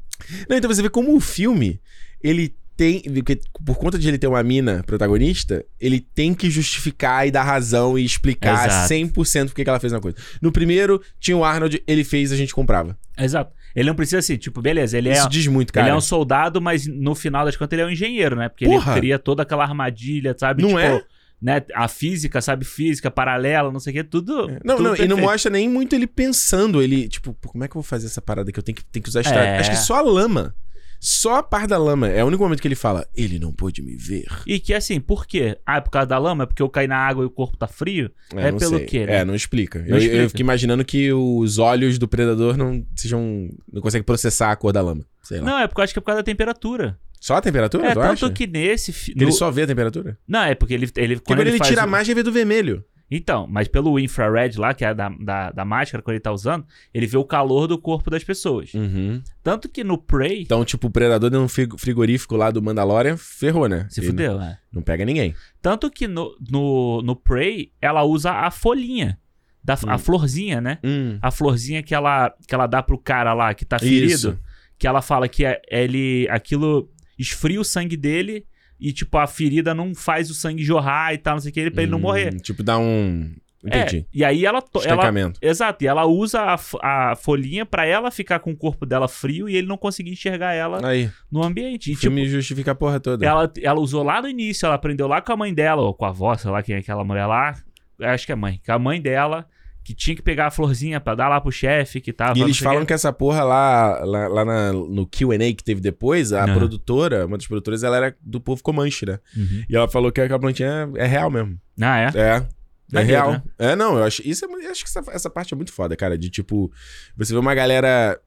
[SPEAKER 1] Não, então você vê como o filme, ele tem. porque Por conta de ele ter uma mina protagonista, ele tem que justificar e dar razão e explicar
[SPEAKER 2] Exato.
[SPEAKER 1] 100% porque que ela fez uma coisa. No primeiro, tinha o Arnold, ele fez, a gente comprava.
[SPEAKER 2] Exato. Ele não precisa assim, tipo, beleza, ele é,
[SPEAKER 1] Isso diz muito, cara.
[SPEAKER 2] ele é um soldado, mas no final das contas ele é um engenheiro, né? Porque
[SPEAKER 1] Porra!
[SPEAKER 2] ele cria toda aquela armadilha, sabe?
[SPEAKER 1] Não
[SPEAKER 2] tipo,
[SPEAKER 1] é?
[SPEAKER 2] né? A física, sabe? Física, paralela, não sei o que, tudo.
[SPEAKER 1] É. Não, não,
[SPEAKER 2] É, tudo
[SPEAKER 1] e não
[SPEAKER 2] perfeito.
[SPEAKER 1] mostra nem muito ele pensando. Ele, tipo, pô, como é que eu vou fazer essa parada que eu tenho que, tenho que usar a
[SPEAKER 2] É.
[SPEAKER 1] estrada? Acho que só a lama. Só a par da lama. É o único momento que ele fala, ele não pôde me ver.
[SPEAKER 2] E que assim, por quê? Ah, é por causa da lama? É porque eu caí na água e o corpo tá frio? É
[SPEAKER 1] não
[SPEAKER 2] pelo
[SPEAKER 1] sei.
[SPEAKER 2] quê, né?
[SPEAKER 1] É, não explica.
[SPEAKER 2] Não
[SPEAKER 1] eu, eu
[SPEAKER 2] explica.
[SPEAKER 1] fico imaginando que os olhos do predador não sejam. não conseguem processar a cor da lama. Sei lá.
[SPEAKER 2] Não, é porque eu acho que é por causa da temperatura.
[SPEAKER 1] Só a temperatura,
[SPEAKER 2] é,
[SPEAKER 1] tu
[SPEAKER 2] tanto
[SPEAKER 1] acha? Que...
[SPEAKER 2] que nesse. fi-
[SPEAKER 1] ele
[SPEAKER 2] no-
[SPEAKER 1] só vê a temperatura?
[SPEAKER 2] Não, é porque ele. ele
[SPEAKER 1] Porque
[SPEAKER 2] quando
[SPEAKER 1] quando ele,
[SPEAKER 2] faz
[SPEAKER 1] tira a
[SPEAKER 2] o-
[SPEAKER 1] magia, vê do vermelho.
[SPEAKER 2] Então, mas pelo infrared lá, que é da, da, da máscara que ele tá usando, ele vê o calor do corpo das pessoas.
[SPEAKER 1] Uhum.
[SPEAKER 2] Tanto que no Prey.
[SPEAKER 1] Então, tipo, o predador deu um frigo- frigorífico lá do Mandalorian, ferrou, né?
[SPEAKER 2] Se
[SPEAKER 1] Ele não-
[SPEAKER 2] fudeu, é.
[SPEAKER 1] Não pega ninguém.
[SPEAKER 2] Tanto que no, no, no Prey, ela usa a folhinha. Da, A
[SPEAKER 1] Hum.
[SPEAKER 2] florzinha, né?
[SPEAKER 1] Hum.
[SPEAKER 2] A florzinha que ela, que ela dá pro cara lá que tá ferido.
[SPEAKER 1] Isso.
[SPEAKER 2] Que ela fala que é- ele aquilo esfria o sangue dele e, tipo, a ferida não faz o sangue jorrar e tal, não sei o que, pra ele não
[SPEAKER 1] Hum,
[SPEAKER 2] morrer.
[SPEAKER 1] Tipo, dá um. Entendi.
[SPEAKER 2] É, e aí ela, to- ela.
[SPEAKER 1] Estancamento.
[SPEAKER 2] Exato, e ela usa a, f- a folhinha pra ela ficar com o corpo dela frio e ele não conseguir enxergar ela
[SPEAKER 1] Aí,
[SPEAKER 2] no ambiente.
[SPEAKER 1] o
[SPEAKER 2] E, tipo,
[SPEAKER 1] filme justifica a porra toda.
[SPEAKER 2] Ela, ela usou lá no início, ela aprendeu lá com a mãe dela, ou com a avó, sei lá quem é aquela mulher lá. Acho que é mãe. Com a mãe dela, que tinha que pegar a florzinha pra dar lá pro chefe que tava.
[SPEAKER 1] E
[SPEAKER 2] não
[SPEAKER 1] eles
[SPEAKER 2] sei
[SPEAKER 1] falam
[SPEAKER 2] o quê.
[SPEAKER 1] que essa porra lá, lá, lá na- no Q&A que teve depois, a
[SPEAKER 2] Aham.
[SPEAKER 1] produtora, uma das produtoras, ela era do povo Comanche, né?
[SPEAKER 2] Uhum.
[SPEAKER 1] E ela falou que aquela plantinha é, é real mesmo.
[SPEAKER 2] Ah, é?
[SPEAKER 1] É. É
[SPEAKER 2] Maneiro,
[SPEAKER 1] real.
[SPEAKER 2] né?
[SPEAKER 1] É, não, eu acho, isso é mu- eu acho que essa, essa parte é muito foda, cara. De tipo, você vê uma galera.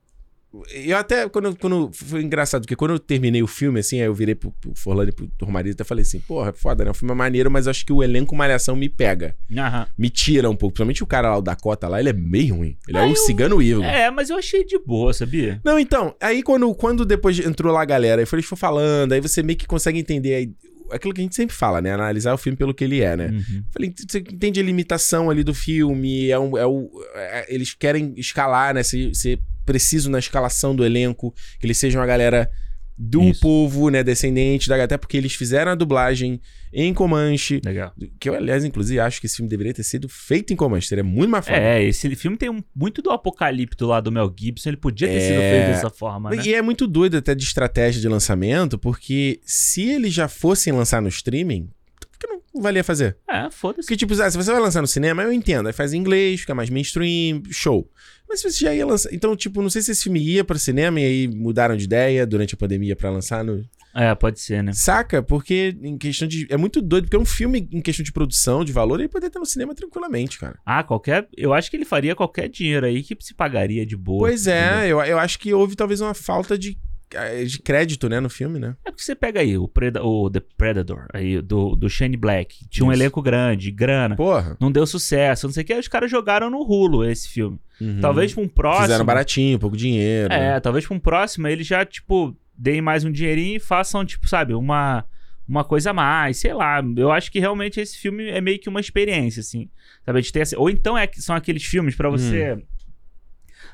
[SPEAKER 1] Eu até, quando, quando. Foi engraçado, porque quando eu terminei o filme, assim, aí eu virei pro, pro Forlani e pro Tormarido e até falei assim: porra, é foda, né? O filme é maneiro, mas eu acho que o elenco Malhação me pega.
[SPEAKER 2] né? Aham.
[SPEAKER 1] me tira um pouco. Principalmente o cara lá, o Dakota lá, ele é meio ruim. Ele é o cigano Ivo.
[SPEAKER 2] É, mas eu achei de boa, sabia?
[SPEAKER 1] Não, então, aí quando, quando depois entrou lá a galera e foi, eles foram falando, aí você meio que consegue entender aí, aquilo que a gente sempre fala, né? Analisar o filme pelo que ele é, né?
[SPEAKER 2] Uhum.
[SPEAKER 1] Falei, você entende a limitação ali do filme, é um, é o, é- eles querem é, escalar, né? Ser, ser preciso na escalação do elenco, que eles sejam a galera do
[SPEAKER 2] Isso.
[SPEAKER 1] povo, né, descendente, da, até porque eles fizeram a dublagem em Comanche,
[SPEAKER 2] Legal.
[SPEAKER 1] que eu, aliás, inclusive, acho que esse filme deveria ter sido feito em Comanche, seria muito mais foda.
[SPEAKER 2] É, esse filme tem um- muito do apocalipto lá do Mel Gibson. Ele podia ter sido
[SPEAKER 1] É.
[SPEAKER 2] feito dessa forma, né?
[SPEAKER 1] E é muito doido até de estratégia de lançamento, porque se eles já fossem lançar no streaming, então por que não valia fazer?
[SPEAKER 2] É, foda-se.
[SPEAKER 1] Porque, tipo, ah, se você vai lançar no cinema, eu entendo. Aí faz em inglês, fica mais mainstream, show. Mas se você já ia lançar. Então, tipo, não sei se esse filme ia pro cinema e aí mudaram de ideia durante a pandemia pra lançar no.
[SPEAKER 2] É, pode ser, né?
[SPEAKER 1] Saca? Porque em questão de. É muito doido, porque é um filme em questão de produção, de valor, ele poderia estar no cinema tranquilamente, cara.
[SPEAKER 2] Ah, qualquer. Eu acho que ele faria qualquer dinheiro aí que se pagaria de boa.
[SPEAKER 1] pois
[SPEAKER 2] né?
[SPEAKER 1] é, eu, eu acho que houve talvez uma falta de, eh, de crédito, né, no filme, né?
[SPEAKER 2] É porque você pega aí o, Preda- o The Predator, aí, do, do Shane Black. Tinha um
[SPEAKER 1] Isso.
[SPEAKER 2] elenco grande, grana.
[SPEAKER 1] Porra.
[SPEAKER 2] Não deu sucesso, não sei o que. Aí os caras jogaram no rulo esse filme.
[SPEAKER 1] Uhum.
[SPEAKER 2] Talvez pra um próximo.
[SPEAKER 1] Fizeram baratinho, pouco dinheiro. né?
[SPEAKER 2] É, talvez pra um próximo eles já, tipo, deem mais um dinheirinho e façam, tipo, sabe, uma, uma coisa a mais, sei lá. Eu acho que realmente esse filme é meio que uma experiência, assim. Sabe, a gente tem essa- Ou então é, que são aqueles filmes pra você
[SPEAKER 1] Hum.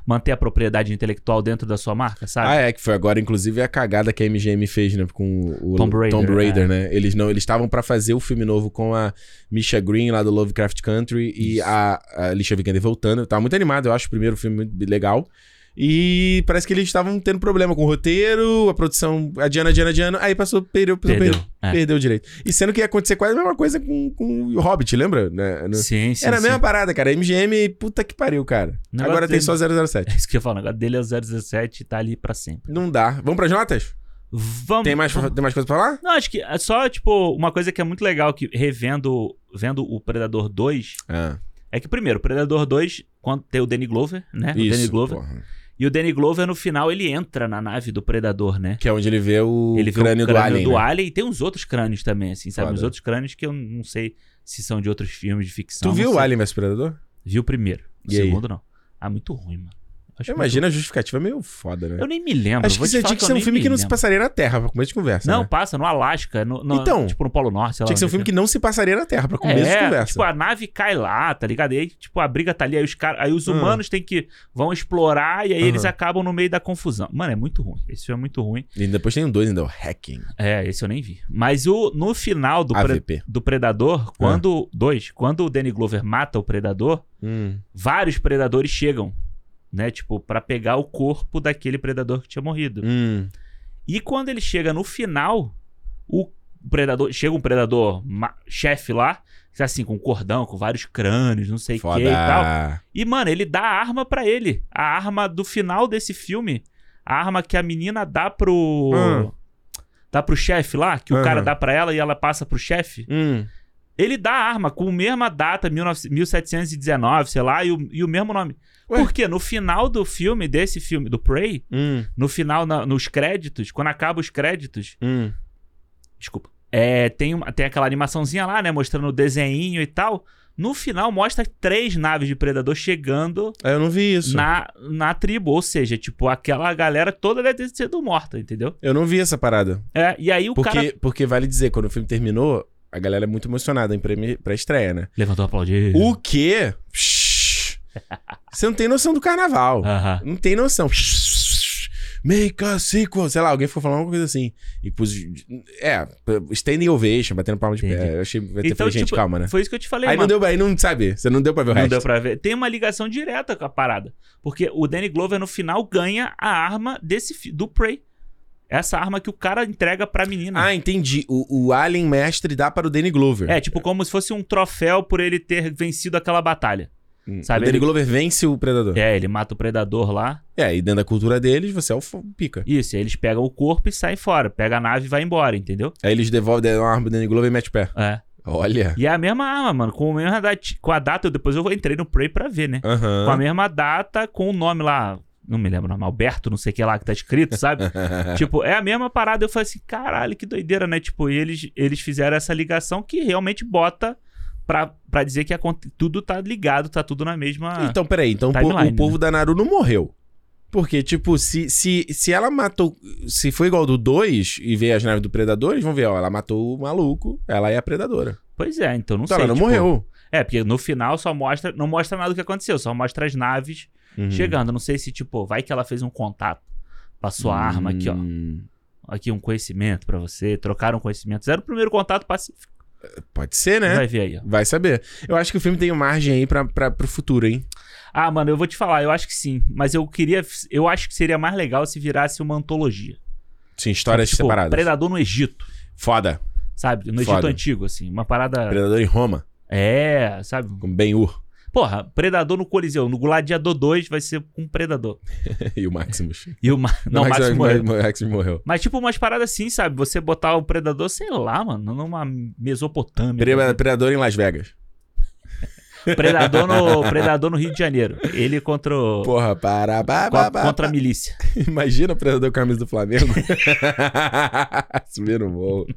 [SPEAKER 2] manter a propriedade intelectual dentro da sua marca, sabe?
[SPEAKER 1] Ah, é, que foi agora, inclusive, a cagada que a MGM fez, né? Com o
[SPEAKER 2] Tomb Raider, é.
[SPEAKER 1] Raider, né? Eles não, eles estavam pra fazer o filme novo com a Misha Green lá do Lovecraft Country e a, a Alicia Vikander voltando. Eu tava muito animado, eu acho o primeiro filme muito legal. E parece que eles estavam tendo problema com o roteiro, a produção, a Diana, Diana, Diana. Aí passou, perdeu, perdeu,
[SPEAKER 2] Entendeu?
[SPEAKER 1] perdeu,
[SPEAKER 2] É.
[SPEAKER 1] perdeu o direito. E sendo que ia acontecer quase a mesma coisa com, com o Hobbit, lembra? Né? No-
[SPEAKER 2] Sim, sim.
[SPEAKER 1] Era a
[SPEAKER 2] sim.
[SPEAKER 1] mesma parada, cara. MGM, puta que pariu, cara.
[SPEAKER 2] O negócio
[SPEAKER 1] Agora tem
[SPEAKER 2] dele-
[SPEAKER 1] só 007.
[SPEAKER 2] É isso que eu falo, o negócio dele é o 017 e tá ali pra sempre.
[SPEAKER 1] Não dá. Vamos pras notas?
[SPEAKER 2] Vamos.
[SPEAKER 1] Tem mais,
[SPEAKER 2] vamos-
[SPEAKER 1] tem mais coisa pra falar?
[SPEAKER 2] Não, acho que é só, tipo, uma coisa que é muito legal que revendo vendo o Predador 2,
[SPEAKER 1] Ah,
[SPEAKER 2] É que primeiro, o Predador 2, quando tem o Danny Glover, né? o Danny Glover.
[SPEAKER 1] porra.
[SPEAKER 2] E o Danny Glover, no final, ele entra na nave do Predador, né?
[SPEAKER 1] Que é onde ele vê o
[SPEAKER 2] ele vê
[SPEAKER 1] crânio,
[SPEAKER 2] o crânio
[SPEAKER 1] do Alien.
[SPEAKER 2] do
[SPEAKER 1] né?
[SPEAKER 2] Alien e tem uns outros crânios também, assim, sabe?
[SPEAKER 1] Foda.
[SPEAKER 2] Uns outros crânios que eu não sei se são de outros filmes de ficção.
[SPEAKER 1] Tu
[SPEAKER 2] não
[SPEAKER 1] viu o
[SPEAKER 2] sei.
[SPEAKER 1] Alien vs Predador?
[SPEAKER 2] Vi o primeiro. O
[SPEAKER 1] E aí?
[SPEAKER 2] segundo, não. Ah, muito ruim, mano. Acho muito
[SPEAKER 1] Imagina a justificativa é meio foda,
[SPEAKER 2] ruim.
[SPEAKER 1] né?
[SPEAKER 2] Eu nem me lembro.
[SPEAKER 1] Acho que
[SPEAKER 2] vou te
[SPEAKER 1] isso
[SPEAKER 2] falar
[SPEAKER 1] tinha que
[SPEAKER 2] eu
[SPEAKER 1] ser um
[SPEAKER 2] nem
[SPEAKER 1] filme
[SPEAKER 2] me
[SPEAKER 1] que não se
[SPEAKER 2] lembro.
[SPEAKER 1] passaria na Terra, pra começo de conversa.
[SPEAKER 2] Não,
[SPEAKER 1] né?
[SPEAKER 2] passa no Alasca, no, no-
[SPEAKER 1] Então.
[SPEAKER 2] tipo no Polo Norte. sei lá
[SPEAKER 1] tinha que ser um
[SPEAKER 2] onde é
[SPEAKER 1] filme que não se passaria na Terra, pra começo de conversa.
[SPEAKER 2] Tipo, a nave cai lá, tá ligado? E aí, tipo, a briga tá ali, aí os caras. Aí os
[SPEAKER 1] Hum.
[SPEAKER 2] humanos têm que. vão explorar e aí eles
[SPEAKER 1] Aham.
[SPEAKER 2] acabam no meio da confusão. Mano, é muito ruim. Esse filme é muito ruim.
[SPEAKER 1] E depois tem um dois ainda, o Hacking,
[SPEAKER 2] É, esse eu nem vi. Mas o, no final do, Pre-
[SPEAKER 1] AVP.
[SPEAKER 2] do
[SPEAKER 1] Ah.
[SPEAKER 2] Predador, quando. Dois, quando o Danny Glover mata o Predador,
[SPEAKER 1] Hum.
[SPEAKER 2] vários predadores chegam. Né, tipo, pra pegar o corpo daquele predador que tinha morrido.
[SPEAKER 1] Hum.
[SPEAKER 2] E quando ele chega no final, o predador. Chega um predador ma- chefe lá, assim, com cordão, com vários crânios, não sei o
[SPEAKER 1] Foda.
[SPEAKER 2] que e tal. E, mano, ele dá a arma pra ele. A arma do final desse filme. A arma que a menina dá pro.
[SPEAKER 1] Hum.
[SPEAKER 2] Dá pro chefe lá, que o
[SPEAKER 1] Aham.
[SPEAKER 2] cara dá pra ela e ela passa pro chefe.
[SPEAKER 1] Hum.
[SPEAKER 2] Ele dá a arma com a mesma data, 19 1719, sei lá, e o, e o mesmo nome.
[SPEAKER 1] Ué?
[SPEAKER 2] Porque no final do filme, desse filme, do Prey,
[SPEAKER 1] Hum.
[SPEAKER 2] no final, na- nos créditos, quando acaba os créditos,
[SPEAKER 1] Hum.
[SPEAKER 2] desculpa, é, tem, uma, tem aquela animaçãozinha lá, né, mostrando o desenho e tal. No final mostra três naves de predador chegando
[SPEAKER 1] Ah, Eu não vi isso.
[SPEAKER 2] na, na tribo, ou seja, tipo, aquela galera toda deve ter sido morta, entendeu?
[SPEAKER 1] Eu não vi essa parada.
[SPEAKER 2] É, e aí o
[SPEAKER 1] Porque,
[SPEAKER 2] cara
[SPEAKER 1] porque vale dizer, quando o filme terminou, a galera é muito emocionada em premi- pré-estreia, né?
[SPEAKER 2] levantou a aplaudir.
[SPEAKER 1] O quê? Psh. Você não tem noção do carnaval.
[SPEAKER 2] Aham.
[SPEAKER 1] Não tem noção. Make a sequel. Sei lá, alguém ficou falando alguma coisa assim. E pus. É, standing ovation, batendo palma de
[SPEAKER 2] Entendi.
[SPEAKER 1] pé. Eu achei. Eu até
[SPEAKER 2] Então,
[SPEAKER 1] falei, gente,
[SPEAKER 2] tipo,
[SPEAKER 1] calma, né?
[SPEAKER 2] Foi isso que eu te falei,
[SPEAKER 1] Aí não
[SPEAKER 2] mano.
[SPEAKER 1] deu pra. Aí não sabe. Você não deu pra ver o
[SPEAKER 2] Não
[SPEAKER 1] resto.
[SPEAKER 2] deu pra ver. Tem uma ligação direta com a parada. Porque o Danny Glover, no final, ganha a arma desse fi- do Prey. Essa arma que o cara entrega pra menina.
[SPEAKER 1] Ah, entendi. O, o Alien Mestre dá para o Danny Glover.
[SPEAKER 2] é, tipo, como se fosse um troféu por ele ter vencido aquela batalha.
[SPEAKER 1] Hum.
[SPEAKER 2] sabe,
[SPEAKER 1] o Danny
[SPEAKER 2] ele-
[SPEAKER 1] Glover vence o Predador. É.
[SPEAKER 2] É, ele mata o predador lá.
[SPEAKER 1] e dentro da cultura deles, você é o f- pica.
[SPEAKER 2] Isso, aí eles pegam o corpo e saem fora. Pega a nave e vai embora, entendeu?
[SPEAKER 1] Aí eles devolvem a arma pro Danny Glover e mete o pé.
[SPEAKER 2] É.
[SPEAKER 1] Olha.
[SPEAKER 2] E é a mesma arma, mano. Com, a mesma dati- com a data, eu depois eu entrei no Prey pra ver, né? Com a
[SPEAKER 1] Aham.
[SPEAKER 2] mesma data, com o nome lá. Não me lembro o nome, Alberto, não sei o que lá que tá escrito, sabe? tipo, é a mesma parada. Eu falei assim, caralho, que doideira, né? Tipo, e eles, eles fizeram essa ligação que realmente bota pra, pra dizer que aconte- tudo tá ligado, tá tudo na mesma.
[SPEAKER 1] Então, peraí. Então, o po-
[SPEAKER 2] Timeline, né?
[SPEAKER 1] o povo da Naru não morreu. Porque, tipo, se, se, se ela matou. Se foi igual do 2 e veio as naves do Predador, eles vão ver, ó, ela matou o maluco, ela é a predadora.
[SPEAKER 2] Pois é, então não
[SPEAKER 1] então
[SPEAKER 2] sei.
[SPEAKER 1] ela não
[SPEAKER 2] tipo,
[SPEAKER 1] morreu.
[SPEAKER 2] É, porque no final só mostra. Não mostra nada do que aconteceu, só mostra as naves
[SPEAKER 1] Uhum.
[SPEAKER 2] chegando. Não sei se, tipo, vai que ela fez um contato. Passou a arma aqui, ó.
[SPEAKER 1] Hum,
[SPEAKER 2] Aqui um conhecimento pra você. Trocaram um conhecimento. Era o primeiro contato pacífico.
[SPEAKER 1] Pode ser, né?
[SPEAKER 2] Vai ver aí, ó.
[SPEAKER 1] Vai saber. Eu acho que o filme tem margem aí pra, pra, pro futuro, hein?
[SPEAKER 2] Ah, mano, eu vou te falar. Eu acho que sim. Mas eu queria... Eu acho que seria mais legal se virasse uma antologia.
[SPEAKER 1] Sim, histórias
[SPEAKER 2] tipo,
[SPEAKER 1] separadas.
[SPEAKER 2] Predador no Egito.
[SPEAKER 1] Foda.
[SPEAKER 2] Sabe? No Egito
[SPEAKER 1] Foda.
[SPEAKER 2] antigo, assim. Uma parada...
[SPEAKER 1] Predador em Roma,
[SPEAKER 2] É, sabe?
[SPEAKER 1] com Ben-Hur
[SPEAKER 2] Porra, Predador no Coliseu. No Gladiador 2 vai ser com um Predador.
[SPEAKER 1] e o Maximus.
[SPEAKER 2] E o Ma... Não, o Max morreu.
[SPEAKER 1] O Maximus morreu.
[SPEAKER 2] Mas tipo umas paradas assim, sabe? Você botar o Predador, sei lá, mano, numa Mesopotâmia.
[SPEAKER 1] Pre- Predador em Las Vegas.
[SPEAKER 2] Predador, no, predador no Rio de Janeiro. Ele contra, o-
[SPEAKER 1] Porra, para, ba, ba,
[SPEAKER 2] co-
[SPEAKER 1] ba,
[SPEAKER 2] contra a
[SPEAKER 1] ba.
[SPEAKER 2] milícia.
[SPEAKER 1] Imagina o Predador com a camisa do Flamengo. Subiram o voo.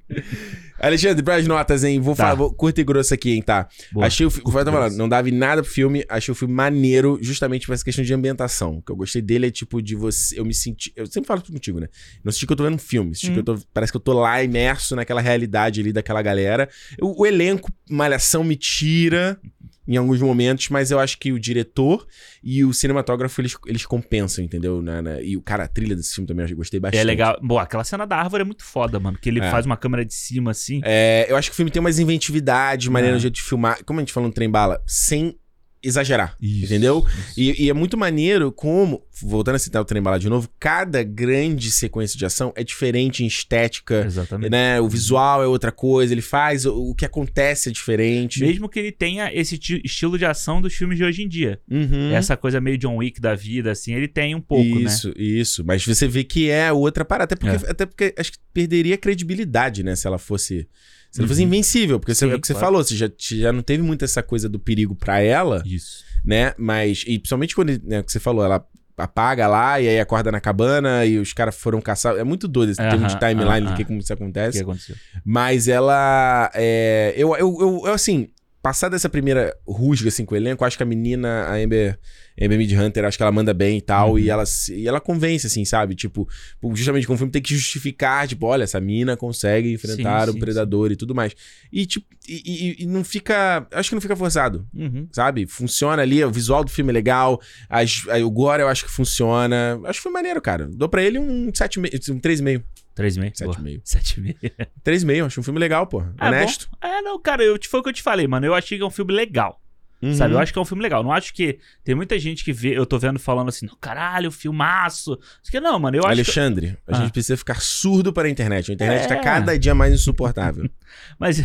[SPEAKER 1] Alexandre, para as notas, hein? Vou
[SPEAKER 2] Tá.
[SPEAKER 1] falar, vou, curto e grosso aqui, hein, tá?
[SPEAKER 2] Boa.
[SPEAKER 1] achei o filme.
[SPEAKER 2] e grosso.
[SPEAKER 1] Não dava em nada pro filme. Achei o filme maneiro, justamente por essa questão de ambientação. O que eu gostei dele é tipo de você. Eu me senti. Eu sempre falo isso contigo, né? Não senti que eu tô vendo um filme. Senti que eu tô, parece que eu tô lá imerso naquela realidade ali daquela galera. O, o elenco, malhação, me tira em alguns momentos, mas eu acho que o diretor e o cinematógrafo eles, eles compensam, entendeu? Na- na- e o cara, a trilha desse filme também eu gostei bastante.
[SPEAKER 2] É legal. Boa, aquela cena da árvore é muito foda, mano. Que ele
[SPEAKER 1] É.
[SPEAKER 2] faz uma câmera de cima assim.
[SPEAKER 1] É, eu acho que o filme tem umas inventividades, maneira
[SPEAKER 2] É.
[SPEAKER 1] de jeito de filmar. Como a gente falou no trem bala, sem exagerar.
[SPEAKER 2] Isso.
[SPEAKER 1] Entendeu? E, e é muito maneiro como, voltando a citar o trem bala de novo, cada grande sequência de ação é diferente em estética,
[SPEAKER 2] Exatamente.
[SPEAKER 1] né? O visual é outra coisa, ele faz, o, o que acontece é diferente.
[SPEAKER 2] Mesmo que ele tenha esse ti- estilo de ação dos filmes de hoje em dia.
[SPEAKER 1] Uhum.
[SPEAKER 2] Essa coisa meio John Wick da vida, assim, ele tem um pouco, né?
[SPEAKER 1] isso, isso. Mas você vê que é outra parada. Até porque, até porque acho que perderia a credibilidade, né? Se ela fosse. Se ela fosse
[SPEAKER 2] Uhum.
[SPEAKER 1] invencível. Porque você,
[SPEAKER 2] Sim,
[SPEAKER 1] é o que você
[SPEAKER 2] claro.
[SPEAKER 1] falou, você já, já não teve muito essa coisa do perigo pra ela.
[SPEAKER 2] Isso.
[SPEAKER 1] né? Mas, e principalmente quando, né, o que você falou, ela apaga lá e aí acorda na cabana e os caras foram caçar. É muito doido esse termo de
[SPEAKER 2] Aham,
[SPEAKER 1] timeline
[SPEAKER 2] aham.
[SPEAKER 1] do que como isso
[SPEAKER 2] O que
[SPEAKER 1] acontece.
[SPEAKER 2] aconteceu?
[SPEAKER 1] Mas ela, é, eu, eu, eu, eu, assim, passada essa primeira rusga, assim, com o elenco, acho que a menina, a Amber, Amber Mid Hunter, acho que ela manda bem e tal,
[SPEAKER 2] Uhum.
[SPEAKER 1] e, ela, se- e ela convence, assim, sabe? Tipo, justamente como o filme tem que justificar, tipo, olha, essa mina consegue enfrentar
[SPEAKER 2] Sim,
[SPEAKER 1] o
[SPEAKER 2] sim,
[SPEAKER 1] predador e tudo mais. E, tipo, e- e- e não fica, acho que não fica forçado
[SPEAKER 2] Uhum.
[SPEAKER 1] sabe? Funciona ali, o visual do filme é legal, as, a- o Gore eu acho que funciona. Acho que foi maneiro, cara. Dou pra ele um 7,5, um 3,5.
[SPEAKER 2] Três e meio. boa.
[SPEAKER 1] 7,5.
[SPEAKER 2] Sete e meio.
[SPEAKER 1] 3,5, acho um filme legal, pô.
[SPEAKER 2] Ah,
[SPEAKER 1] Honesto.
[SPEAKER 2] É, não, cara, eu, foi o que eu te falei, mano. Eu achei que é um filme legal.
[SPEAKER 1] Uhum.
[SPEAKER 2] Sabe? Eu acho que é um filme legal. Não acho que. Tem muita gente que vê, eu tô vendo falando assim, não, caralho, filmaço. Isso que não, mano. Eu acho que-
[SPEAKER 1] Alexandre, a
[SPEAKER 2] Ah.
[SPEAKER 1] gente precisa ficar surdo para a internet. A internet tá
[SPEAKER 2] É.
[SPEAKER 1] cada dia mais insuportável.
[SPEAKER 2] Mas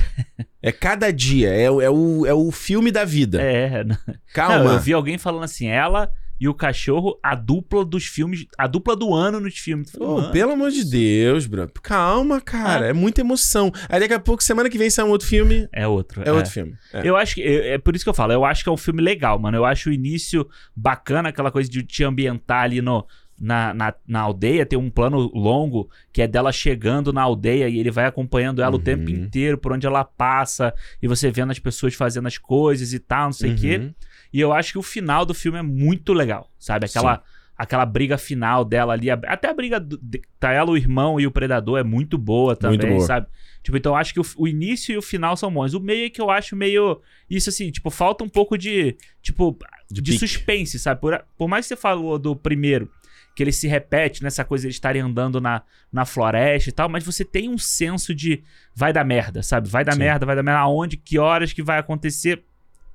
[SPEAKER 1] é cada dia, é, o- é, o, é o filme da vida.
[SPEAKER 2] é. Não,
[SPEAKER 1] Calma.
[SPEAKER 2] eu vi alguém falando assim, ela e o cachorro, a dupla dos filmes, a dupla do ano nos filmes. Eu falei,
[SPEAKER 1] Pô,
[SPEAKER 2] mano,
[SPEAKER 1] pelo amor de Deus, bro. Calma,
[SPEAKER 2] Ah.
[SPEAKER 1] cara. É muita emoção. Aí daqui a pouco, semana que vem, sai um outro filme.
[SPEAKER 2] É outro.
[SPEAKER 1] É, outro filme. É.
[SPEAKER 2] Eu acho que. É, é por isso que eu falo, eu acho que é um filme legal, mano. Eu acho o início bacana, aquela coisa de te ambientar ali no. Na, na, na aldeia tem um plano longo que é dela chegando na aldeia e ele vai acompanhando ela o
[SPEAKER 1] Uhum.
[SPEAKER 2] tempo inteiro por onde ela passa e você vendo as pessoas fazendo as coisas e tal, não sei o quê.
[SPEAKER 1] Uhum.
[SPEAKER 2] E eu acho que o final do filme é muito legal, sabe? Aquela, aquela briga final dela ali, a- até a briga do, de- tá ela, o irmão e o predador é muito boa também,
[SPEAKER 1] Muito boa.
[SPEAKER 2] sabe? Tipo, então eu acho que o, f- o início e o final são bons. O meio é que eu acho meio isso assim, tipo, falta um pouco de tipo de,
[SPEAKER 1] pique.
[SPEAKER 2] suspense, sabe? Por, a- por mais que você falou do primeiro que ele se repete nessa coisa de eles estarem andando na, na floresta e tal, mas você tem um senso de vai dar merda, sabe? Vai dar
[SPEAKER 1] Sim.
[SPEAKER 2] merda, vai dar merda, aonde, que horas que vai acontecer.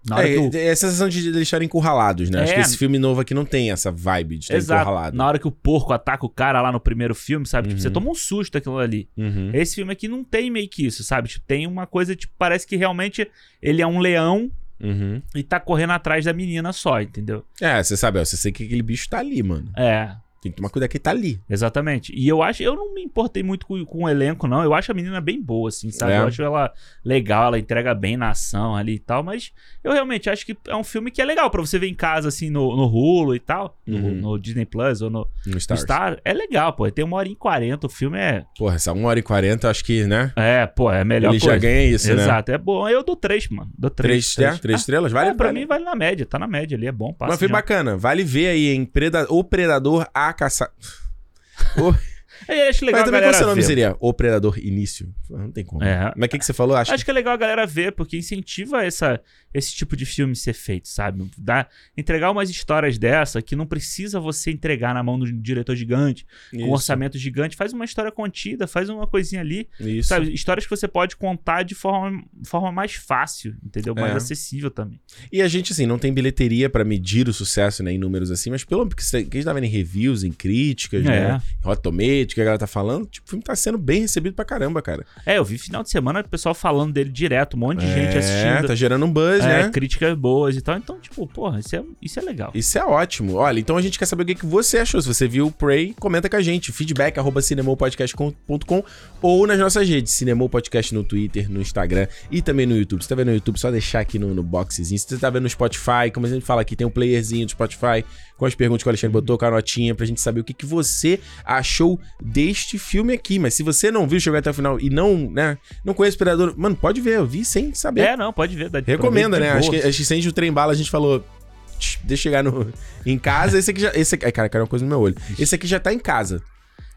[SPEAKER 2] Na hora
[SPEAKER 1] É,
[SPEAKER 2] que o-
[SPEAKER 1] é a sensação de eles estarem encurralados, né? Acho
[SPEAKER 2] É.
[SPEAKER 1] que esse filme novo aqui não tem essa vibe de estar
[SPEAKER 2] Exato.
[SPEAKER 1] encurralado.
[SPEAKER 2] Na hora que o porco ataca o cara lá no primeiro filme, sabe? Tipo,
[SPEAKER 1] Uhum.
[SPEAKER 2] você toma um susto aquilo ali.
[SPEAKER 1] Uhum.
[SPEAKER 2] Esse filme aqui não tem meio que isso, sabe? Tipo, tem uma coisa, tipo, parece que realmente ele é um leão
[SPEAKER 1] Uhum.
[SPEAKER 2] e tá correndo atrás da menina só, entendeu?
[SPEAKER 1] É, você sabe, ó, você sei que aquele bicho tá ali, mano.
[SPEAKER 2] É,
[SPEAKER 1] Tem que tomar cuidado que ele tá ali.
[SPEAKER 2] exatamente. E eu acho, eu não me importei muito com, com o elenco, não. Eu acho a menina bem boa, assim, sabe?
[SPEAKER 1] É.
[SPEAKER 2] Eu acho ela legal, ela entrega bem na ação ali e tal, mas eu realmente acho que é um filme que é legal pra você ver em casa, assim, no, no Hulu e tal, no-
[SPEAKER 1] Uhum.
[SPEAKER 2] no, Disney Plus ou no,
[SPEAKER 1] No
[SPEAKER 2] no
[SPEAKER 1] Star.
[SPEAKER 2] Star. É legal, pô. Tem uma hora e quarenta, o filme é.
[SPEAKER 1] Porra, essa 1 hora e 40, acho que, né?
[SPEAKER 2] É, pô, é a melhor
[SPEAKER 1] ele
[SPEAKER 2] coisa.
[SPEAKER 1] já ganha isso, né?
[SPEAKER 2] Exato, é bom. Eu dou três, mano. Dou
[SPEAKER 1] Três,
[SPEAKER 2] três.
[SPEAKER 1] né? Três estrelas? Vale,
[SPEAKER 2] é, pra
[SPEAKER 1] vale.
[SPEAKER 2] mim vale na média, tá na média ali, é bom. Passa
[SPEAKER 1] Mas foi
[SPEAKER 2] de-
[SPEAKER 1] bacana. Vale ver aí, hein? Preda... O Predador a caçar. O...
[SPEAKER 2] Aí eu É, acho legal
[SPEAKER 1] Mas
[SPEAKER 2] a
[SPEAKER 1] também qual
[SPEAKER 2] galera
[SPEAKER 1] seu nome
[SPEAKER 2] ver.
[SPEAKER 1] seria? Operador Início. Não tem como.
[SPEAKER 2] É.
[SPEAKER 1] Mas o que, que você falou? Acho,
[SPEAKER 2] Acho que é legal a galera ver, porque incentiva essa, esse tipo de filme ser feito, sabe? Dá, entregar umas histórias dessa que não precisa você entregar na mão de um diretor gigante,
[SPEAKER 1] que
[SPEAKER 2] com um orçamento gigante. Faz uma história contida, faz uma coisinha ali,
[SPEAKER 1] Isso.
[SPEAKER 2] sabe? Histórias que você pode contar de forma, forma mais fácil, entendeu? Mais
[SPEAKER 1] É.
[SPEAKER 2] acessível também.
[SPEAKER 1] E a gente, assim, não tem bilheteria pra medir o sucesso né, em números assim, mas pelo que você- que a gente tá vendo em reviews, em críticas,
[SPEAKER 2] É.
[SPEAKER 1] né? Em Hot Tomato, que a galera tá falando, tipo, o filme tá sendo bem recebido pra caramba, cara.
[SPEAKER 2] É, eu vi final de semana o pessoal falando dele direto, um monte de gente
[SPEAKER 1] É,
[SPEAKER 2] assistindo.
[SPEAKER 1] Tá gerando um buzz,
[SPEAKER 2] é,
[SPEAKER 1] né?
[SPEAKER 2] críticas boas e tal. Então, tipo, porra, isso é, isso é legal.
[SPEAKER 1] Isso é ótimo. Olha, então a gente quer saber o que, que você achou. Se você viu o Prey, comenta com a gente. Feedback, arroba cinemopodcast.com ou nas nossas redes. Cinemou Podcast no Twitter, no Instagram e também no YouTube. Se tá vendo no YouTube, só deixar aqui no, no boxezinho. Se você tá vendo no Spotify, como a gente fala aqui, tem um playerzinho do Spotify com as perguntas que o Alexandre botou, com a notinha, pra gente saber o que, que você achou deste filme aqui. Mas se você não viu, chegou até o final e não, né, não conhece o Predador, mano, pode ver, eu vi sem saber.
[SPEAKER 2] É, não, pode ver. dá de-
[SPEAKER 1] Recomenda,
[SPEAKER 2] tá de
[SPEAKER 1] né?
[SPEAKER 2] boa.
[SPEAKER 1] Acho que, acho que sem o trem bala a gente falou. "Tch, Deixa eu chegar no, em casa. Esse aqui já. Esse aqui, ai, cara, caiu uma coisa no meu olho. Esse aqui já tá em casa.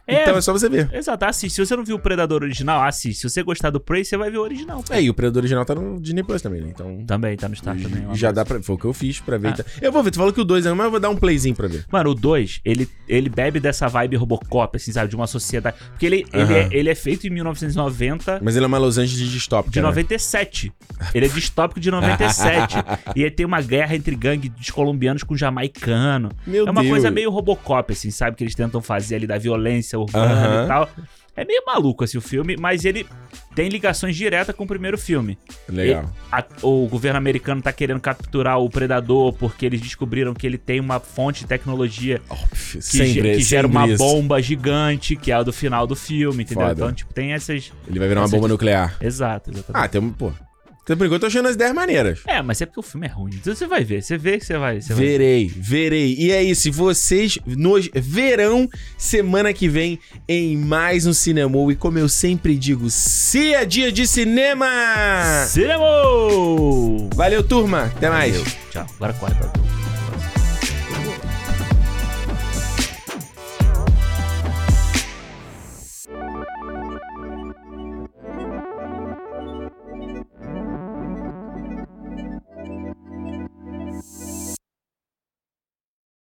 [SPEAKER 2] É,
[SPEAKER 1] Então é só você ver.
[SPEAKER 2] Exato, assiste. Se você não viu o Predador original, assiste. Se você gostar do Prey, você vai ver o original.
[SPEAKER 1] É, e o Predador original tá no Disney Plus também, né? Então.
[SPEAKER 2] Também, tá no Star também. lá.
[SPEAKER 1] já dá pra. Foi o que eu fiz pra ver.
[SPEAKER 2] Ah.
[SPEAKER 1] Então- Eu vou ver, tu falou que o 2 é, mas eu vou dar um playzinho pra ver.
[SPEAKER 2] Mano, o 2, ele, ele bebe dessa vibe Robocop, assim, sabe? De uma sociedade. Porque ele, ele,
[SPEAKER 1] Aham.
[SPEAKER 2] é, ele é feito em 1990.
[SPEAKER 1] Mas ele é uma Los Angeles distópica.
[SPEAKER 2] De
[SPEAKER 1] né?
[SPEAKER 2] 97. Ele é distópico de 97. e aí tem uma guerra entre gangue de colombianos com jamaicano.
[SPEAKER 1] Meu
[SPEAKER 2] é uma
[SPEAKER 1] Deus.
[SPEAKER 2] coisa meio Robocop, assim, sabe? Que eles tentam fazer ali da violência urbana
[SPEAKER 1] Aham.
[SPEAKER 2] e tal. É meio maluco, assim, o filme, mas ele tem ligações diretas com o primeiro filme.
[SPEAKER 1] Legal.
[SPEAKER 2] A- o governo americano tá querendo capturar o predador porque eles descobriram que ele tem uma fonte de tecnologia
[SPEAKER 1] Óbvio,
[SPEAKER 2] que, ge-
[SPEAKER 1] sempre,
[SPEAKER 2] que gera
[SPEAKER 1] sempre
[SPEAKER 2] uma
[SPEAKER 1] isso.
[SPEAKER 2] bomba gigante, que é a do final do filme, entendeu?
[SPEAKER 1] Foda.
[SPEAKER 2] Então, tipo, tem essas.
[SPEAKER 1] Ele vai virar uma
[SPEAKER 2] Essa-
[SPEAKER 1] bomba nuclear.
[SPEAKER 2] Exato, exatamente.
[SPEAKER 1] Ah, tem um. Pô. Então, por enquanto, eu tô achando as 10 maneiras.
[SPEAKER 2] É, mas é porque o filme é ruim. Então você vai ver, você vê que você vai. Você vai.
[SPEAKER 1] Verei, verei. E é isso, vocês nos verão semana que vem em mais um Cinemou. E como eu sempre digo, se é dia de cinema!
[SPEAKER 2] Cinema!
[SPEAKER 1] Valeu, turma. Até mais.
[SPEAKER 2] Tchau, agora corre pra tu.